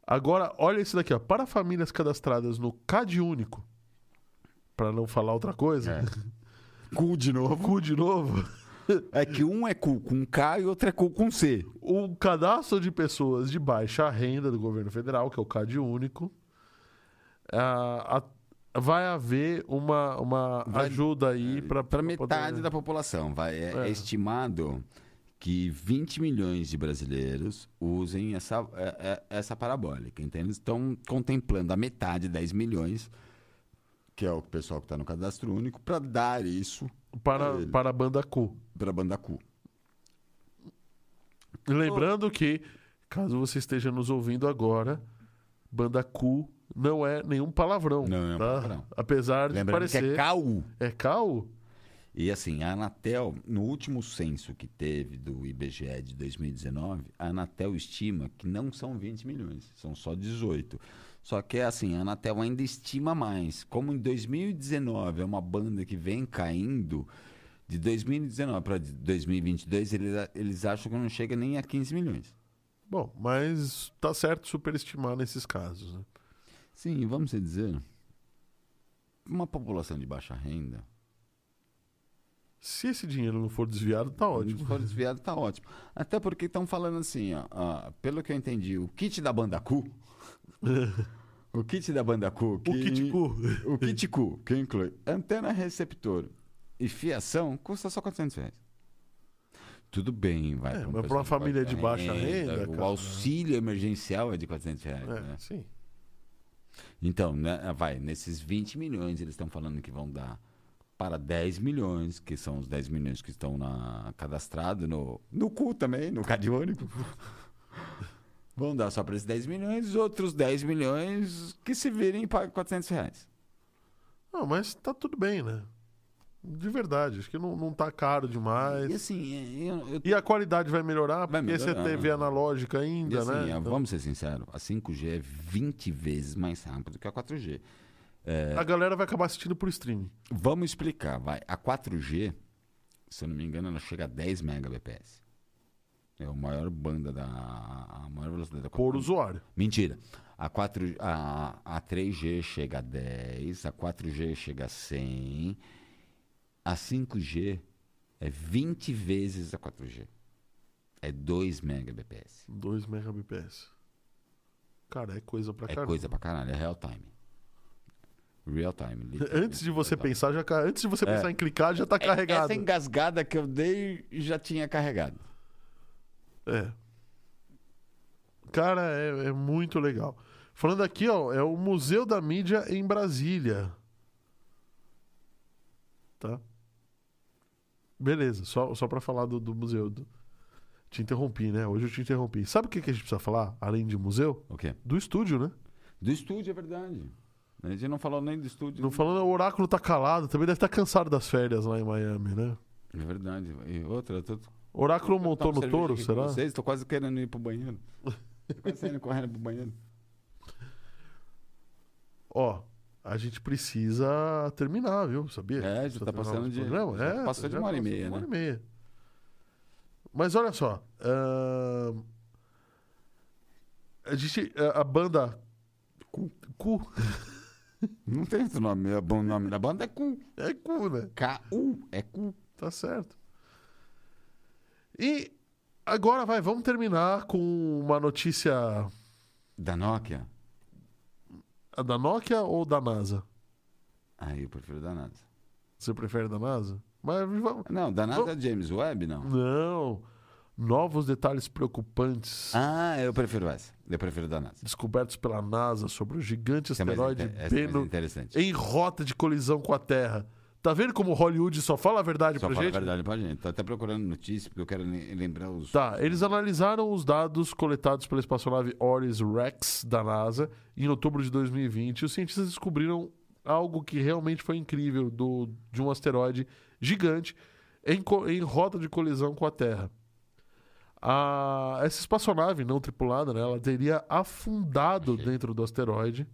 [SPEAKER 1] Agora, olha esse daqui, ó. Para famílias cadastradas no CAD único, para não falar outra coisa,
[SPEAKER 2] Cu de novo.
[SPEAKER 1] cu de novo,
[SPEAKER 2] É que um é cu com K e outro é cu com C.
[SPEAKER 1] o cadastro de pessoas de baixa renda do governo federal, que é o CAD único, ah, a- vai haver uma, uma
[SPEAKER 2] Vai-
[SPEAKER 1] ajuda aí para
[SPEAKER 2] Para metade da população, vai. É,
[SPEAKER 1] É.
[SPEAKER 2] é estimado que 20 milhões de brasileiros usem essa, é- é- essa parabólica. Então, eles estão contemplando a metade, 10 milhões, que é o pessoal que está no cadastro único, para dar isso
[SPEAKER 1] para,
[SPEAKER 2] ele.
[SPEAKER 1] para a banda Q.
[SPEAKER 2] para a banda Q.
[SPEAKER 1] Lembrando que, caso você esteja nos ouvindo agora, banda Q não é nenhum palavrão.
[SPEAKER 2] Não é um
[SPEAKER 1] tá?
[SPEAKER 2] palavrão.
[SPEAKER 1] Apesar de
[SPEAKER 2] Lembrando que
[SPEAKER 1] parecer.
[SPEAKER 2] é KU.
[SPEAKER 1] É cal?
[SPEAKER 2] E assim, a Anatel, no último censo que teve do IBGE de 2019, a Anatel estima que não são 20 milhões, são só 18. Só que assim, a Anatel ainda estima mais. Como em 2019 é uma banda que vem caindo, de 2019 para 2022 eles, a- eles acham que não chega nem a 15 milhões.
[SPEAKER 1] Bom, mas tá certo superestimar nesses casos. Né?
[SPEAKER 2] Sim, vamos dizer, uma população de baixa renda
[SPEAKER 1] Se esse dinheiro não for desviado, tá
[SPEAKER 2] Se
[SPEAKER 1] ótimo.
[SPEAKER 2] for desviado, tá ótimo. Até porque estão falando assim, ó, ó, pelo que eu entendi, o kit da banda Cu O kit da banda Cu.
[SPEAKER 1] O kit cu.
[SPEAKER 2] O kit Cu, que inclui antena receptor e fiação, custa só 400 reais. Tudo bem, vai.
[SPEAKER 1] É,
[SPEAKER 2] pra
[SPEAKER 1] mas pra uma
[SPEAKER 2] pessoa de
[SPEAKER 1] família de baixa renda,
[SPEAKER 2] O
[SPEAKER 1] cara.
[SPEAKER 2] auxílio emergencial é de 400 reais, né?
[SPEAKER 1] É, sim.
[SPEAKER 2] Então, né, vai, nesses 20 milhões eles estão falando que vão dar para 10 milhões, que são os 10 milhões que estão na, cadastrado no, no cu também, no cadiônico. vão dar só para esses 10 milhões, os outros 10 milhões que se virem para 400 reais.
[SPEAKER 1] Não, mas tá tudo bem, né? De verdade, acho que não, não tá caro
[SPEAKER 2] E
[SPEAKER 1] demais.
[SPEAKER 2] assim, eu, eu-
[SPEAKER 1] E a qualidade vai melhorar,
[SPEAKER 2] Vai
[SPEAKER 1] porque você
[SPEAKER 2] melhorar.
[SPEAKER 1] teve analógica
[SPEAKER 2] e
[SPEAKER 1] ainda,
[SPEAKER 2] assim,
[SPEAKER 1] né?
[SPEAKER 2] é,
[SPEAKER 1] Então,
[SPEAKER 2] vamos ser sinceros, a 5G é 20 vezes mais rápido que a 4G. É.
[SPEAKER 1] A galera vai acabar assistindo por streaming.
[SPEAKER 2] Vamos explicar, vai. A 4G, se eu não me engano, ela chega a 10 Mbps. É a maior banda da. A maior velocidade da
[SPEAKER 1] Por
[SPEAKER 2] 4G.
[SPEAKER 1] usuário.
[SPEAKER 2] Mentira. A, 4, a, a 3G chega a 10, a 4G chega a 100, a 5G é 20 vezes a 4G. É 2 Mbps.
[SPEAKER 1] 2 Mbps. Cara, é coisa pra
[SPEAKER 2] É
[SPEAKER 1] caramba.
[SPEAKER 2] coisa pra caralho, é real time. Real time. literalmente
[SPEAKER 1] Antes de você
[SPEAKER 2] real time.
[SPEAKER 1] pensar, já ca- antes de você pensar em clicar, já tá
[SPEAKER 2] É-
[SPEAKER 1] carregado.
[SPEAKER 2] Essa engasgada que eu dei já tinha carregado.
[SPEAKER 1] É. Cara, é, é muito legal. Falando aqui, ó, é o Museu da Mídia em Brasília. Tá? Beleza, só, só pra falar do, do museu. do- Te interrompi, né? Hoje eu te interrompi. Sabe o que, que a gente precisa falar, além de museu?
[SPEAKER 2] O quê?
[SPEAKER 1] Do estúdio, né?
[SPEAKER 2] Do estúdio, é verdade. A gente não falou nem do estúdio.
[SPEAKER 1] Não falando, o oráculo tá calado, também deve estar cansado das férias lá em Miami, né?
[SPEAKER 2] É verdade. E outra, eu tô...
[SPEAKER 1] Oráculo
[SPEAKER 2] eu
[SPEAKER 1] montou
[SPEAKER 2] tomo
[SPEAKER 1] no
[SPEAKER 2] cerveja
[SPEAKER 1] touro,
[SPEAKER 2] aqui com
[SPEAKER 1] será?
[SPEAKER 2] Vocês, tô quase querendo ir pro banheiro. Tô quase saindo correndo pro banheiro.
[SPEAKER 1] Ó, a gente precisa terminar, viu? Sabia?
[SPEAKER 2] É, já
[SPEAKER 1] Precisa
[SPEAKER 2] tá
[SPEAKER 1] terminar
[SPEAKER 2] passando
[SPEAKER 1] nosso
[SPEAKER 2] de-
[SPEAKER 1] programa.
[SPEAKER 2] já
[SPEAKER 1] É,
[SPEAKER 2] passou de uma hora e
[SPEAKER 1] passou
[SPEAKER 2] meia,
[SPEAKER 1] uma
[SPEAKER 2] né?
[SPEAKER 1] hora e meia. Mas olha só. ahn, A gente. A, a banda. Cu. Cu.
[SPEAKER 2] Não tem outro nome. O bom nome da banda é Cu.
[SPEAKER 1] É cu, né?
[SPEAKER 2] K-U. É Cu.
[SPEAKER 1] Tá certo. E agora vai, vamos terminar com uma notícia
[SPEAKER 2] Da Nokia.
[SPEAKER 1] a da Nokia ou da NASA?
[SPEAKER 2] Ah, eu prefiro da NASA.
[SPEAKER 1] Você prefere da NASA? Mas vamos.
[SPEAKER 2] Não, da
[SPEAKER 1] Oh.
[SPEAKER 2] NASA é James Webb, não.
[SPEAKER 1] Não. Novos detalhes preocupantes.
[SPEAKER 2] Ah, eu prefiro essa. Eu prefiro da NASA.
[SPEAKER 1] descobertos pela NASA sobre o gigante
[SPEAKER 2] Essa é mais
[SPEAKER 1] asteroide
[SPEAKER 2] inte- essa é mais
[SPEAKER 1] Bennu
[SPEAKER 2] interessante.
[SPEAKER 1] em rota de colisão com a Terra. Tá vendo como Hollywood só fala a verdade
[SPEAKER 2] Só
[SPEAKER 1] pra
[SPEAKER 2] fala a
[SPEAKER 1] gente?
[SPEAKER 2] verdade pra gente. Tô até procurando notícia, porque eu quero lem- lembrar os.
[SPEAKER 1] Tá, eles analisaram os dados coletados pela espaçonave Oris Rex da NASA em outubro de 2020 e os cientistas descobriram algo que realmente foi incrível do, de um asteroide gigante em, co- em rota de colisão com a Terra. A- essa espaçonave não tripulada, né, ela teria afundado dentro do asteroide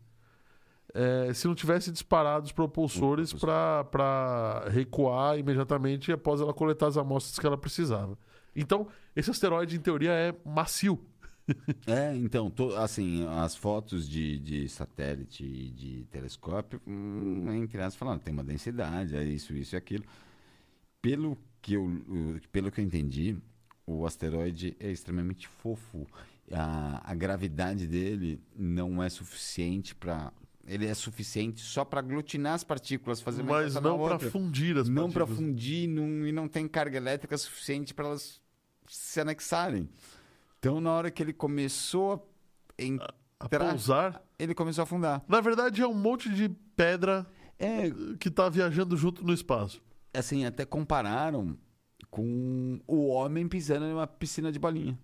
[SPEAKER 1] eh, se não tivesse disparado os propulsores para recuar imediatamente após ela coletar as amostras que ela precisava. Então, esse asteroide, em teoria, é macio.
[SPEAKER 2] É, então, to- assim, as fotos de, de satélite e de telescópio, hum, entre as falando, tem uma densidade, é isso, isso e aquilo. Pelo que eu, o- pelo que eu entendi, o asteroide é extremamente fofo. A, a gravidade dele não é suficiente para. Ele é suficiente só para aglutinar as partículas, fazer uma
[SPEAKER 1] Mas
[SPEAKER 2] encontrar na
[SPEAKER 1] não para
[SPEAKER 2] outra.
[SPEAKER 1] fundir as
[SPEAKER 2] não para
[SPEAKER 1] partículas.
[SPEAKER 2] fundir não- e não tem carga elétrica suficiente para elas se anexarem. Então, na hora que ele começou a
[SPEAKER 1] A
[SPEAKER 2] entrar,
[SPEAKER 1] pousar.
[SPEAKER 2] ele começou a afundar.
[SPEAKER 1] Na verdade, é um monte de pedra
[SPEAKER 2] É,
[SPEAKER 1] eh, que tá viajando junto no espaço.
[SPEAKER 2] assim, até compararam com o homem pisando em uma piscina de bolinha.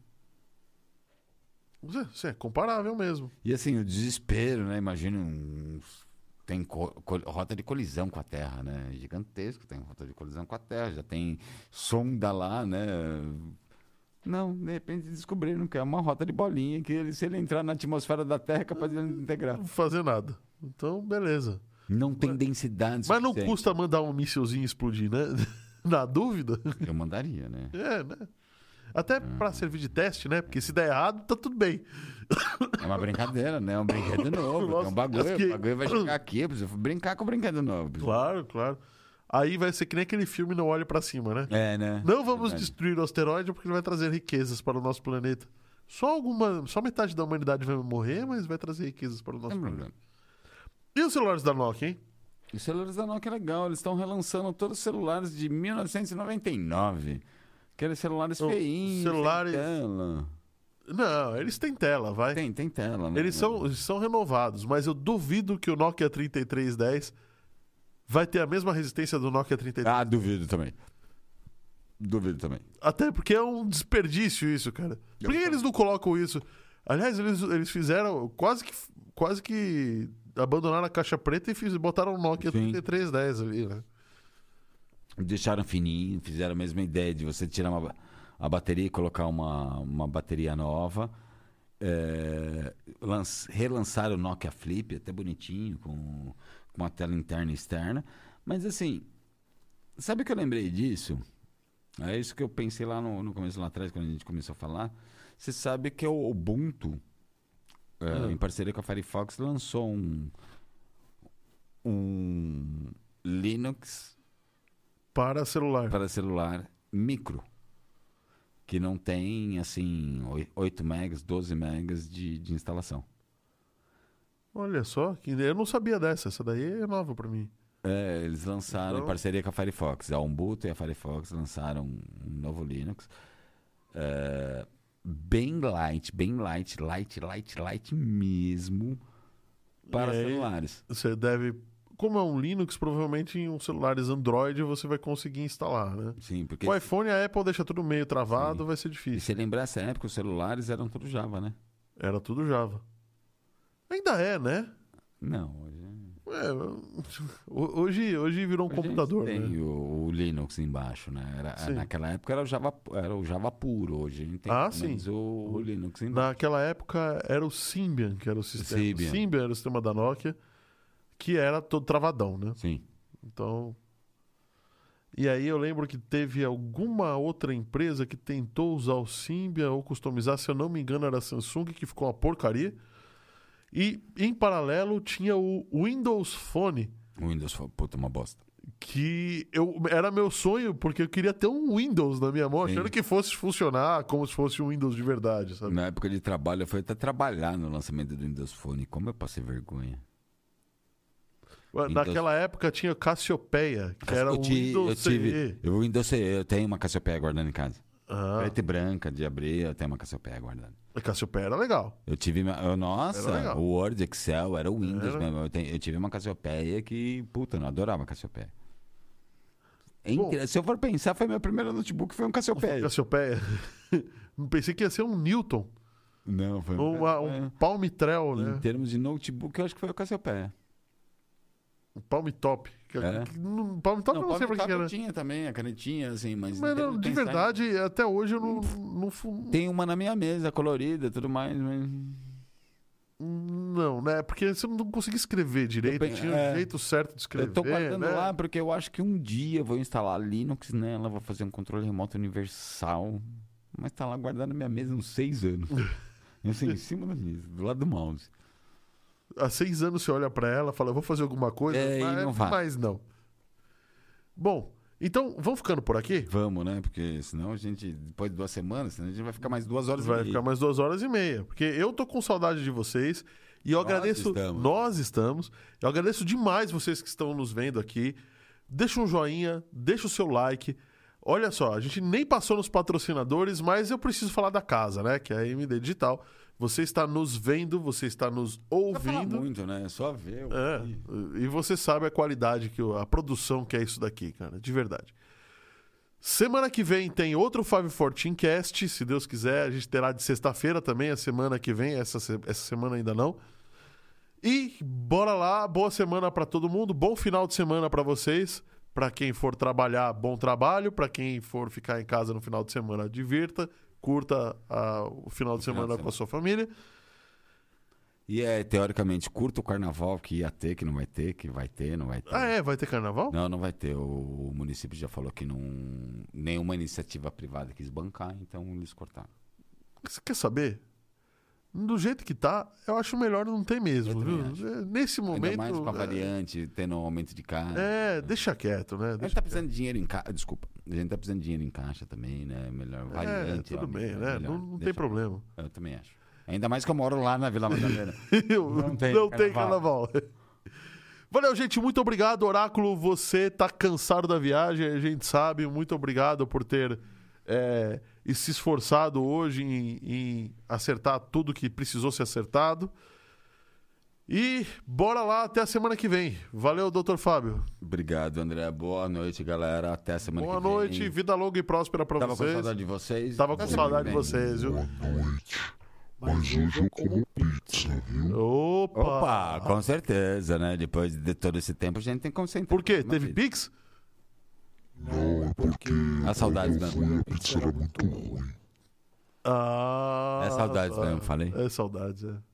[SPEAKER 1] Isso é- Isso é comparável mesmo.
[SPEAKER 2] E assim, o desespero, né? Imagina um... Tem co- co- rota de colisão com a Terra, né? Gigantesco, tem rota de colisão com a Terra, já tem sonda lá, né? Não, de repente descobriram que é uma rota de bolinha, que ele- se ele entrar na atmosfera da Terra é capaz de integrar.
[SPEAKER 1] Não fazer nada. Então, beleza.
[SPEAKER 2] Não tem densidade
[SPEAKER 1] Mas não
[SPEAKER 2] suficiente.
[SPEAKER 1] custa mandar um míssilzinho explodir, né? Na dúvida.
[SPEAKER 2] Eu mandaria, né?
[SPEAKER 1] É, né? Até pra
[SPEAKER 2] Hum.
[SPEAKER 1] servir de teste, né? Porque se der errado, tá tudo bem.
[SPEAKER 2] É uma brincadeira, né? É um brinquedo novo, é
[SPEAKER 1] Nossa,
[SPEAKER 2] um bagulho,
[SPEAKER 1] acho que-
[SPEAKER 2] o bagulho vai chegar aqui, eu preciso brincar com o brinquedo novo.
[SPEAKER 1] Claro, claro. Aí vai ser que nem aquele filme Não Olhe Pra Cima, né?
[SPEAKER 2] É, né?
[SPEAKER 1] Não vamos
[SPEAKER 2] Verdade.
[SPEAKER 1] destruir o asteroide porque ele vai trazer riquezas para o nosso planeta. Só alguma, só metade da humanidade vai morrer, mas vai trazer riquezas para o nosso
[SPEAKER 2] Não tem
[SPEAKER 1] planeta.
[SPEAKER 2] problema.
[SPEAKER 1] E os celulares da Nokia, hein?
[SPEAKER 2] Os celulares da Nokia é legal, eles estão relançando todos os celulares de 1999. Aqueles celulares
[SPEAKER 1] Os
[SPEAKER 2] feinhos,
[SPEAKER 1] celulares-
[SPEAKER 2] tem tela.
[SPEAKER 1] Não, eles têm tela, vai.
[SPEAKER 2] Tem, tem tela. né?
[SPEAKER 1] Eles são, eles são renovados, mas eu duvido que o Nokia 3310 vai ter a mesma resistência do Nokia 33.
[SPEAKER 2] Ah, duvido também. Duvido também.
[SPEAKER 1] Até porque é um desperdício isso, cara. Por que eles não colocam isso? Aliás, eles, eles fizeram quase que, quase que abandonaram a caixa preta e fiz, botaram o Nokia
[SPEAKER 2] Sim.
[SPEAKER 1] 3310 ali, né?
[SPEAKER 2] Deixaram fininho, fizeram a mesma ideia de você tirar uma, ba- a bateria e colocar uma, uma bateria nova. É, lanç- relançaram o Nokia Flip, até bonitinho, com, com uma tela interna e externa. Mas assim, sabe o que eu lembrei disso? É isso que eu pensei lá no, no começo, lá atrás, quando a gente começou a falar. Você sabe que o Ubuntu, é, em parceria com a Firefox, lançou um, um Linux
[SPEAKER 1] Para celular.
[SPEAKER 2] para celular micro, que não tem assim oi- 8 megas, 12 megas de, de instalação.
[SPEAKER 1] Olha só, que eu não sabia dessa. Essa daí é nova pra mim.
[SPEAKER 2] É, eles lançaram
[SPEAKER 1] Então-
[SPEAKER 2] em parceria com a Firefox, a Ubuntu e a Firefox lançaram um novo Linux. é, bem light, bem light, light, light, light mesmo para
[SPEAKER 1] E aí?
[SPEAKER 2] celulares.
[SPEAKER 1] Você deve. Como é um Linux, provavelmente em uns celulares Android você vai conseguir instalar, né?
[SPEAKER 2] Sim, porque
[SPEAKER 1] O iPhone, a Apple deixa tudo meio travado, vai ser
[SPEAKER 2] se,
[SPEAKER 1] difícil.
[SPEAKER 2] se lembrar essa época, os celulares eram tudo Java, né?
[SPEAKER 1] Era tudo Java. Ainda é, né?
[SPEAKER 2] Não, hoje,
[SPEAKER 1] É, ho- hoje, hoje virou um
[SPEAKER 2] Hoje é
[SPEAKER 1] computador,
[SPEAKER 2] tem
[SPEAKER 1] né?
[SPEAKER 2] o, o Linux embaixo, né? Era-
[SPEAKER 1] Sim.
[SPEAKER 2] naquela época era o, Java, era o Java puro, hoje a gente tem
[SPEAKER 1] Ah,
[SPEAKER 2] pelo menos
[SPEAKER 1] sim.
[SPEAKER 2] o, o Linux embaixo.
[SPEAKER 1] Naquela época era o Symbian, que era o sistema.
[SPEAKER 2] Symbian.
[SPEAKER 1] Symbian era o sistema da Nokia, que era todo travadão, né?
[SPEAKER 2] Sim.
[SPEAKER 1] Então. E aí eu lembro que teve alguma outra empresa que tentou usar o Symbian ou customizar, se eu não me engano, era a Samsung, que ficou uma porcaria. E em paralelo tinha o Windows Phone,
[SPEAKER 2] O Windows foi puta uma bosta.
[SPEAKER 1] que eu era meu sonho, porque eu queria ter um Windows na minha mão,
[SPEAKER 2] Sim.
[SPEAKER 1] achando que fosse funcionar como se fosse um Windows de verdade, sabe?
[SPEAKER 2] Na época de trabalho, eu fui até trabalhar no lançamento do Windows Phone. Como eu passei vergonha. Windows-
[SPEAKER 1] Naquela época tinha Cassiopeia, que era
[SPEAKER 2] eu
[SPEAKER 1] um
[SPEAKER 2] ti-
[SPEAKER 1] Windows
[SPEAKER 2] eu tive,
[SPEAKER 1] CE.
[SPEAKER 2] Eu, Windows CE, eu tenho uma Cassiopeia guardando em casa.
[SPEAKER 1] Ah,
[SPEAKER 2] Preta e branca, de abrir, eu tenho uma Cassiopeia guardando.
[SPEAKER 1] a Cassiopeia era legal.
[SPEAKER 2] Eu tive uma... eu-
[SPEAKER 1] Era
[SPEAKER 2] Nossa,
[SPEAKER 1] legal.
[SPEAKER 2] o Word, Excel, era o Windows
[SPEAKER 1] Era.
[SPEAKER 2] mesmo. Eu, tenho- eu tive uma Cassiopeia que, puta, eu não adorava Cassiopeia. É inter- Se eu for pensar, foi meu primeiro notebook, foi um Cassiopeia.
[SPEAKER 1] Cassiopeia. Pensei que ia ser um Newton,
[SPEAKER 2] Não, foi
[SPEAKER 1] ou uma-
[SPEAKER 2] É.
[SPEAKER 1] um Palmitrel,
[SPEAKER 2] Em
[SPEAKER 1] né?
[SPEAKER 2] termos de notebook, eu acho que foi o Cassiopeia.
[SPEAKER 1] Um Palmitop. Que,
[SPEAKER 2] É.
[SPEAKER 1] que- não- Palmitop eu não sei pra que que era.
[SPEAKER 2] tinha também, a canetinha, assim, mas... em
[SPEAKER 1] Mas
[SPEAKER 2] termos
[SPEAKER 1] não, de
[SPEAKER 2] pensar-
[SPEAKER 1] verdade, até hoje eu não, não, fu-
[SPEAKER 2] Tem uma na minha mesa, colorida, tudo mais, mas...
[SPEAKER 1] Não, né? Porque você não conseguia escrever direito,
[SPEAKER 2] Eu pe-
[SPEAKER 1] tinha o
[SPEAKER 2] é.
[SPEAKER 1] jeito certo de escrever.
[SPEAKER 2] Eu tô guardando
[SPEAKER 1] né?
[SPEAKER 2] lá porque eu acho que um dia eu vou instalar Linux nela, vou fazer um controle remoto universal, mas tá lá guardado na minha mesa uns seis anos. assim, em cima da mesa, do lado do mouse.
[SPEAKER 1] Há seis anos você olha pra ela fala, eu vou fazer alguma coisa,
[SPEAKER 2] É, e
[SPEAKER 1] mas,
[SPEAKER 2] não vai.
[SPEAKER 1] mas não. Bom, então vamos ficando por aqui?
[SPEAKER 2] Vamos, né? Porque senão a gente, depois de duas semanas, senão a gente vai ficar mais duas horas e
[SPEAKER 1] Vai
[SPEAKER 2] meia.
[SPEAKER 1] ficar mais duas horas e meia. Porque eu tô com saudade de vocês. E eu
[SPEAKER 2] Nós
[SPEAKER 1] agradeço.
[SPEAKER 2] estamos.
[SPEAKER 1] Nós estamos. Eu agradeço demais vocês que estão nos vendo aqui. Deixa um joinha, deixa o seu like. Olha só, a gente nem passou nos patrocinadores, mas eu preciso falar da casa, né? Que é a MD Digital. Você está nos vendo, você está nos
[SPEAKER 2] Não precisa falar
[SPEAKER 1] ouvindo.
[SPEAKER 2] muito, né? É só ver. o-
[SPEAKER 1] É, e você sabe a qualidade, que o- a produção que é isso daqui, cara, de verdade. Semana que vem tem outro 514 Cast, se Deus quiser, a gente terá de sexta-feira também, a semana que vem, essa, se- essa semana ainda não. E bora lá, boa semana pra todo mundo, bom final de semana pra vocês. Pra quem for trabalhar, bom trabalho. Pra quem for ficar em casa no final de semana, divirta, curta ah, o final de semana
[SPEAKER 2] de
[SPEAKER 1] com a sua família.
[SPEAKER 2] E é, teoricamente, curta o carnaval que ia ter, que não vai ter, que vai ter, não vai ter.
[SPEAKER 1] Ah, é? Vai ter carnaval?
[SPEAKER 2] Não, não vai ter. O município já falou que não nenhuma iniciativa privada quis bancar, então eles cortaram.
[SPEAKER 1] Você quer saber? do jeito que tá, eu acho melhor não ter mesmo,
[SPEAKER 2] Eu também
[SPEAKER 1] viu? É, Nesse
[SPEAKER 2] Ainda
[SPEAKER 1] momento.
[SPEAKER 2] mais com
[SPEAKER 1] é,
[SPEAKER 2] a variante, tendo um aumento de carga.
[SPEAKER 1] É, deixa quieto, né?
[SPEAKER 2] A gente
[SPEAKER 1] Deixa
[SPEAKER 2] tá precisando de dinheiro em caixa. Desculpa. A gente tá precisando de dinheiro em caixa também, né? Melhor
[SPEAKER 1] É,
[SPEAKER 2] variante.
[SPEAKER 1] tudo
[SPEAKER 2] ó,
[SPEAKER 1] bem,
[SPEAKER 2] melhor,
[SPEAKER 1] né?
[SPEAKER 2] melhor.
[SPEAKER 1] Não, não tem
[SPEAKER 2] Deixa-
[SPEAKER 1] problema.
[SPEAKER 2] Eu também acho. Ainda mais que eu moro lá na Vila Madalena.
[SPEAKER 1] Eu- não
[SPEAKER 4] Não
[SPEAKER 1] tem,
[SPEAKER 4] tem
[SPEAKER 1] carnaval. Valeu, gente. Muito obrigado, Oráculo. Você tá cansado da viagem, a gente sabe. Muito obrigado por ter é, se esforçado hoje em, em acertar tudo que precisou ser acertado. E bora lá até a semana que vem. Valeu, doutor Fábio.
[SPEAKER 2] Obrigado, André. Boa noite, galera. Até semana
[SPEAKER 1] Boa
[SPEAKER 2] que vem.
[SPEAKER 1] noite, vida longa e próspera pra
[SPEAKER 2] Tava com
[SPEAKER 1] vocês.
[SPEAKER 2] saudade de vocês. Tá
[SPEAKER 1] Tava com
[SPEAKER 2] Até
[SPEAKER 1] saudade de
[SPEAKER 2] semana que vem.
[SPEAKER 1] vocês, viu?
[SPEAKER 3] Boa noite. Mas hoje eu como pizza, viu?
[SPEAKER 1] Opa!
[SPEAKER 2] Opa, com certeza, né? Depois de todo esse tempo, a gente tem que concentrar.
[SPEAKER 1] Por quê?
[SPEAKER 2] Uma
[SPEAKER 1] Teve
[SPEAKER 2] pizza.
[SPEAKER 1] Pix?
[SPEAKER 3] Não, é porque
[SPEAKER 2] A saudade da-
[SPEAKER 3] eu fui e a pizza era muito ruim.
[SPEAKER 1] Ah,
[SPEAKER 2] É saudades
[SPEAKER 1] tá.
[SPEAKER 2] mesmo, falei.
[SPEAKER 1] É saudades, é.